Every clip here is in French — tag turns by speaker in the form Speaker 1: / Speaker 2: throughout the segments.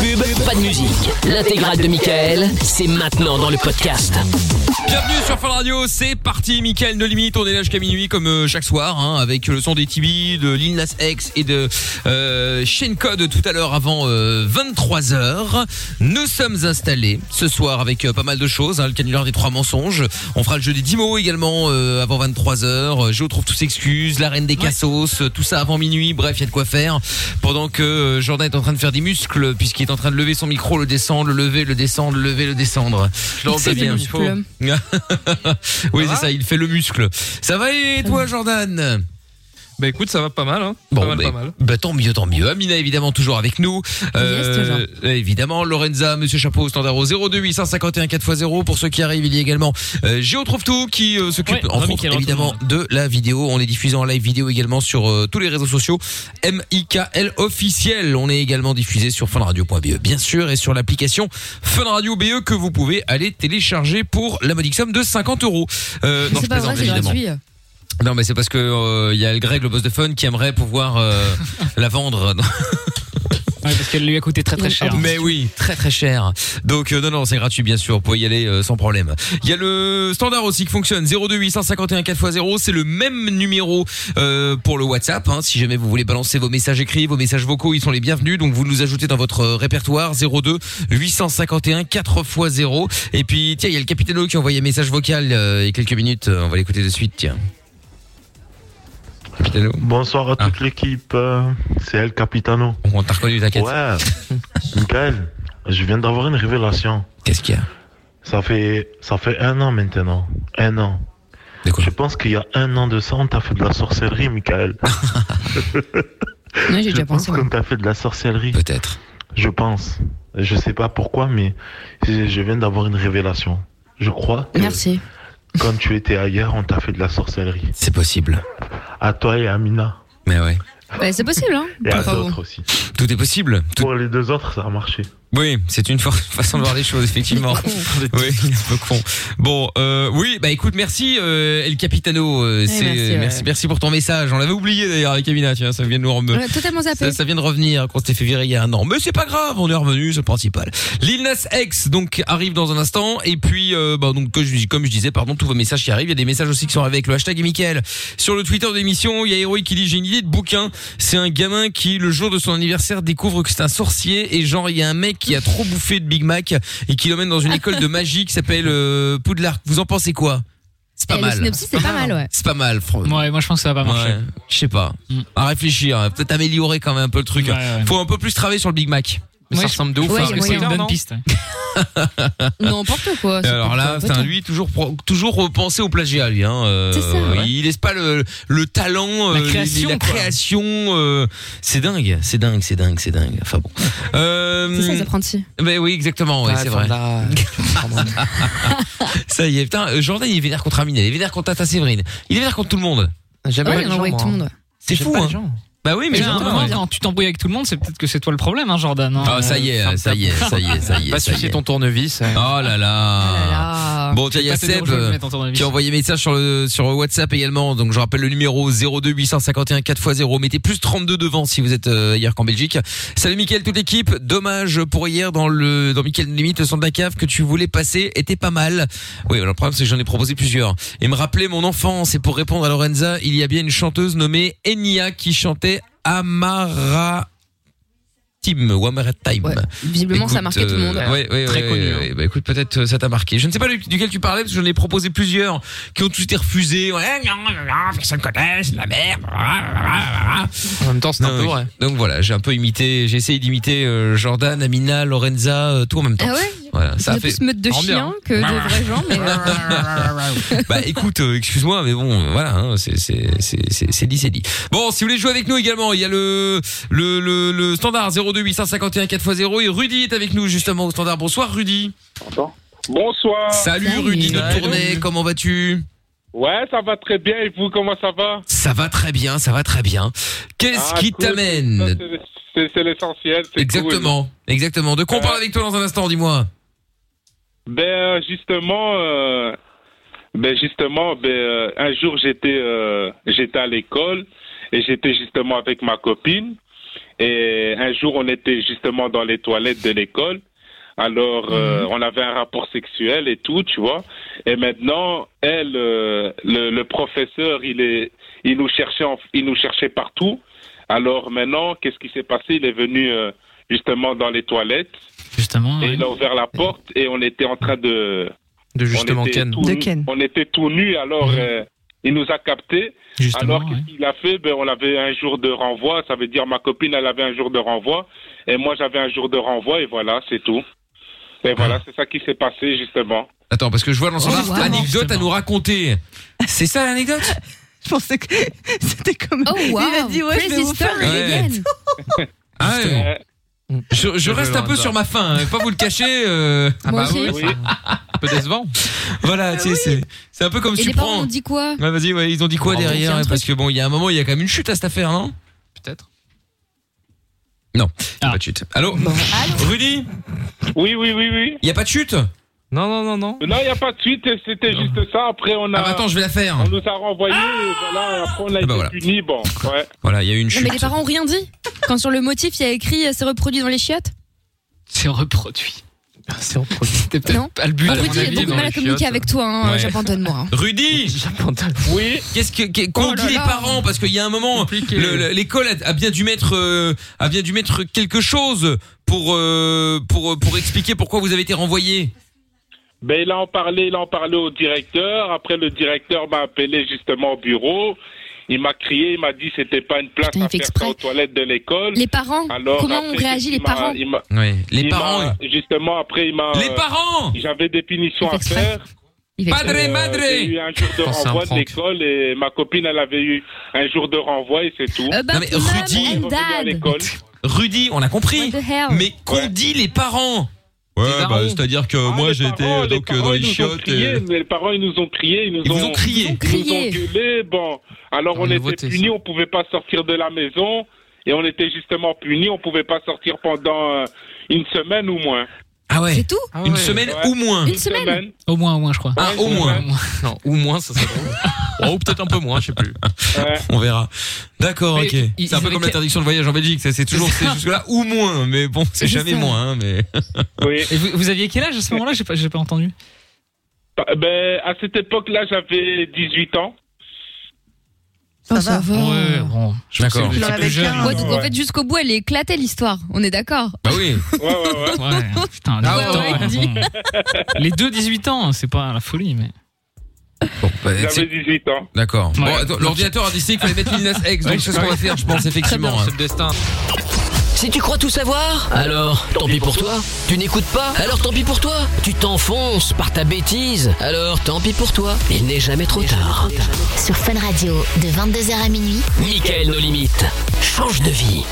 Speaker 1: pub, pas de musique. L'intégrale de Michael, c'est maintenant dans le podcast.
Speaker 2: Bienvenue sur Fun Radio, c'est parti, Mickaël No Limite, on est là jusqu'à minuit comme euh, chaque soir, hein, avec le son des Tibi, de Lil Nas X et de euh, Shane Code tout à l'heure avant 23h. Nous sommes installés ce soir avec euh, pas mal de choses, hein, le canular des trois mensonges, on fera le jeu des 10 mots également euh, avant 23h, Je trouve tous excuses, la reine des cassos, euh, tout ça avant minuit, bref, il y a de quoi faire. Pendant que euh, Jordan est en train de faire des muscles, puisqu'il est en train de lever son micro, le descendre, le lever, le descendre, le lever, le descendre. Je
Speaker 3: Il fait des
Speaker 2: bien, il faut. oui, c'est ça, il fait le muscle. Ça va et toi, Jordan
Speaker 4: Bah écoute, ça va pas mal, hein.
Speaker 2: Bon,
Speaker 4: pas mal,
Speaker 2: bah,
Speaker 4: pas mal.
Speaker 2: bah, tant mieux, tant mieux. Amina, évidemment, toujours avec nous. Euh, évidemment, Lorenza, Monsieur Chapeau, au standard au 02851 4x0. Pour ceux qui arrivent, il y a également euh, Géo Trouve Tout qui euh, s'occupe,
Speaker 5: Ouais,
Speaker 2: entre
Speaker 5: Rami
Speaker 2: autres,
Speaker 5: qui est là,
Speaker 2: évidemment, de la vidéo. On est diffusé en live vidéo également sur euh, tous les réseaux sociaux. MIKL officiel. On est également diffusé sur funradio.be, E, bien sûr, et sur l'application Fun Radio BE que vous pouvez aller télécharger pour la modique somme de 50 euros. Euh, non, je
Speaker 6: C'est pas
Speaker 2: plaisante,
Speaker 6: vrai, c'est
Speaker 2: évidemment.
Speaker 6: gratuit.
Speaker 2: Non, mais c'est parce que euh, il y a le Greg, le boss de fun, qui aimerait pouvoir euh, la vendre.
Speaker 5: parce qu'elle lui a coûté très très cher.
Speaker 2: Mais oui, très très cher. Donc euh, non non, c'est gratuit bien sûr, vous pouvez y aller euh, sans problème. Il y a le standard aussi qui fonctionne 02851 4x0, c'est le même numéro euh, pour le WhatsApp hein. si jamais vous voulez balancer vos messages écrits, vos messages vocaux, ils sont les bienvenus. Donc vous nous ajoutez dans votre euh, répertoire 02 851 4x0 et puis tiens, il y a le capitaine O qui a envoyé un message vocal euh, il y a quelques minutes, Euh, on va l'écouter de suite, tiens.
Speaker 7: Bonsoir à toute l'équipe, euh, c'est El Capitano.
Speaker 2: On t'a Ah. reconnu, t'inquiète.
Speaker 7: Ouais, Michael, je viens d'avoir une révélation.
Speaker 2: Qu'est-ce qu'il y a
Speaker 7: ça fait, ça fait un an maintenant. Un an.
Speaker 2: je
Speaker 7: pense qu'il y a un an de ça, on t'a fait de la sorcellerie, Michael.
Speaker 6: Oui, j'ai déjà
Speaker 7: pense
Speaker 6: pensé.
Speaker 7: qu'on t'a fait de la sorcellerie.
Speaker 2: Peut-être.
Speaker 7: Je pense. Je sais pas pourquoi, mais je je viens d'avoir une révélation. Je crois que
Speaker 6: Merci.
Speaker 7: quand tu étais ailleurs, on t'a fait de la sorcellerie.
Speaker 2: C'est possible.
Speaker 7: À toi et à Mina.
Speaker 2: Mais ouais.
Speaker 6: Ouais, c'est possible, hein
Speaker 7: Et à
Speaker 6: Enfin, bon.
Speaker 7: d'autres aussi.
Speaker 2: Tout est possible.
Speaker 7: Pour les deux autres, ça a marché.
Speaker 2: Oui, c'est une for- façon de voir les choses, effectivement. oui, il est un peu con. Bon, euh, oui, bah écoute, merci euh, El Capitano. euh,
Speaker 6: Oui,
Speaker 2: c'est,
Speaker 6: merci,
Speaker 2: euh,
Speaker 6: ouais.
Speaker 2: merci, merci pour ton message. On l'avait oublié d'ailleurs avec Amina, tiens, ça vient de nous rem-
Speaker 6: On l'a totalement zappé.
Speaker 2: Ça, ça vient de revenir qu'on s'était fait virer il y a un an. Mais c'est pas grave, on est revenu, c'est le principal. Lil Nas X donc arrive dans un instant et puis euh, bah, donc que je dis- comme je disais pardon, tous vos messages qui arrivent, il y a des messages aussi qui sont arrivés avec le hashtag et Mickaël. Sur le Twitter de l'émission, il y a Héroïque qui dit j'ai une idée de bouquin, c'est un gamin qui le jour de son anniversaire découvre que c'est un sorcier et genre il y a un mec qui a trop bouffé de Big Mac et qui l'emmène dans une école de magie qui s'appelle euh, Poudlard. Vous en pensez quoi C'est pas
Speaker 6: Eh,
Speaker 2: mal.
Speaker 6: Le synopsis, c'est pas mal, ouais.
Speaker 2: C'est pas mal, franchement.
Speaker 5: Ouais, moi je pense que ça va pas marcher. Mm.
Speaker 2: Je sais pas. À réfléchir, hein. peut-être améliorer quand même un peu le truc. Faut un peu plus travailler sur le Big Mac. Mais
Speaker 5: Ouais,
Speaker 2: ça
Speaker 5: je-
Speaker 2: ressemble de ouf. hein.
Speaker 5: ouais,
Speaker 2: à
Speaker 5: il y a moyen,
Speaker 2: Twitter,
Speaker 5: c'est une
Speaker 2: non
Speaker 5: bonne piste.
Speaker 6: N'importe quoi.
Speaker 2: Et Alors là,
Speaker 6: c'est
Speaker 2: putain, lui toujours pro- toujours penser au plagiat, lui. Hein. euh,
Speaker 6: C'est ça, ouais.
Speaker 2: Il laisse pas le, le talent,
Speaker 5: La
Speaker 2: euh,
Speaker 5: création,
Speaker 2: la
Speaker 5: quoi.
Speaker 2: création. euh, c'est dingue, c'est dingue, c'est dingue, c'est dingue. Enfin bon. Euh,
Speaker 6: C'est ça, les apprentis.
Speaker 2: mais oui, exactement, ouais,
Speaker 6: Ah,
Speaker 2: c'est
Speaker 6: attends,
Speaker 2: vrai. ça y est, putain, euh, Jordan il est vénère contre Amine, il est vénère contre Tata Séverine, il est vénère contre tout le monde.
Speaker 5: J'aime
Speaker 6: Ouais,
Speaker 5: pas les
Speaker 6: il
Speaker 5: gens,
Speaker 6: envoie avec
Speaker 5: moi.
Speaker 6: tout le monde.
Speaker 2: C'est
Speaker 5: J'aime
Speaker 2: fou,
Speaker 5: pas les
Speaker 2: hein.
Speaker 5: gens.
Speaker 2: Bah oui, mais
Speaker 5: Mais à un
Speaker 2: j'entends,
Speaker 5: moment,
Speaker 2: ouais.
Speaker 5: quand tu t'embrouilles avec tout le monde, c'est peut-être que c'est toi le problème, hein, Jordan. hein.
Speaker 2: Ah ça y
Speaker 5: Ferme
Speaker 2: est, ça
Speaker 5: ta
Speaker 2: y est,
Speaker 5: bouche.
Speaker 2: ça y est, ça y est.
Speaker 5: Va
Speaker 2: ça y
Speaker 5: sucer
Speaker 2: est.
Speaker 5: ton
Speaker 4: tournevis.
Speaker 5: hein.
Speaker 2: Oh là là. Bon, tiens, il y a
Speaker 5: Pas te
Speaker 2: Seb
Speaker 5: déranger,
Speaker 2: euh,
Speaker 5: mais ton tournevis.
Speaker 2: qui a envoyé message sur le sur le WhatsApp également. Donc je rappelle le numéro 02 851 4x0. Mettez plus 32 devant si vous êtes euh, ailleurs qu'en Belgique. Salut Mickaël, toute l'équipe. Dommage pour hier dans le dans Mickaël limite le son de la cave que tu voulais passer était pas mal. Oui, alors, le problème c'est que j'en ai proposé plusieurs. Et me rappeler mon enfance et pour répondre à Lorenza, il y a bien une chanteuse nommée Enya qui chantait Amara Team ou Amara Time.
Speaker 6: Visiblement, ça a marqué tout le monde.
Speaker 2: Oui, oui,
Speaker 6: Très connu,
Speaker 4: hein.
Speaker 2: bah, écoute, peut-être euh, ça t'a marqué. Je ne sais pas du- duquel tu parlais parce que j'en ai proposé plusieurs qui ont tous été refusés. Ouais, Eh, non, non, non, personne connaît, c'est de la merde.
Speaker 4: En même temps, c'est un peu vrai.
Speaker 2: Donc voilà, j'ai un peu imité, j'ai essayé d'imiter euh, Jordan, Amina, Lorenza, euh, tout en même temps.
Speaker 6: Ah ouais
Speaker 2: Voilà, ça
Speaker 6: Il y
Speaker 2: a
Speaker 6: a
Speaker 2: fait
Speaker 6: plus meute de
Speaker 2: Ça rend bien,
Speaker 6: chiens
Speaker 2: hein.
Speaker 6: que de vrais gens, mais. euh,
Speaker 2: bah écoute, euh, excuse-moi, mais bon, voilà, hein, c'est c'est c'est c'est c'est dit, c'est dit. Bon, si vous voulez jouer avec nous également, il y a le le le, le standard 02851 4x0 et Rudy est avec nous justement au standard. Bonsoir Rudy.
Speaker 8: Bonsoir.
Speaker 2: Salut, Rudy de
Speaker 8: Salut.
Speaker 2: Tournai, comment vas-tu
Speaker 8: Ouais, ça va très bien. Et vous, comment ça va
Speaker 2: Ça va très bien, ça va très bien. Qu'est-ce
Speaker 8: Ah,
Speaker 2: qui
Speaker 8: cool.
Speaker 2: t'amène
Speaker 8: Ça, C'est c'est l'essentiel. c'est
Speaker 2: Exactement, exactement. De quoi on parle avec toi dans un instant, dis-moi.
Speaker 8: cool. Ben justement, euh, ben justement, ben euh, un jour j'étais euh, j'étais à l'école et j'étais justement avec ma copine Et un jour, on était justement dans les toilettes de l'école. Alors, euh, on avait un rapport sexuel et tout, tu vois. Et maintenant, elle, euh, le, le professeur, il est, il nous cherchait, en- il nous cherchait partout. Alors maintenant, qu'est-ce qui s'est passé Il est venu euh, justement dans les toilettes
Speaker 5: Justement.
Speaker 8: et il a ouvert la porte et on était en train de,
Speaker 4: De justement
Speaker 8: on était
Speaker 4: Ken.
Speaker 8: tout
Speaker 3: De
Speaker 8: nu-
Speaker 3: Ken.
Speaker 8: On était tout nus, alors euh, il nous a captés.
Speaker 5: Justement,
Speaker 8: alors qu'est-ce qu'il a fait ben, On avait un jour de renvoi, ça veut dire ma copine, elle avait un jour de renvoi, et moi j'avais un jour de renvoi, et voilà, c'est tout. Et voilà,
Speaker 5: Ah.
Speaker 8: c'est ça qui s'est passé, justement.
Speaker 2: Attends, parce que je vois dans son
Speaker 3: Oh,
Speaker 2: arc,
Speaker 3: wow.
Speaker 2: anecdote à nous raconter. C'est ça l'anecdote
Speaker 3: Je pensais que c'était comme.
Speaker 6: Oh, wow.
Speaker 3: Il a dit, ouais, je vais
Speaker 6: Crazy
Speaker 3: vous faire
Speaker 6: story
Speaker 2: Ouais.
Speaker 6: again.
Speaker 2: Ah ouais.
Speaker 8: Euh,
Speaker 2: Je, je reste un peu sur ma faim, hein, pas vous le cacher. euh,
Speaker 6: Moi aussi.
Speaker 8: oui.
Speaker 4: Un peu décevant.
Speaker 2: voilà, tu sais, c'est- c'est un peu comme
Speaker 6: Bah Et
Speaker 2: si
Speaker 6: les
Speaker 2: tu
Speaker 6: parents
Speaker 2: prends.
Speaker 6: ont dit quoi
Speaker 2: Ouais, vas-y, ouais, ils ont dit quoi
Speaker 6: Ils ont dit
Speaker 2: derrière
Speaker 6: un
Speaker 2: hein,
Speaker 6: truc.
Speaker 2: Parce que bon, il y a un moment, il y a quand même une chute à cette affaire, non
Speaker 4: Peut-être.
Speaker 2: Il y a
Speaker 5: Ah.
Speaker 2: Pas de chute. Allô Rudy
Speaker 8: oui, oui, oui, oui.
Speaker 2: Il y a pas de chute
Speaker 4: Non, non, non, non.
Speaker 8: Non, il n'y a pas de suite, c'était juste ça. Après, on a.
Speaker 2: Ah, bah attends, je vais la faire.
Speaker 8: On nous a renvoyés, et voilà, et après on a
Speaker 2: Ah, bah,
Speaker 8: été
Speaker 2: voilà.
Speaker 8: punis, bon, ouais.
Speaker 2: Voilà, il y a eu une
Speaker 6: Non,
Speaker 2: chute.
Speaker 6: mais les parents ont rien dit. Quand sur le motif, il y a écrit euh, c'est reproduit dans les chiottes.
Speaker 5: c'est reproduit.
Speaker 4: C'est en produit.
Speaker 5: C'était
Speaker 6: Non.
Speaker 5: peut-être pas le but.
Speaker 4: Ah,
Speaker 5: à mon
Speaker 6: Rudy,
Speaker 5: avis,
Speaker 6: il a beaucoup
Speaker 5: dans
Speaker 6: mal
Speaker 5: les
Speaker 6: à communiquer
Speaker 5: chiottes.
Speaker 6: avec toi, hein,
Speaker 2: Ouais.
Speaker 6: j'abandonne moi. hein.
Speaker 2: Rudy
Speaker 8: Oui,
Speaker 2: Qu'est-ce que qu'est- qu'ont
Speaker 6: Oh là
Speaker 2: dit les
Speaker 6: là.
Speaker 2: parents Parce qu'il y a un moment,
Speaker 4: Compliqué.
Speaker 2: le- le- l'école a, a bien dû mettre euh, a bien dû mettre quelque chose pour euh, pour pour expliquer pourquoi vous avez été renvoyé.
Speaker 8: Ben, il a en parlé, il a en parlé au directeur. Après, le directeur m'a appelé justement au bureau. Il m'a crié, il m'a dit que c'était pas une place
Speaker 6: Putain, il
Speaker 8: à
Speaker 6: fait
Speaker 8: faire
Speaker 6: exprès.
Speaker 8: ça aux toilettes de l'école.
Speaker 6: Les parents,
Speaker 8: Alors,
Speaker 6: comment
Speaker 8: après,
Speaker 6: ont réagi
Speaker 8: il
Speaker 6: les
Speaker 8: m'a-
Speaker 6: parents
Speaker 8: il m'a-
Speaker 2: Les
Speaker 8: il
Speaker 2: parents.
Speaker 8: m'a- Justement, après, il m'a.
Speaker 2: Les
Speaker 8: euh,
Speaker 2: parents.
Speaker 8: J'avais des punitions
Speaker 6: Il fait
Speaker 8: à
Speaker 6: exprès.
Speaker 8: faire.
Speaker 6: Il fait
Speaker 2: Padre
Speaker 8: Euh,
Speaker 2: madre. Oh,
Speaker 8: J'ai eu un jour de
Speaker 4: Je pense que c'est un
Speaker 8: renvoi de
Speaker 4: prank.
Speaker 8: l'école et ma copine, elle avait eu un jour de renvoi et c'est tout.
Speaker 6: exprès. About
Speaker 2: Non, mais
Speaker 6: mom
Speaker 2: Rudy-
Speaker 8: Elle est
Speaker 6: and
Speaker 8: revenue à
Speaker 6: Euh, dad.
Speaker 8: l'école.
Speaker 2: Rudy, on a
Speaker 6: What
Speaker 2: compris.
Speaker 6: the hell
Speaker 2: Mais qu'ont
Speaker 8: Ouais.
Speaker 2: dit les parents Ouais, bah,
Speaker 4: Les parents.
Speaker 2: c'est-à-dire que
Speaker 8: Ah, les
Speaker 2: euh,
Speaker 8: parents, parents, ils nous ont crié, mais Les parents, ils nous ont crié. Ils nous
Speaker 2: ils vous ont
Speaker 8: ont
Speaker 2: crié.
Speaker 8: Ils nous
Speaker 6: Crier.
Speaker 8: ont gueulé, bon. Alors
Speaker 4: Dans
Speaker 8: on
Speaker 4: les
Speaker 8: était
Speaker 4: nouveautés,
Speaker 8: punis,
Speaker 4: ça.
Speaker 8: on pouvait pas sortir de la maison. Et on était justement punis, on pouvait pas sortir pendant euh, une semaine ou moins.
Speaker 2: Ah ouais.
Speaker 6: C'est tout
Speaker 4: Ah
Speaker 2: Une
Speaker 4: ouais.
Speaker 2: semaine
Speaker 8: Ouais.
Speaker 2: ou moins.
Speaker 6: Une semaine
Speaker 5: Au moins, au moins, je crois.
Speaker 2: Ah, au
Speaker 8: une
Speaker 2: moins.
Speaker 8: semaine.
Speaker 4: Non, ou moins, ça serait drôle. Oh, ou peut-être un peu moins, je sais plus.
Speaker 8: Ouais.
Speaker 2: On verra. D'accord,
Speaker 5: Mais
Speaker 2: ok.
Speaker 5: ils-
Speaker 2: C'est un
Speaker 5: ils
Speaker 2: peu
Speaker 5: avaient
Speaker 2: comme
Speaker 5: quel-
Speaker 2: l'interdiction de voyage en Belgique. C'est c'est toujours c'est jusque-là ou moins, mais bon,
Speaker 6: C'est
Speaker 2: c'est jamais
Speaker 6: ça.
Speaker 2: moins. hein, Mais
Speaker 8: Oui.
Speaker 5: Et vous, vous aviez quel âge à ce moment-là J'ai pas, j'ai pas entendu.
Speaker 8: Bah, Ben, à cette époque-là, j'avais 18 ans.
Speaker 6: Oh,
Speaker 3: Ça va.
Speaker 5: Ouais, bon. Je pense
Speaker 2: D'accord.
Speaker 5: que c'est
Speaker 3: Il en
Speaker 5: plus
Speaker 3: avait
Speaker 5: jeune.
Speaker 3: qu'un.
Speaker 6: hein. Ouais, donc en
Speaker 8: Ouais.
Speaker 6: fait, jusqu'au bout, elle est éclatée l'histoire, on est d'accord
Speaker 2: bah oui.
Speaker 8: Ouais, ouais, ouais.
Speaker 5: Ouais, putain,
Speaker 2: Ah
Speaker 5: 18
Speaker 2: ouais,
Speaker 5: ans,
Speaker 6: ouais,
Speaker 5: bon. Les deux 18 ans, c'est pas la folie, mais.
Speaker 2: Bon, bah,
Speaker 8: J'avais
Speaker 2: c'est-
Speaker 8: 18 ans.
Speaker 2: D'accord. Bon,
Speaker 5: Ouais.
Speaker 2: attends, L'ordinateur a décidé qu'il fallait mettre Lil Nas X, donc c'est ce qu'on va faire, je pense effectivement. hein.
Speaker 4: C'est le destin.
Speaker 1: Si tu crois tout savoir, alors tant pis pour toi. Tu n'écoutes pas, alors tant pis pour toi. Tu t'enfonces par ta bêtise, alors tant pis pour toi. Il n'est jamais trop tard.
Speaker 9: Sur Fun Radio, de 22h à minuit.
Speaker 1: Michael, nos limites. Change de vie.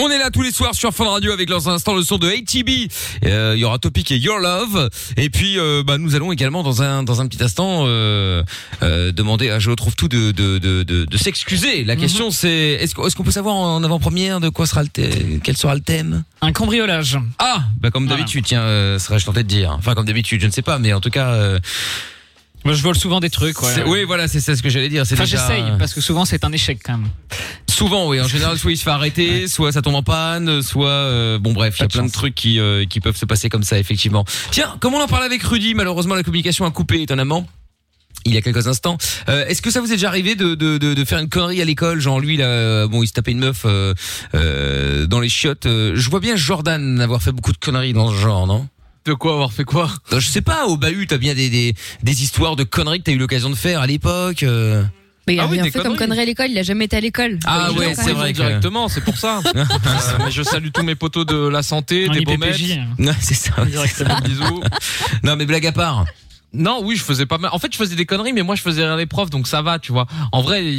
Speaker 2: On est là tous les soirs sur Fun Radio avec dans un instant le son de ATB. Euh, Il y aura Topic et Your Love. Et puis euh, bah, nous allons également dans un dans un petit instant euh, euh, demander à Je trouve tout de de de, de, de s'excuser.
Speaker 4: Mhm.
Speaker 2: La question c'est est-ce qu'on- est-ce qu'on peut savoir en avant-première de quoi sera le thème, quel sera le thème
Speaker 5: Un cambriolage.
Speaker 2: Ah, bah comme
Speaker 5: Voilà.
Speaker 2: d'habitude, tiens, euh, serais-je tenté de dire. Enfin, comme d'habitude, je ne sais pas, mais en tout cas, euh,
Speaker 5: Moi, je vole souvent des trucs,
Speaker 2: c'est-
Speaker 5: ouais.
Speaker 2: oui, voilà, c'est ça ce que j'allais dire. C'est
Speaker 5: Enfin,
Speaker 2: déjà-
Speaker 5: j'essaye, parce que souvent, c'est un échec quand même.
Speaker 2: Souvent, oui. En général, soit il se fait arrêter, soit ça tombe en panne, soit euh, bon bref, il y a
Speaker 5: Pas de
Speaker 2: plein de
Speaker 5: chance.
Speaker 2: trucs qui euh, qui peuvent se passer comme ça, effectivement. Tiens, comme on en parlait avec Rudy, malheureusement la communication a coupé étonnamment. Il y a quelques instants. Euh, Est-ce que ça vous est déjà arrivé de, de, de, de faire une connerie à l'école Genre lui, là, euh, bon, il se tapait une meuf euh, euh, dans les chiottes. Euh, je vois bien Jordan avoir fait beaucoup de conneries dans ce genre, non
Speaker 4: De quoi avoir fait quoi
Speaker 2: Euh, Je sais pas, au bahut, t'as bien des, des, des histoires de conneries que t'as eu l'occasion de faire à l'époque. euh.
Speaker 6: Mais il a
Speaker 4: Ah oui,
Speaker 6: rien
Speaker 4: des
Speaker 6: fait comme
Speaker 4: conneries.
Speaker 6: connerie à l'école, il a jamais été à l'école.
Speaker 2: Ah
Speaker 6: Il est
Speaker 2: ouais,
Speaker 6: gentil, quand
Speaker 2: c'est
Speaker 6: même.
Speaker 2: vrai que-
Speaker 4: Directement, c'est pour ça. Euh, mais je salue tous mes potos de la santé,
Speaker 5: Un
Speaker 4: des baumettes.
Speaker 5: IPPJ. hein.
Speaker 2: Ouais, c'est ça.
Speaker 5: Directement.
Speaker 4: Bisous.
Speaker 2: Non, mais blague à part.
Speaker 4: Non, oui, je faisais pas mal. En fait, je faisais des conneries, mais moi, je faisais rire les profs, donc ça va, tu vois. En vrai, il.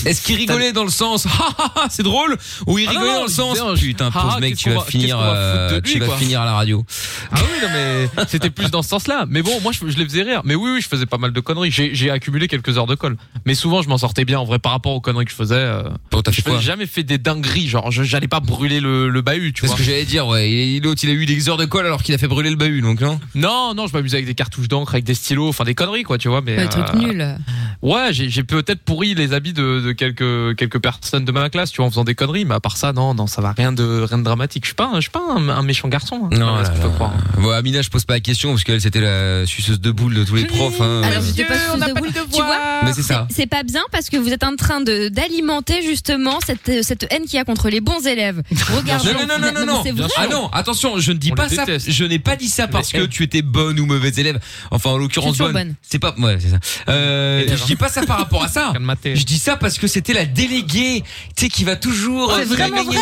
Speaker 4: il-
Speaker 2: Est-ce qu'il rigolait dans le sens ah, ah, ah, c'est drôle ou il
Speaker 4: Ah non,
Speaker 2: rigolait
Speaker 4: non,
Speaker 2: dans le
Speaker 4: il
Speaker 2: sens
Speaker 4: disait, euh,
Speaker 2: putain
Speaker 4: ah,
Speaker 2: pauvre
Speaker 4: ah,
Speaker 2: mec
Speaker 4: qu'est-ce
Speaker 2: tu
Speaker 4: qu'on
Speaker 2: vas
Speaker 4: va- qu'est-ce
Speaker 2: finir
Speaker 4: qu'on va foutre de
Speaker 2: euh,
Speaker 4: lui,
Speaker 2: tu vas
Speaker 4: quoi.
Speaker 2: finir à la radio.
Speaker 4: Ah oui, non, mais c'était plus dans ce sens-là. Mais bon, moi, je, je les faisais rire. Mais oui, oui, je faisais pas mal de conneries. J'ai j'ai accumulé quelques heures de colle. Mais souvent, je m'en sortais bien, en vrai, par rapport aux conneries que je faisais. euh,
Speaker 2: Bon t'as fait
Speaker 4: je
Speaker 2: quoi
Speaker 4: n'ai jamais fait des dingueries. Genre, je- j'allais pas brûler le, le bahut, tu
Speaker 2: C'est ce
Speaker 4: vois.
Speaker 2: que j'allais dire ouais, Il- il- l'autre il a eu des heures de colle alors qu'il a fait brûler le bahut donc non
Speaker 4: Non, non, je m'amusais avec des cartouches d'encre, avec des stylos, enfin des conneries, quoi, tu vois. Mais,
Speaker 6: Ouais, truc
Speaker 4: euh,
Speaker 6: nul.
Speaker 4: Ouais, j'ai j'ai peut-être pourri les habits de, de quelques quelques personnes de ma classe, tu vois, en faisant des conneries, mais à part ça, non, non, ça va, rien de rien de dramatique. Je suis pas, un- je suis pas un, un méchant garçon. hein.
Speaker 2: Non,
Speaker 4: Voilà ce
Speaker 2: là,
Speaker 4: qu'il faut
Speaker 2: là.
Speaker 4: croire.
Speaker 2: Bon, Amina, je pose pas la question parce qu'elle c'était la suceuse de boule de tous les profs. hein.
Speaker 6: Alors, c'était pas sous de boule. Tu vois
Speaker 2: Mais c'est ça.
Speaker 6: c'est pas bien parce que vous êtes en train de d'alimenter justement cette, euh, cette haine qu'il y a contre les bons élèves. Regardez.
Speaker 2: Non, non, non, non, non.
Speaker 6: c'est vrai.
Speaker 2: Ah non, attention, je ne dis
Speaker 4: On
Speaker 2: pas
Speaker 4: les
Speaker 2: ça.
Speaker 4: déteste.
Speaker 2: Je n'ai pas dit ça parce
Speaker 4: Mais,
Speaker 2: que
Speaker 4: eh.
Speaker 2: tu étais bonne ou mauvaise élève. Enfin, en l'occurrence
Speaker 6: toujours
Speaker 2: bonne.
Speaker 6: bonne.
Speaker 2: C'est pas. Ouais, c'est ça. Euh,
Speaker 4: Élève,
Speaker 2: je dis pas ça par rapport à ça.
Speaker 4: Calme-toi.
Speaker 2: Je dis ça parce que c'était la déléguée, tu sais, qui va toujours. euh,
Speaker 3: C'est vraiment vrai,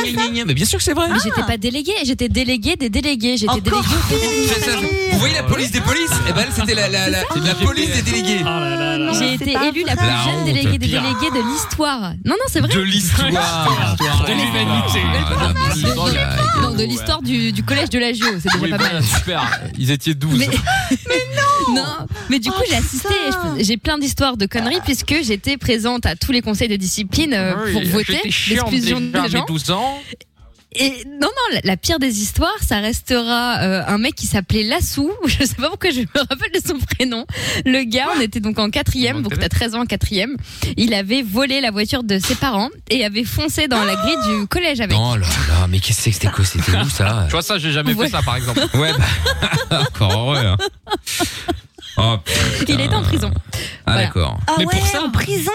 Speaker 2: Mais bien sûr que c'est vrai.
Speaker 6: Mais j'étais pas déléguée, j'étais déléguée des délégués. J'étais déléguée.
Speaker 3: Encore
Speaker 2: C'est ça. Vous voyez la police des polices Eh ben, elle, c'était la, la, la, la police des
Speaker 4: Oh
Speaker 2: délégués.
Speaker 6: J'ai été élue la plus
Speaker 2: La honte,
Speaker 6: jeune déléguée des
Speaker 5: pire.
Speaker 6: délégués de l'histoire. Non, non, c'est vrai.
Speaker 2: De l'histoire.
Speaker 5: De l'humanité.
Speaker 2: Ah, non, mais c'est
Speaker 6: Non,
Speaker 2: vrai.
Speaker 6: Non, de l'histoire du, du collège de la Géo,
Speaker 2: Ah
Speaker 6: c'est
Speaker 4: Oui,
Speaker 6: déjà pas mal.
Speaker 4: voilà,
Speaker 2: bah,
Speaker 4: super. Ils étaient 12.
Speaker 6: Mais- Non, Oh, mais du coup, j'ai assisté, et je fais- j'ai plein d'histoires de conneries puisque j'étais présente à tous les conseils de discipline euh, pour voter l'exclusion des gens.
Speaker 4: 12 ans.
Speaker 6: Et non, non, la, la pire des histoires, ça restera euh, un mec qui s'appelait Lassou. Je sais pas pourquoi je me rappelle de son prénom. Le gars, on était donc en quatrième, donc t'as 13 ans en quatrième. Il avait volé la voiture de ses parents et avait foncé dans la grille du collège avec.
Speaker 2: Non, Oh là, là, mais qu'est-ce que c'est que c'était quoi C'était où ça
Speaker 4: Tu vois ça, j'ai jamais
Speaker 6: Ouais.
Speaker 4: fait ça par exemple.
Speaker 2: Ouais, bah, encore heureux. hein.
Speaker 4: Ah,
Speaker 2: Oh,
Speaker 6: Il était en prison.
Speaker 2: ah,
Speaker 6: Voilà.
Speaker 2: d'accord.
Speaker 3: Ah
Speaker 4: Mais pour
Speaker 3: ouais,
Speaker 4: ça-
Speaker 3: en prison.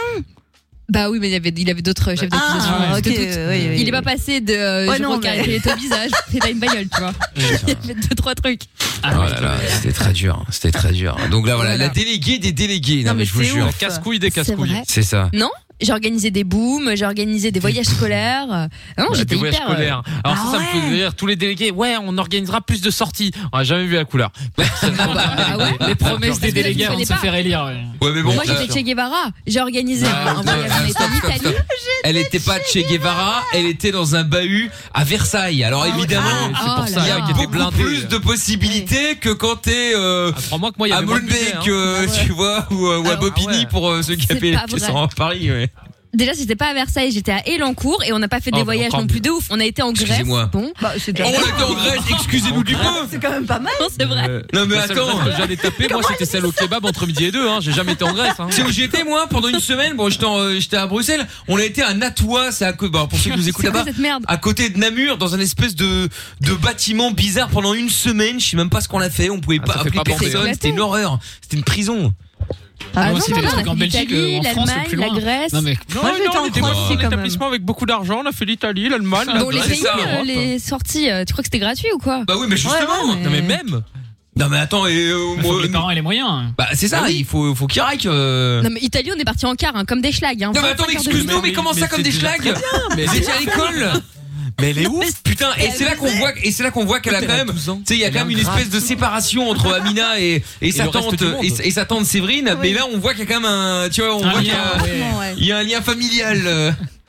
Speaker 6: Bah oui, mais il y avait, il avait d'autres chefs d'accusation.
Speaker 3: Ah,
Speaker 6: je te
Speaker 3: ok,
Speaker 6: doute.
Speaker 3: oui, oui,
Speaker 6: il est pas
Speaker 3: oui.
Speaker 6: passé de euh,
Speaker 3: Ouais,
Speaker 6: je
Speaker 3: non,
Speaker 6: regarde
Speaker 3: mais-
Speaker 6: les au visage, et t'as une bagnole, tu vois. Il y avait deux, trois trucs.
Speaker 2: Oh là là, c'était très dur. hein. C'était très dur. Donc là, voilà,
Speaker 3: Voilà.
Speaker 2: la déléguée des délégués. Non,
Speaker 3: Non,
Speaker 2: mais,
Speaker 3: mais
Speaker 2: je vous
Speaker 3: c'est
Speaker 2: jure.
Speaker 3: ouf.
Speaker 4: Casse-couille des
Speaker 6: C'est
Speaker 4: casse-couilles.
Speaker 6: vrai.
Speaker 2: C'est ça.
Speaker 6: J'ai organisé des booms, j'ai organisé des voyages scolaires. Ah Non,
Speaker 4: Ouais,
Speaker 6: j'étais
Speaker 4: des voyages
Speaker 6: hyper. euh,
Speaker 4: scolaires. Alors
Speaker 3: Ah
Speaker 4: ça, ça me
Speaker 3: ouais.
Speaker 4: fait rire. Tous les délégués, ouais, on organisera plus de sorties. On a jamais vu la couleur.
Speaker 6: Ah ouais
Speaker 5: Les promesses des
Speaker 6: Parce que là,
Speaker 5: délégués
Speaker 6: tu
Speaker 5: avant de
Speaker 6: connais
Speaker 5: se
Speaker 6: pas.
Speaker 5: faire élire. ouais.
Speaker 2: Ouais, mais bon.
Speaker 6: Moi,
Speaker 2: euh,
Speaker 6: j'étais Che Guevara. J'ai organisé
Speaker 2: non,
Speaker 6: un
Speaker 2: non,
Speaker 6: voyage
Speaker 2: euh,
Speaker 6: en
Speaker 2: stop, stop,
Speaker 6: Italie.
Speaker 2: stop. Elle était pas de Che Guevara, elle était dans un bahut à Versailles. Alors
Speaker 4: Ah,
Speaker 2: évidemment,
Speaker 4: c'est pour
Speaker 6: oh
Speaker 4: ça
Speaker 6: là
Speaker 2: il y a
Speaker 6: là.
Speaker 4: qu'il était
Speaker 2: beaucoup
Speaker 4: blindé.
Speaker 2: plus de possibilités que quand t'es euh,
Speaker 4: Ah, crois-moi que moi, il y
Speaker 2: à
Speaker 4: avait moins de budget,
Speaker 2: Molenbeek,
Speaker 4: hein.
Speaker 2: euh, tu vois, ou, euh, ou à
Speaker 6: Ah ouais.
Speaker 2: Bobigny pour euh, ceux qui
Speaker 6: C'est
Speaker 2: avaient
Speaker 6: pas
Speaker 2: qui
Speaker 6: vrai.
Speaker 2: sont à Paris. Ouais.
Speaker 6: Déjà, c'était pas à Versailles, j'étais à Elancourt et Ah, on n'a pas fait
Speaker 4: Oh,
Speaker 6: des
Speaker 4: bah,
Speaker 6: voyages
Speaker 4: encore
Speaker 6: non plus de ouf. On a été en Grèce.
Speaker 2: Excusez-moi.
Speaker 6: Bon,
Speaker 3: Bah, c'est
Speaker 2: Oh,
Speaker 3: déjà-
Speaker 2: on était en Grèce, excusez-nous du peu.
Speaker 3: C'est quand même pas mal.
Speaker 6: Non, c'est vrai.
Speaker 2: Non mais
Speaker 4: La seule
Speaker 2: attends.
Speaker 4: place que J'allais taper, moi c'était celle au kebab entre midi et deux, hein. j'ai jamais été en Grèce. Hein.
Speaker 2: C'est où j'étais moi pendant une semaine. Bon, j'étais en- euh, j'étais à Bruxelles. On a été à Natois, c'est à co- bah, pour ceux qui nous écoutent
Speaker 6: C'est quoi
Speaker 2: là-bas.
Speaker 6: cette merde
Speaker 2: À côté de Namur, dans un espèce de de bâtiment bizarre pendant une semaine. Je sais même pas ce qu'on a fait. On pouvait
Speaker 4: Ah,
Speaker 2: pas
Speaker 4: ça fait
Speaker 2: appeler
Speaker 4: pas bander.
Speaker 2: personne.
Speaker 6: C'est
Speaker 2: C'était une horreur. C'était une prison.
Speaker 5: Ah
Speaker 6: non,
Speaker 5: aussi,
Speaker 6: non,
Speaker 5: t'as des
Speaker 6: non,
Speaker 5: trucs
Speaker 6: on a
Speaker 5: en
Speaker 6: fait
Speaker 5: Belgique,
Speaker 6: l'Italie,
Speaker 5: euh, en France, c'est plus
Speaker 6: l'Allemagne,
Speaker 5: loin.
Speaker 6: la Grèce.
Speaker 5: Non mais
Speaker 3: Moi, j'étais en Croatie,
Speaker 4: un
Speaker 3: quand même.
Speaker 4: établissement avec beaucoup d'argent, on a fait l'Italie, l'Allemagne, la
Speaker 6: Bon, les
Speaker 2: Ah, c'est
Speaker 6: pays,
Speaker 2: ça,
Speaker 6: euh,
Speaker 2: l'Europe.
Speaker 6: les sorties, euh, tu crois que c'était gratuit ou quoi
Speaker 2: Bah oui, mais justement.
Speaker 6: ouais, mais-
Speaker 2: Non mais même. Non mais attends. Et, euh,
Speaker 5: Faut
Speaker 2: moi-
Speaker 5: que les parents et les moyens. hein.
Speaker 2: bah c'est ça. Il faut faut qu'il raque. euh.
Speaker 6: Non, mais Italie, on est parti en quart, hein, comme des schlags. Hein,
Speaker 2: Non mais
Speaker 6: Enfin,
Speaker 2: attends,
Speaker 6: cinq
Speaker 2: mais
Speaker 6: quarts de
Speaker 2: excuse-nous, mais
Speaker 4: Mais-
Speaker 2: comment ça
Speaker 4: mais
Speaker 2: comme
Speaker 4: c'est
Speaker 2: des
Speaker 4: déjà
Speaker 2: schlags Mais étiez à l'école. Mais elle est ouf, putain. Et c'est là qu'on voit, et c'est là qu'on voit qu'elle a quand même, tu sais, il y a quand même une espèce de séparation entre Amina et et sa
Speaker 4: le reste
Speaker 2: tante
Speaker 4: du monde.
Speaker 2: et, et sa tante Séverine.
Speaker 6: Ah
Speaker 2: Mais là, on voit qu'il y a quand même un, tu vois, on
Speaker 5: Un
Speaker 2: voit qu'il y
Speaker 5: lien,
Speaker 2: a.
Speaker 5: ouais.
Speaker 3: ouais.
Speaker 2: il y a un lien familial.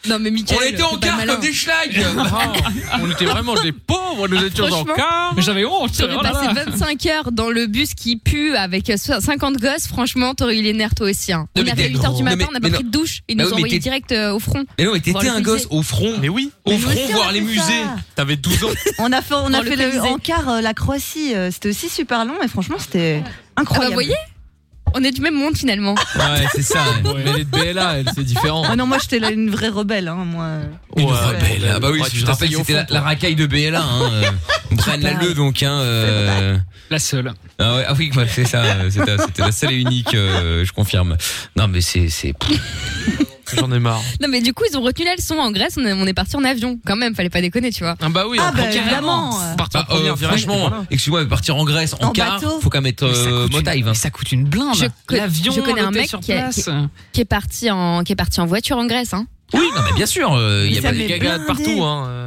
Speaker 6: Non, mais Michael.
Speaker 2: on était en
Speaker 6: c'est pas
Speaker 2: quart
Speaker 6: malin. Ah,
Speaker 2: comme des schlags.
Speaker 4: Ah, on était vraiment des pauvres, nous étions en
Speaker 6: Franchement.
Speaker 4: quart.
Speaker 5: Ah, Mais J'avais honte.
Speaker 6: T'aurais
Speaker 5: oh là
Speaker 6: passé
Speaker 5: là.
Speaker 6: 25 heures dans le bus qui pue avec euh, 50 gosses, franchement, t'aurais eu les nerfs toi aussi. Hein.
Speaker 2: Non,
Speaker 6: On
Speaker 2: mais
Speaker 6: arrive
Speaker 2: t'es-
Speaker 6: 8h du
Speaker 2: non,
Speaker 6: matin,
Speaker 2: mais-
Speaker 6: on n'a
Speaker 2: mais
Speaker 6: pas pris de douche, ils
Speaker 2: Bah
Speaker 6: nous
Speaker 2: oui,
Speaker 6: ont
Speaker 2: mais
Speaker 6: envoyé
Speaker 2: t'es-
Speaker 6: direct euh, au front.
Speaker 2: Mais non, mais
Speaker 6: Voir
Speaker 2: t'étais
Speaker 6: le
Speaker 2: un gosse
Speaker 6: musée.
Speaker 2: au front.
Speaker 4: Mais oui,
Speaker 2: Au
Speaker 3: Mais nous
Speaker 2: front,
Speaker 3: aussi, on
Speaker 2: voir
Speaker 3: a
Speaker 2: les
Speaker 3: fait ça.
Speaker 2: musées.
Speaker 4: t'avais 12 ans.
Speaker 3: On a fait, on
Speaker 6: Dans
Speaker 3: a
Speaker 6: le
Speaker 3: fait le,
Speaker 6: Colisée.
Speaker 3: en quart euh, la Croatie. euh, C'était aussi super long et franchement, c'était
Speaker 6: Ah bah,
Speaker 3: incroyable.
Speaker 6: vous voyez On est du même monde finalement.
Speaker 2: Ouais, c'est ça. ouais.
Speaker 4: Mais elle est de BLA, elle, c'est différent.
Speaker 3: Ah non, moi j'étais là une vraie rebelle. Hein, moi.
Speaker 2: Une
Speaker 4: Ouais.
Speaker 2: rebelle. Ah bah oui,
Speaker 4: Ouais,
Speaker 2: parce que
Speaker 4: tu
Speaker 2: je te rappelle que
Speaker 4: t'essayais au
Speaker 2: c'était la,
Speaker 4: fond,
Speaker 2: la racaille de BLA. Hein. euh, Brian Lalleux, donc. Hein, euh,
Speaker 5: La seule.
Speaker 2: Ah, ouais, ah oui, ouais, c'est ça. euh, C'était c'était la seule et unique, euh, je confirme. Non, mais c'est. c'est-
Speaker 4: J'en ai marre.
Speaker 6: Non mais du coup, ils ont retenu la leçon en Grèce, on est, on est parti en avion. Quand même, fallait pas déconner, tu vois.
Speaker 4: Ah bah oui,
Speaker 3: Ah
Speaker 4: en
Speaker 3: bah,
Speaker 4: quart.
Speaker 3: évidemment.
Speaker 4: C'est parti en
Speaker 2: Bah, euh,
Speaker 4: première, direct, et
Speaker 2: franchement,
Speaker 4: voilà.
Speaker 2: excuse-moi, mais partir en Grèce en,
Speaker 3: En
Speaker 2: car,
Speaker 3: bateau.
Speaker 2: faut quand même être
Speaker 5: Mais ça
Speaker 2: euh,
Speaker 5: coûte une-
Speaker 2: motive.
Speaker 5: mais ça coûte une blinde.
Speaker 6: Je co-
Speaker 5: L'avion,
Speaker 6: je connais un
Speaker 5: l'hôtel
Speaker 6: mec
Speaker 5: sur
Speaker 6: qui a-
Speaker 5: place.
Speaker 6: qui- Qui est parti en, qui est parti en voiture en Grèce, hein.
Speaker 2: Oui, non, mais bien sûr, euh, il y
Speaker 3: Mais
Speaker 2: a pas
Speaker 3: ça
Speaker 2: de
Speaker 3: met
Speaker 2: gaga-
Speaker 4: Gaga de partout, hein. euh.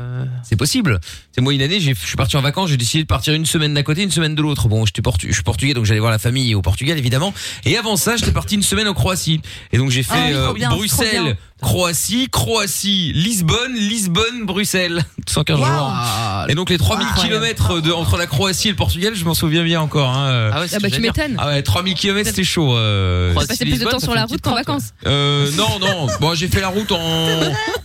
Speaker 2: C'est possible. C'est moi une année, j'ai- je suis parti en vacances, j'ai décidé de partir une semaine d'un côté, une semaine de l'autre. Bon, j'étais portu- je suis portugais, donc j'allais voir la famille au Portugal évidemment. Et avant ça, j'étais parti une semaine en Croatie. Et donc j'ai fait
Speaker 3: Ah oui, trop
Speaker 2: euh,
Speaker 3: bien, trop
Speaker 2: Bruxelles,
Speaker 3: bien.
Speaker 2: Croatie, Croatie, Lisbonne, Lisbonne, Bruxelles. 115 jours. Et donc les 3000
Speaker 3: Incroyable.
Speaker 2: km de, entre la Croatie et le Portugal, je m'en souviens bien encore. Hein.
Speaker 4: ouais,
Speaker 6: Ah bah tu m'étonnes.
Speaker 2: Ah ouais, 3000 km c'était chaud. Euh,
Speaker 6: J'ai passé plus de
Speaker 4: Lisbonne,
Speaker 6: temps
Speaker 4: ça
Speaker 6: sur
Speaker 4: fait
Speaker 6: la
Speaker 4: une
Speaker 6: route
Speaker 4: petite
Speaker 6: qu'en
Speaker 4: trente,
Speaker 6: vacances.
Speaker 2: euh, non, non. Bon, j'ai fait la route en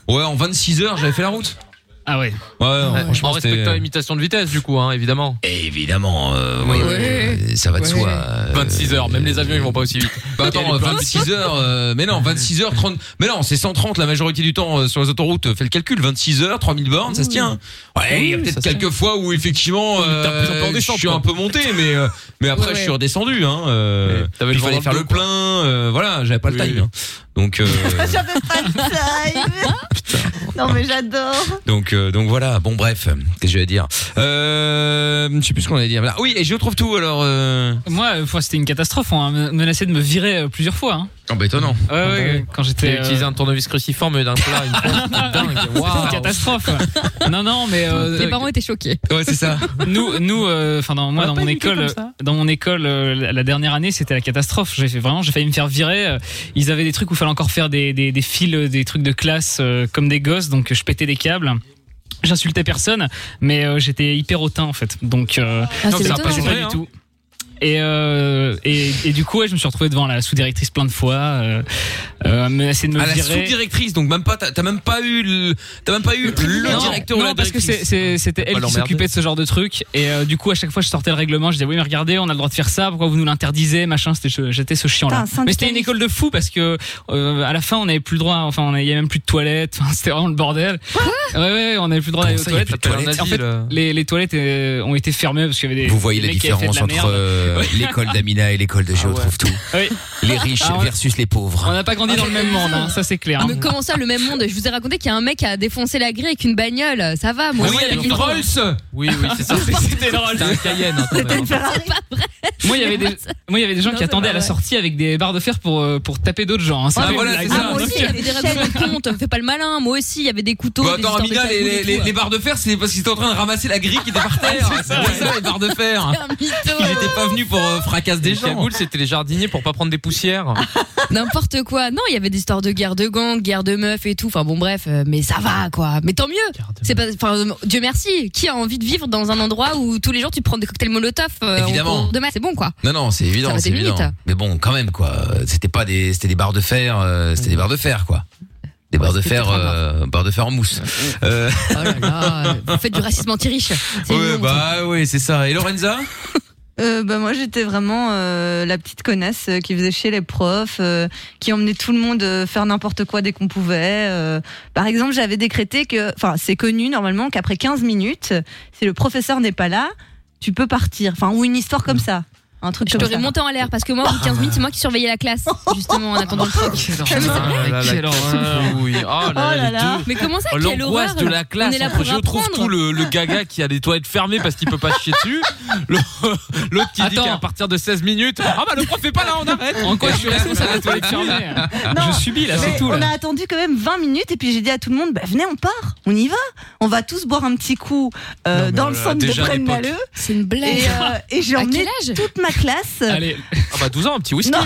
Speaker 2: ouais en 26 heures, j'avais fait la route.
Speaker 5: Ah ouais.
Speaker 2: Ouais, non,
Speaker 4: Ouais,
Speaker 2: franchement
Speaker 4: en
Speaker 2: c'était-
Speaker 4: respectant la limitation de vitesse, du coup, hein, évidemment.
Speaker 2: Évidemment, euh, oui, oui, oui. euh, ça va de
Speaker 5: Ouais.
Speaker 2: soi. euh,
Speaker 4: 26 heures, même les avions ils vont pas aussi vite.
Speaker 2: Bah attends, 26 heures, euh, mais non, 26 heures, 30, mais non, c'est 130 la majorité du temps euh, sur les autoroutes, euh, fais le calcul, 26 heures, 3000 bornes, ça se tient. Ouais, il y a
Speaker 4: Oui,
Speaker 2: peut-être
Speaker 4: ça se
Speaker 2: quelques fois où effectivement, euh,
Speaker 4: plus en peur des
Speaker 2: je
Speaker 4: chambres,
Speaker 2: suis
Speaker 4: quoi.
Speaker 2: un peu monté, mais, euh, mais après
Speaker 6: Ouais,
Speaker 2: je suis
Speaker 6: ouais.
Speaker 2: redescendu, hein, euh,
Speaker 4: Ouais, t'avais
Speaker 2: puis
Speaker 4: le
Speaker 2: il fallait
Speaker 4: vent dans
Speaker 2: faire
Speaker 4: le
Speaker 2: le
Speaker 4: dos, quoi.
Speaker 2: plein, euh, voilà, j'avais pas le
Speaker 4: Oui,
Speaker 2: time.
Speaker 4: oui.
Speaker 2: hein. Donc, euh,
Speaker 3: J'avais pas de time. non, mais j'adore.
Speaker 2: donc, euh, donc voilà, bon bref, qu'est-ce que j'allais dire? Euh, je sais plus ce qu'on allait dire. Voilà. Oui, et je retrouve tout alors, euh...
Speaker 5: Moi, euh, fois, c'était une catastrophe. On a me- menacé de me virer euh, plusieurs fois. hein.
Speaker 1: Ah,
Speaker 2: Oh, bah étonnant.
Speaker 5: Ouais, ouais, quand j'étais.
Speaker 4: T'as
Speaker 5: euh, Ah,
Speaker 4: utilisé un tournevis cruciforme d'un plat, une fois, c'était dingue.
Speaker 5: c'était
Speaker 4: Waouh.
Speaker 2: Ah,
Speaker 5: une catastrophe. non, non, mais euh,
Speaker 6: Mes parents étaient choqués.
Speaker 2: Ouais, c'est ça.
Speaker 5: nous, nous, euh, enfin, dans, moi,
Speaker 4: On a
Speaker 5: dans
Speaker 4: pas
Speaker 5: mon,
Speaker 4: éduqué
Speaker 5: école,
Speaker 4: comme
Speaker 5: euh,
Speaker 4: ça.
Speaker 5: dans mon école, euh, la- la dernière année, c'était la catastrophe. J'ai fait- vraiment, j'ai failli me faire virer. euh, Ils avaient des trucs où il fallait encore faire des, des, des fils, euh, des trucs de classe euh, comme des gosses, donc je pétais des câbles. J'insultais personne, mais euh, j'étais hyper hautain en fait. Donc, euh,
Speaker 6: Ah,
Speaker 4: Non,
Speaker 6: c'est
Speaker 4: mais ça a
Speaker 5: pas
Speaker 6: étonnant.
Speaker 4: changé.
Speaker 5: du tout. Et, euh, et, et du coup, ouais, je me suis retrouvé devant la sous-directrice plein de fois, euh, euh, menacée de me
Speaker 2: à Ah, la
Speaker 5: virer.
Speaker 2: sous-directrice, donc même pas, t'as t'as même pas eu le, t'as même pas eu le
Speaker 5: non,
Speaker 2: directeur
Speaker 5: non,
Speaker 2: ou la
Speaker 5: parce que c'est-
Speaker 2: directrice.
Speaker 5: c'est- c'était elle
Speaker 4: pas
Speaker 5: qui s'occupait
Speaker 4: l'emmerder.
Speaker 5: de ce genre de truc et euh, du coup à chaque fois je sortais le règlement je disais oui mais regardez on a le droit de faire ça pourquoi vous nous l'interdisez machin c'était ce- j'étais ce chiant là
Speaker 3: Putain, syndicaliste.
Speaker 5: mais c'était une école de fous parce que euh, à la fin on n'avait plus le droit enfin on avait- il y avait même plus de toilettes enfin, c'était vraiment le bordel ouais ouais on n'avait plus le droit d'aller aux
Speaker 2: Comment ça, il y a
Speaker 5: toilettes,
Speaker 2: plus de
Speaker 5: après, on a
Speaker 2: toilettes
Speaker 5: dit, en fait les, les toilettes euh, ont été fermées parce qu'il y avait des
Speaker 1: Vous voyez la
Speaker 5: des mecs qui avaient fait de
Speaker 1: différence
Speaker 5: la
Speaker 1: entre
Speaker 5: merde. Ah
Speaker 1: euh, l'école d'Amina et l'école de Je trouve tout.
Speaker 5: Oui.
Speaker 1: Les riches
Speaker 5: Ah ouais.
Speaker 1: versus les pauvres.
Speaker 5: on n'a pas
Speaker 2: Ah,
Speaker 5: grandi dans le même monde hein, ça c'est clair
Speaker 6: Ah, mais comment ça, le même monde Je vous ai raconté qu'il y a un mec qui a défoncé la grille avec une bagnole. Ça va, moi.
Speaker 2: Ah oui,
Speaker 6: je-
Speaker 2: avec une Rolls.
Speaker 4: Oui, oui, c'est ça.
Speaker 5: c'était drôle
Speaker 4: C'était un Cayenne. hein,
Speaker 3: C'était
Speaker 4: t'entends.
Speaker 3: une Ferrari.
Speaker 5: moi il y avait des moi il y avait des gens
Speaker 6: Non,
Speaker 5: qui
Speaker 6: c'est
Speaker 5: attendaient
Speaker 6: pas
Speaker 5: à la
Speaker 6: vrai.
Speaker 5: sortie avec des barres de fer pour euh, pour taper d'autres gens hein.
Speaker 2: Ah,
Speaker 5: pas une
Speaker 2: voilà,
Speaker 5: blague.
Speaker 2: c'est
Speaker 6: Ah,
Speaker 2: ça.
Speaker 6: moi aussi, il y avait des
Speaker 3: Des
Speaker 6: règlements
Speaker 3: chaînes.
Speaker 6: de compte. Fais pas le malin. Moi aussi, il y avait des couteaux.
Speaker 2: Bah
Speaker 6: des
Speaker 2: attends,
Speaker 6: histoires
Speaker 2: Amina,
Speaker 6: de
Speaker 2: les, les,
Speaker 6: tabous et
Speaker 2: les,
Speaker 6: tout. hein.
Speaker 2: barres de fer, c'est parce qu'ils étaient en train de ramasser la grille qui était par terre. c'est ça, les barres de fer.
Speaker 6: Un mytho.
Speaker 2: Ils étaient pas venus pour euh, fracasser des
Speaker 4: Des
Speaker 2: gens.
Speaker 4: cagoules, c'était les jardiniers pour pas prendre des poussières.
Speaker 6: N'importe quoi. Non, il y avait des histoires de guerre de gang, guerre de meufs et tout. Enfin bon, bref, euh, mais ça va quoi. Mais tant mieux. C'est pas. Enfin, euh, Dieu merci. Qui a envie de vivre dans un endroit où tous les jours tu prends des cocktails Molotov euh, en
Speaker 1: Évidemment.
Speaker 6: cours de maths C'est bon quoi.
Speaker 1: Non, non, c'est
Speaker 6: Ça
Speaker 1: évident,
Speaker 6: va
Speaker 1: c'est
Speaker 6: des
Speaker 1: évident.
Speaker 6: limites.
Speaker 1: Mais bon, quand même, quoi. Euh, C'était pas des, c'était des barres de fer, euh, c'était des barres de fer, quoi. Des barres de
Speaker 6: c'était
Speaker 1: fer,
Speaker 6: trois
Speaker 1: euh, barres de fer en mousse. Euh,
Speaker 6: Oh là là. Vous faites du racisme anti-riche. C'est une
Speaker 2: Ouais,
Speaker 6: honte.
Speaker 2: bah oui, c'est ça. Et Lorenza
Speaker 3: Euh, bah moi j'étais vraiment euh, la petite connasse euh, qui faisait chier les profs, euh, qui emmenait tout le monde euh, faire n'importe quoi dès qu'on pouvait. euh. Par exemple, j'avais décrété que, enfin c'est connu normalement qu'après 15 minutes, si le professeur n'est pas là, tu peux partir. Enfin ou une histoire comme ça, un truc
Speaker 6: Je
Speaker 3: comme
Speaker 6: t'aurais
Speaker 3: ça.
Speaker 6: monté en l'air parce que moi, au bout de 15 minutes, c'est moi qui surveillais la classe, justement, en attendant le prof.
Speaker 5: Oh, Quelle
Speaker 6: mais c'est
Speaker 5: horreur.
Speaker 4: Ah là là,
Speaker 5: Quelle horreur.
Speaker 4: Oui. Oh là là, les deux.
Speaker 6: Mais comment ça,
Speaker 4: Oh,
Speaker 6: quelle
Speaker 4: L'angoisse
Speaker 6: horreur
Speaker 4: de la classe.
Speaker 6: On est là
Speaker 4: entre
Speaker 6: pour
Speaker 4: je trouve
Speaker 6: apprendre.
Speaker 4: tout le, le gaga qui a les toilettes fermées parce qu'il peut pas chier dessus. Le- L'autre qui dit
Speaker 5: Attends.
Speaker 4: qu'à partir de 16 minutes. Ah bah le prof est pas là, on arrête.
Speaker 5: En quoi je suis responsable de tous les
Speaker 3: Non,
Speaker 5: Je subis là, c'est
Speaker 3: Mais
Speaker 5: tout.
Speaker 3: on
Speaker 5: là.
Speaker 3: a attendu quand même 20 minutes et puis j'ai dit à tout le monde, bah, venez on part, on y va, on va tous boire un petit coup
Speaker 4: Non,
Speaker 3: euh,
Speaker 4: mais
Speaker 3: dans le
Speaker 4: oh là là,
Speaker 3: centre de
Speaker 4: déjà à l'époque.
Speaker 3: Braine-l'Alleud
Speaker 6: C'est une blague.
Speaker 3: et, euh, et j'ai
Speaker 6: à
Speaker 3: emmené
Speaker 6: quel âge
Speaker 3: toute ma classe.
Speaker 5: Allez,
Speaker 4: Ah bah 12 ans, un petit whisky.
Speaker 3: Non.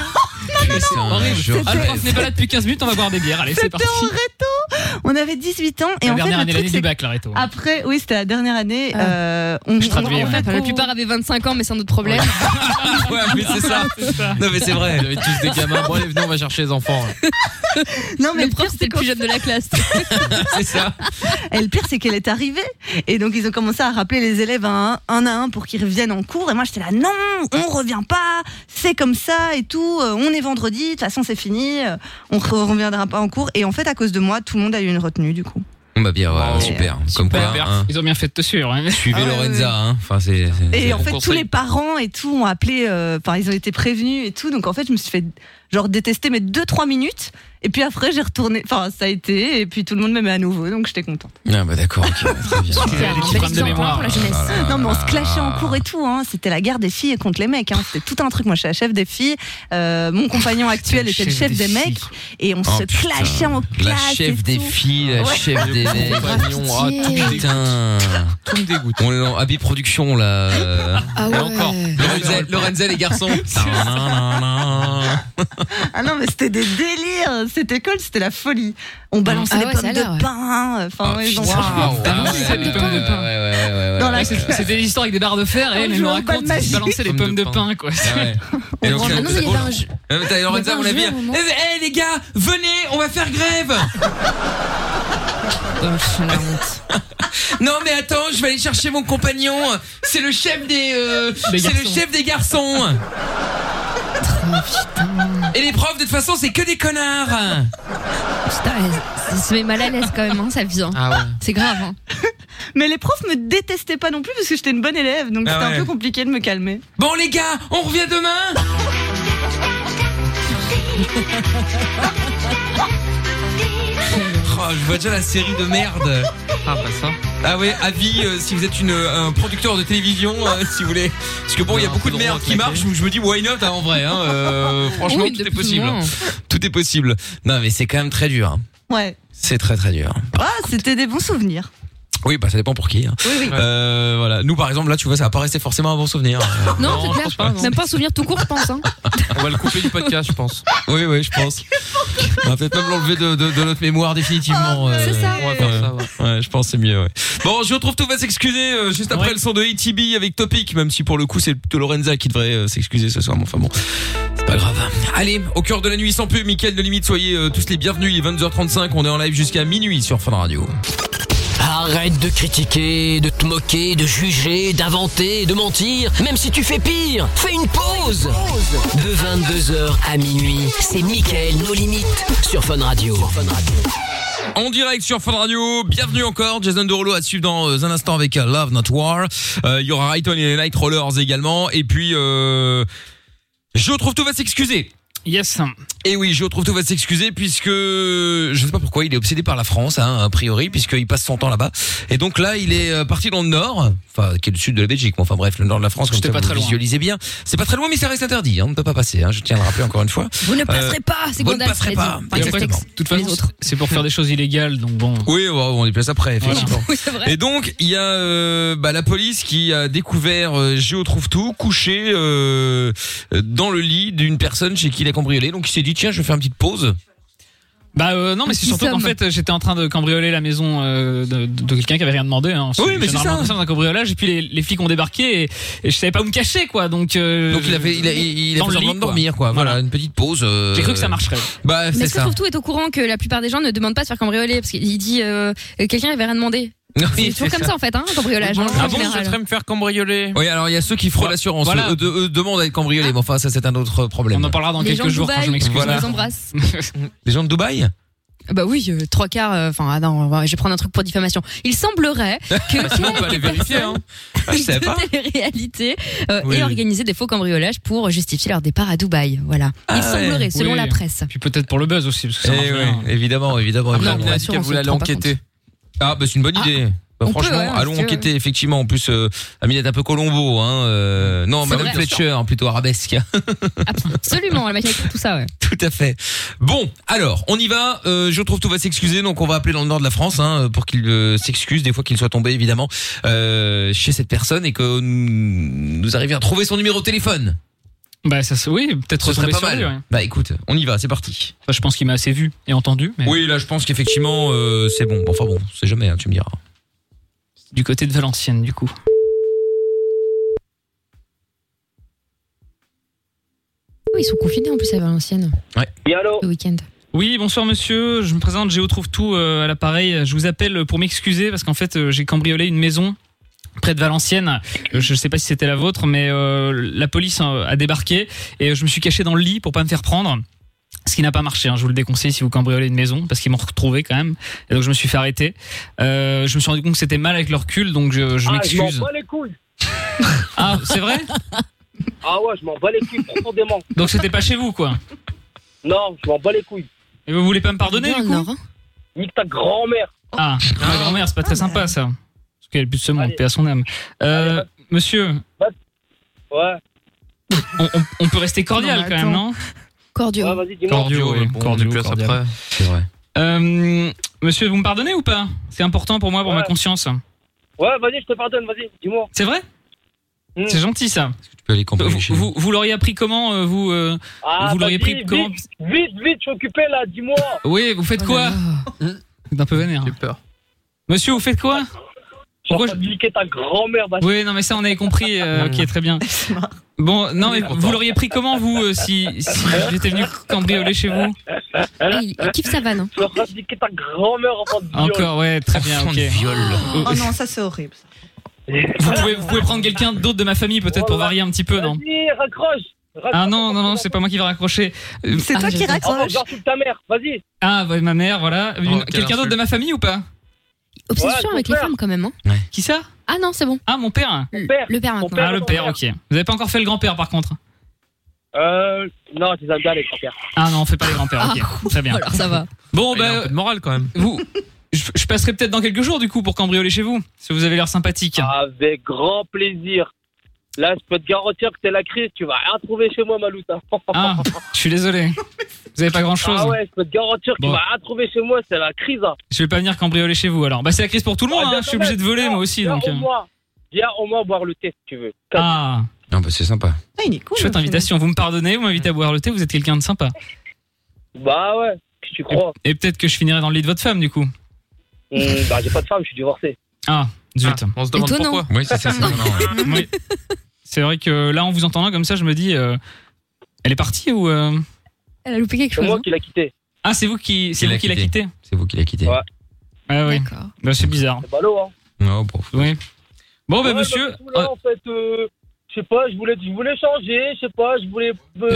Speaker 2: C'est un
Speaker 5: horrible.
Speaker 2: jour.
Speaker 5: Ah, le prof n'est pas là depuis 15 minutes, on va boire des bières. Allez, c'est
Speaker 3: C'était
Speaker 5: parti.
Speaker 3: en réto. On avait 18 ans et
Speaker 5: la
Speaker 3: en fait
Speaker 5: dernière
Speaker 3: le
Speaker 5: année,
Speaker 3: truc
Speaker 5: l'année
Speaker 3: c'est
Speaker 5: du bac, la réto. hein.
Speaker 3: Après, oui, c'était la dernière année.
Speaker 6: Ah.
Speaker 3: euh, on,
Speaker 5: Je traduis,
Speaker 3: on- en
Speaker 5: ouais.
Speaker 3: fait,
Speaker 6: Enfin, la
Speaker 3: on-
Speaker 6: plupart avaient 25 ans, mais c'est un autre problème.
Speaker 2: Ouais, mais c'est ça.
Speaker 5: C'est ça.
Speaker 2: Non, mais c'est vrai.
Speaker 4: Ils avaient tous des gamins. Bon, allez, venez, on va chercher les enfants.
Speaker 3: Non, mais
Speaker 6: Le
Speaker 3: le pire,
Speaker 6: prof, c'était le plus jeune de la classe.
Speaker 2: C'est ça.
Speaker 3: et le pire, c'est qu'elle est arrivée. Et donc, ils ont commencé à rappeler les élèves un, un à un pour qu'ils reviennent en cours. Et moi, j'étais là, non, on revient pas. C'est comme ça et tout. euh, On est vendredi. De toute façon, c'est fini. euh, On re- reviendra pas en cours. Et en fait, à cause de moi, tout le monde a eu une retenue, du coup.
Speaker 2: Bah bien, ouais,
Speaker 4: Oh.
Speaker 2: super. Comme quoi, hein.
Speaker 5: Ils ont bien fait de te suivre. hein.
Speaker 2: suivez
Speaker 3: Ah, ouais,
Speaker 2: Lorenza. Hein. Enfin, c'est. c'est-
Speaker 3: Et
Speaker 4: C'est
Speaker 3: en
Speaker 4: mon
Speaker 3: fait, tous
Speaker 4: conseil.
Speaker 3: les parents et tout ont appelé, euh, enfin, ils ont été prévenus et tout. Donc, en fait, je me suis fait, genre, détester, mais 2-3 minutes. Et puis après, j'ai retourné, enfin, ça a été. Et puis tout le monde m'aimait à nouveau. Donc, j'étais contente.
Speaker 2: Ah, bah d'accord, ok, très bien.
Speaker 5: C'est
Speaker 6: un
Speaker 5: des petits
Speaker 6: bel
Speaker 5: problèmes de
Speaker 6: exemple
Speaker 5: mémoire.
Speaker 6: pour la jeunesse.
Speaker 2: Ah,
Speaker 3: Non, mais on se clashait en cours et tout. Hein. C'était la guerre des filles contre les mecs. Hein. C'était tout un truc. Moi, je suis la chef des filles. Euh, mon compagnon actuel était le chef des, mecs. Et on
Speaker 2: Oh,
Speaker 3: se
Speaker 2: putain.
Speaker 3: clashait en classe.
Speaker 2: La chef
Speaker 3: et
Speaker 2: des
Speaker 3: tout.
Speaker 2: filles, la
Speaker 3: Ouais.
Speaker 2: chef des mecs.
Speaker 4: Ah, tout me dégoûte.
Speaker 2: Putain.
Speaker 4: Tout me dégoûte.
Speaker 2: On est en habit production là.
Speaker 6: Ah
Speaker 4: Et encore.
Speaker 2: Lorenza, Lorenza, les garçons. Tadadadada.
Speaker 3: Ah non, mais c'était des délires. Cette école, c'était la folie. On balançait
Speaker 6: Ah
Speaker 3: les
Speaker 6: ouais, ça a
Speaker 3: pommes
Speaker 6: l'air, ouais.
Speaker 3: de pain. hein. Enfin,
Speaker 2: Ah,
Speaker 3: ouais, j'en-
Speaker 2: putain.
Speaker 3: franchement,
Speaker 2: Waouh.
Speaker 5: Ah,
Speaker 2: Ah,
Speaker 5: ouais,
Speaker 2: ouais,
Speaker 5: c'est des
Speaker 2: ouais,
Speaker 3: hein.
Speaker 5: pommes de pain.
Speaker 2: ouais, ouais, ouais, ouais,
Speaker 3: Dans la-
Speaker 2: ouais.
Speaker 5: C'était l'histoire avec des barres de fer et
Speaker 3: On
Speaker 5: elle elle
Speaker 3: joue
Speaker 5: nous
Speaker 3: au bal
Speaker 5: raconte
Speaker 3: magique.
Speaker 5: qu'ils balançaient les
Speaker 4: Pommes de
Speaker 5: pommes de
Speaker 4: pain.
Speaker 5: pain quoi.
Speaker 2: Ah ouais. Et donc,
Speaker 6: Ah non, mais il y avait un jeu.
Speaker 2: Ah, mais t'as Lorenza,
Speaker 6: Il y avait
Speaker 2: on
Speaker 6: un
Speaker 2: l'a
Speaker 6: jeu,
Speaker 2: bien.
Speaker 6: à un moment.
Speaker 2: Eh eh, les gars, venez, on va faire grève.
Speaker 6: Oh, la honte.
Speaker 2: Non mais attends, je vais aller chercher mon compagnon. C'est le chef des, euh,
Speaker 5: Des
Speaker 2: c'est le
Speaker 5: garçons.
Speaker 2: chef des garçons. Et les profs de toute façon c'est que des connards.
Speaker 6: Putain, elle- ça se met mal à l'aise quand même, hein, ça vient.
Speaker 2: Ah ouais.
Speaker 6: C'est grave. Hein.
Speaker 3: Mais les profs me détestaient pas non plus parce que j'étais une bonne élève, donc
Speaker 2: Ah
Speaker 3: c'était
Speaker 2: ouais.
Speaker 3: un peu compliqué de me calmer.
Speaker 2: Bon les
Speaker 3: Ah,
Speaker 2: gars, on revient demain. Oh, je vois déjà la série de merde.
Speaker 4: Ah bah ça.
Speaker 2: Ah ouais, avis euh, si vous êtes une, euh, un producteur de télévision, euh, si vous voulez. Parce que bon, il y a
Speaker 4: Un
Speaker 2: beaucoup
Speaker 4: peu
Speaker 2: de
Speaker 4: de
Speaker 2: merde
Speaker 4: droit à
Speaker 2: qui
Speaker 4: claquer.
Speaker 2: marche. où Je me dis why not hein, en vrai. Hein, euh, franchement,
Speaker 6: Oui,
Speaker 2: tout est
Speaker 6: depuis
Speaker 2: possible.
Speaker 6: moins.
Speaker 2: Tout est possible. Non, mais c'est quand même très dur. hein.
Speaker 3: Ouais.
Speaker 2: C'est très très dur.
Speaker 3: Ah, c'était des bons souvenirs.
Speaker 2: Oui, bah ça dépend pour qui. hein.
Speaker 3: Oui, oui.
Speaker 2: Euh, voilà. Nous, par exemple, là, tu vois, ça va pas rester forcément un bon souvenir. Euh,
Speaker 6: Non,
Speaker 4: Non, je
Speaker 6: c'est clair.
Speaker 4: pense pas, non.
Speaker 6: Même pas un souvenir tout court, je pense. Hein.
Speaker 4: On va le couper du podcast, je pense.
Speaker 2: oui, oui, je pense. On va peut-être même l'enlever de, de- de notre mémoire définitivement. euh,
Speaker 6: Ah, c'est ça.
Speaker 4: On va faire ça. ouais.
Speaker 2: Ouais, je pense que c'est mieux. Ouais. Bon, je retrouve tout va s'excuser euh, juste après
Speaker 5: Ouais.
Speaker 2: le son de ATB avec Topic, même si pour le coup c'est plutôt Lorenza qui devrait euh, s'excuser ce soir. Mais enfin bon, c'est pas grave. Allez, au cœur de la nuit sans pub, Mickaël de Limite, soyez euh, tous les bienvenus. Il est 22h35, on est en live jusqu'à minuit sur Fun Radio.
Speaker 1: Arrête de critiquer, de te moquer, de juger, d'inventer, de mentir. Même si tu fais pire, fais une pause. De 22h à minuit, c'est Mickaël nos limites sur Fun Radio.
Speaker 2: En direct sur Fun Radio, bienvenue encore. Jason Derulo à suivre dans euh, un instant avec euh, Love Not War. Euh, Il y aura Rayton et les Night Rollers également. Et puis, euh, je retrouve tout va s'excuser.
Speaker 5: Yes.
Speaker 2: Et oui, je retrouve tout va s'excuser puisque je ne sais pas pourquoi il est obsédé par la France, hein, a priori, puisqu'il passe son temps là-bas. Et donc là, il est euh, parti dans le nord, enfin qui est le sud de la Belgique, mais enfin bref, le nord de la France. Comme
Speaker 5: C'était
Speaker 2: ça,
Speaker 5: pas
Speaker 2: vous
Speaker 5: très loin.
Speaker 2: Visualisez bien. C'est pas très loin, mais ça reste interdit. hein, on ne peut pas passer. hein, je tiens à le rappeler encore une fois.
Speaker 6: Vous ne passerez pas, Ah, c'est
Speaker 2: Euh, vous ne
Speaker 6: Gandalf
Speaker 2: passerez
Speaker 6: qui l'a
Speaker 2: pas.
Speaker 6: dit.
Speaker 5: Et
Speaker 6: Par
Speaker 5: après,
Speaker 2: Exactement.
Speaker 6: texte.
Speaker 5: de toute façon,
Speaker 6: Les autres.
Speaker 5: c'est pour faire des choses illégales, donc bon.
Speaker 2: Oui, on les place après,
Speaker 5: Voilà.
Speaker 2: effectivement.
Speaker 6: Oui, c'est vrai.
Speaker 2: Et donc, il y a euh, bah, la police qui a découvert euh, Géo trouve tout couché euh, dans le lit d'une personne chez qui il a cambriolé. Donc, il s'est dit tiens, je vais faire une petite pause.
Speaker 5: Bah euh, non, mais c'est
Speaker 6: Petit
Speaker 5: surtout
Speaker 6: somme.
Speaker 5: qu'en fait, euh, j'étais en train de cambrioler la maison euh, de, de quelqu'un qui avait rien demandé. Hein.
Speaker 2: Oui, mais c'est
Speaker 5: normalement
Speaker 2: ça.
Speaker 5: dans un cambriolage. Et puis les, les flics ont débarqué et, et je savais pas où me cacher, quoi. Donc, euh,
Speaker 2: Donc, il a fait, il a, il a
Speaker 5: Dans
Speaker 2: fait
Speaker 5: le
Speaker 2: semblant
Speaker 5: lit,
Speaker 2: de
Speaker 5: quoi.
Speaker 2: dormir, quoi. Voilà,
Speaker 5: Voilà.
Speaker 2: une petite pause. euh,
Speaker 5: J'ai cru que ça marcherait.
Speaker 2: Bah,
Speaker 6: Mais est-ce
Speaker 2: c'est
Speaker 6: que
Speaker 2: ça.
Speaker 6: Trouve-Tout est au courant que la plupart des gens ne demandent pas de se faire cambrioler parce qu'il dit euh, quelqu'un avait rien demandé. C'est
Speaker 2: Oui.
Speaker 6: toujours comme ça en fait, hein, un cambriolage. hein,
Speaker 4: Ah
Speaker 6: en
Speaker 4: bon, je
Speaker 6: général.
Speaker 4: voudrais me faire cambrioler.
Speaker 2: Oui, alors il y a ceux qui feront l'assurance.
Speaker 5: Voilà.
Speaker 2: Eux, eux, eux demandent à être cambriolés, mais enfin, ça, c'est un autre
Speaker 5: On
Speaker 2: problème.
Speaker 5: en parlera dans
Speaker 6: Les gens
Speaker 5: quelques
Speaker 6: de
Speaker 5: jours quand
Speaker 6: Dubaï,
Speaker 5: je m'excuse.
Speaker 2: Voilà.
Speaker 6: On les embrasse.
Speaker 2: Les gens de Dubaï
Speaker 6: Bah oui, euh, trois quarts. euh, Enfin, ah non, on va- je vais prendre un truc pour diffamation. Il semblerait que
Speaker 4: On peut aller
Speaker 6: quelques
Speaker 4: vérifier. Hein.
Speaker 6: personnes
Speaker 2: Ah, Je savais
Speaker 6: de
Speaker 2: pas.
Speaker 6: télé-réalité euh,
Speaker 2: Oui,
Speaker 6: aient
Speaker 2: oui.
Speaker 6: organisé des faux cambriolages pour justifier leur départ à Dubaï. Voilà.
Speaker 2: Ah,
Speaker 6: Il semblerait,
Speaker 2: ouais.
Speaker 6: selon
Speaker 5: Oui.
Speaker 6: la presse.
Speaker 5: Puis peut-être pour le buzz aussi, parce que ça marche
Speaker 2: Eh oui,
Speaker 5: bien. hein.
Speaker 2: évidemment, évidemment,
Speaker 6: Ah,
Speaker 2: évidemment.
Speaker 6: non, mais-
Speaker 4: qu'elle
Speaker 6: on
Speaker 4: voulait
Speaker 6: se
Speaker 4: aller
Speaker 6: rend pas
Speaker 4: enquêter.
Speaker 2: Ah bah c'est une bonne idée. Bah,
Speaker 6: on peut,
Speaker 2: franchement,
Speaker 6: ouais,
Speaker 2: allons
Speaker 6: parce que-
Speaker 2: enquêter effectivement. En plus, euh, Aminata Colombo, hein, euh, non,
Speaker 6: C'est
Speaker 2: Madame
Speaker 6: vrai.
Speaker 2: Fletcher, hein, plutôt arabesque.
Speaker 6: Absolument, la machine avec tout ça, ouais.
Speaker 2: Tout à fait. Bon, alors, on y va. Euh, je trouve tout va s'excuser, donc on va appeler dans le nord de la France hein, pour qu'il euh, s'excuse des fois qu'il soit tombé évidemment euh, chez cette personne et que nous, nous arrivions à trouver son numéro de téléphone.
Speaker 5: Bah ça, se- oui, peut-être
Speaker 2: Ce serait
Speaker 5: retomber sur
Speaker 2: pas mal.
Speaker 5: lui. ouais.
Speaker 2: Bah écoute, on y va, c'est parti.
Speaker 5: Enfin, je pense qu'il m'a assez vu et entendu. Mais
Speaker 2: Oui, là, je pense qu'effectivement, euh, c'est bon. Bon, Enfin bon, c'est jamais, hein, tu me diras.
Speaker 5: Du côté de Valenciennes, du coup.
Speaker 6: Oui, Oh, ils sont confinés en plus à Valenciennes le week-end.
Speaker 5: Oui, bonsoir monsieur. Je me présente, Géo trouve tout euh, à l'appareil. Je vous appelle pour m'excuser parce qu'en fait euh, j'ai cambriolé une maison près de Valenciennes. Euh, Je ne sais pas si c'était la vôtre, mais euh, la police euh, a débarqué et euh, je me suis caché dans le lit pour pas me faire prendre. Ce qui n'a pas marché, hein. je vous le déconseille si vous cambriolez une maison, parce qu'ils m'ont retrouvé quand même. Et donc je me suis fait arrêter. Euh, je me suis rendu compte que c'était mal avec le recul, donc je, je
Speaker 10: ah, je m'en
Speaker 5: m'excuse.
Speaker 10: bats les couilles.
Speaker 5: Ah, c'est vrai
Speaker 10: Ah ouais, je m'en bats les couilles profondément.
Speaker 5: Donc c'était pas chez vous, quoi.
Speaker 10: Non, je m'en bats les couilles.
Speaker 5: Et vous voulez pas me pardonner
Speaker 6: Bien
Speaker 5: du
Speaker 6: le
Speaker 5: coup
Speaker 6: Nord, hein.
Speaker 10: Nique ta grand-mère.
Speaker 5: Ah, ma grand-mère, c'est pas très
Speaker 6: Ah,
Speaker 5: sympa ça. Parce qu'elle bute seulement,
Speaker 10: Allez.
Speaker 5: paix à son âme. Euh, monsieur,
Speaker 10: Ouais,
Speaker 5: on, on- on peut rester cordial
Speaker 3: Non, mais
Speaker 5: quand même, non
Speaker 11: Ah,
Speaker 10: ouais
Speaker 6: Cordiaux.
Speaker 10: vas-y, dis-moi.
Speaker 5: Cordiaux, oui,
Speaker 4: bon,
Speaker 5: cordiaux,
Speaker 4: on est plus à ça
Speaker 5: cordiaux.
Speaker 4: près.
Speaker 2: C'est vrai.
Speaker 5: Euh, Monsieur, vous me pardonnez ou pas C'est important pour moi, pour
Speaker 10: Ouais.
Speaker 5: ma conscience.
Speaker 10: Ouais, vas-y, je te pardonne, vas-y, dis-moi.
Speaker 5: C'est vrai
Speaker 10: Mm.
Speaker 5: C'est gentil ça.
Speaker 2: Tu peux aller
Speaker 5: Vous,
Speaker 2: cambrioler chez
Speaker 5: vous, vous l'auriez appris comment euh, vous euh,
Speaker 10: Ah,
Speaker 5: Vous l'auriez
Speaker 10: vas-y,
Speaker 5: pris comment
Speaker 10: Vite, vite, vite, je suis occupé là, dis-moi.
Speaker 5: Oui, vous faites
Speaker 6: Oh
Speaker 5: quoi
Speaker 6: là là.
Speaker 5: C'est un peu vénère.
Speaker 4: J'ai peur.
Speaker 5: Monsieur, vous faites quoi
Speaker 10: Je suis en
Speaker 5: Pourquoi
Speaker 10: train
Speaker 5: je-
Speaker 11: bah,
Speaker 10: de niquer ta grand-mère, vas-y.
Speaker 5: Oui, non mais ça on avait compris. euh, ok, très bien. Bon, non, mais vous l'auriez pris comment, vous, euh, si, si j'étais venu cambrioler chez vous
Speaker 10: Hein
Speaker 6: Il kiffe sa vanne. hein.
Speaker 11: Tu vas radiquer ta
Speaker 2: Oh.
Speaker 11: grand-mère enfant de viol.
Speaker 5: Encore, ouais, très bien, ok. Euh,
Speaker 3: Oh non, ça c'est horrible.
Speaker 5: Vous pouvez, vous pouvez prendre quelqu'un d'autre de ma famille, peut-être, pour varier un petit peu, non
Speaker 11: Vas-y, raccroche.
Speaker 5: Ah non, non, non, c'est pas moi qui vais raccrocher. Euh,
Speaker 3: C'est
Speaker 5: ah,
Speaker 3: toi qui
Speaker 5: j'ai-
Speaker 11: Oh,
Speaker 3: raccroche.
Speaker 11: j'insulte ta mère, vas-y.
Speaker 5: Ah, bah, ma mère, voilà. Une-
Speaker 2: Oh, quelle
Speaker 5: quelqu'un d'autre
Speaker 2: insulte.
Speaker 5: de ma famille ou pas
Speaker 6: Obsession
Speaker 11: Ouais,
Speaker 6: avec
Speaker 11: ton
Speaker 6: les
Speaker 11: père.
Speaker 6: femmes quand même. hein.
Speaker 5: Qui ça
Speaker 6: Ah non, c'est bon.
Speaker 5: Ah, mon père.
Speaker 11: Ton père.
Speaker 6: Le père
Speaker 11: Ton
Speaker 6: maintenant.
Speaker 11: père.
Speaker 5: Ah, le père, ok. Vous avez pas encore fait le grand-père, par contre
Speaker 11: Euh, non, tu les aimes bien, les grands-pères.
Speaker 5: Ah non, on fait pas les grands-pères, ok. Très bien.
Speaker 6: Alors ça va.
Speaker 5: Bon,
Speaker 1: Il y a un
Speaker 5: bah,
Speaker 1: peu de morale quand même.
Speaker 5: vous. Je, je passerai peut-être dans quelques jours, du coup, pour cambrioler chez vous, si vous avez l'air sympathique.
Speaker 11: Avec grand plaisir. Là, je peux te garantir que c'est la crise, tu vas rien trouver chez moi, Malouta.
Speaker 5: Ah, je suis désolé. Vous avez pas grand-chose.
Speaker 11: Ah ouais, je peux te garantir que
Speaker 5: Bon.
Speaker 11: tu vas rien trouver chez moi, c'est la crise. hein.
Speaker 5: Je vais pas venir cambrioler chez vous alors. Bah c'est la crise pour tout le monde,
Speaker 11: Ah,
Speaker 5: hein.
Speaker 11: viens
Speaker 5: je
Speaker 11: quand
Speaker 5: suis obligé
Speaker 11: même,
Speaker 5: de voler
Speaker 11: viens,
Speaker 5: moi aussi
Speaker 11: viens
Speaker 5: donc.
Speaker 11: au
Speaker 5: euh.
Speaker 11: moins. Viens au moins boire le thé si tu veux.
Speaker 5: Ah,
Speaker 2: Non, bah c'est sympa.
Speaker 3: Ah, il est cool.
Speaker 5: chouette
Speaker 3: le film.
Speaker 5: invitation, vous me pardonnez, vous m'invitez à boire le thé, vous êtes quelqu'un de sympa.
Speaker 11: Bah ouais, si tu crois.
Speaker 5: Et peut-être que je finirai dans le lit de votre femme du coup.
Speaker 11: Hum, bah j'ai pas de femme, je suis divorcé.
Speaker 5: Ah, zut.
Speaker 1: Ah, on se demande
Speaker 6: Étonnant.
Speaker 1: pourquoi.
Speaker 2: Oui, c'est ça, c'est non, non, ouais.
Speaker 5: Oui. C'est vrai que là en vous entendant comme ça, je me dis euh, elle est partie ou euh,
Speaker 6: Elle a loupé quelque
Speaker 11: C'est
Speaker 6: chose.
Speaker 11: moi
Speaker 6: hein.
Speaker 11: qui l'a quitté.
Speaker 5: Ah, c'est vous qui c'est
Speaker 2: Qui
Speaker 5: vous
Speaker 2: l'a
Speaker 5: qui l'a quitté.
Speaker 2: C'est vous qui l'a quitté.
Speaker 11: Ouais.
Speaker 5: Ah oui.
Speaker 6: D'accord.
Speaker 5: Bah, c'est bizarre.
Speaker 11: C'est ballot, hein.
Speaker 2: Non, bon.
Speaker 5: Oui. Bon bah
Speaker 11: Ouais,
Speaker 5: monsieur,
Speaker 11: bah, là, en fait, euh, je sais pas, je voulais, je voulais changer, je sais pas, je voulais. euh,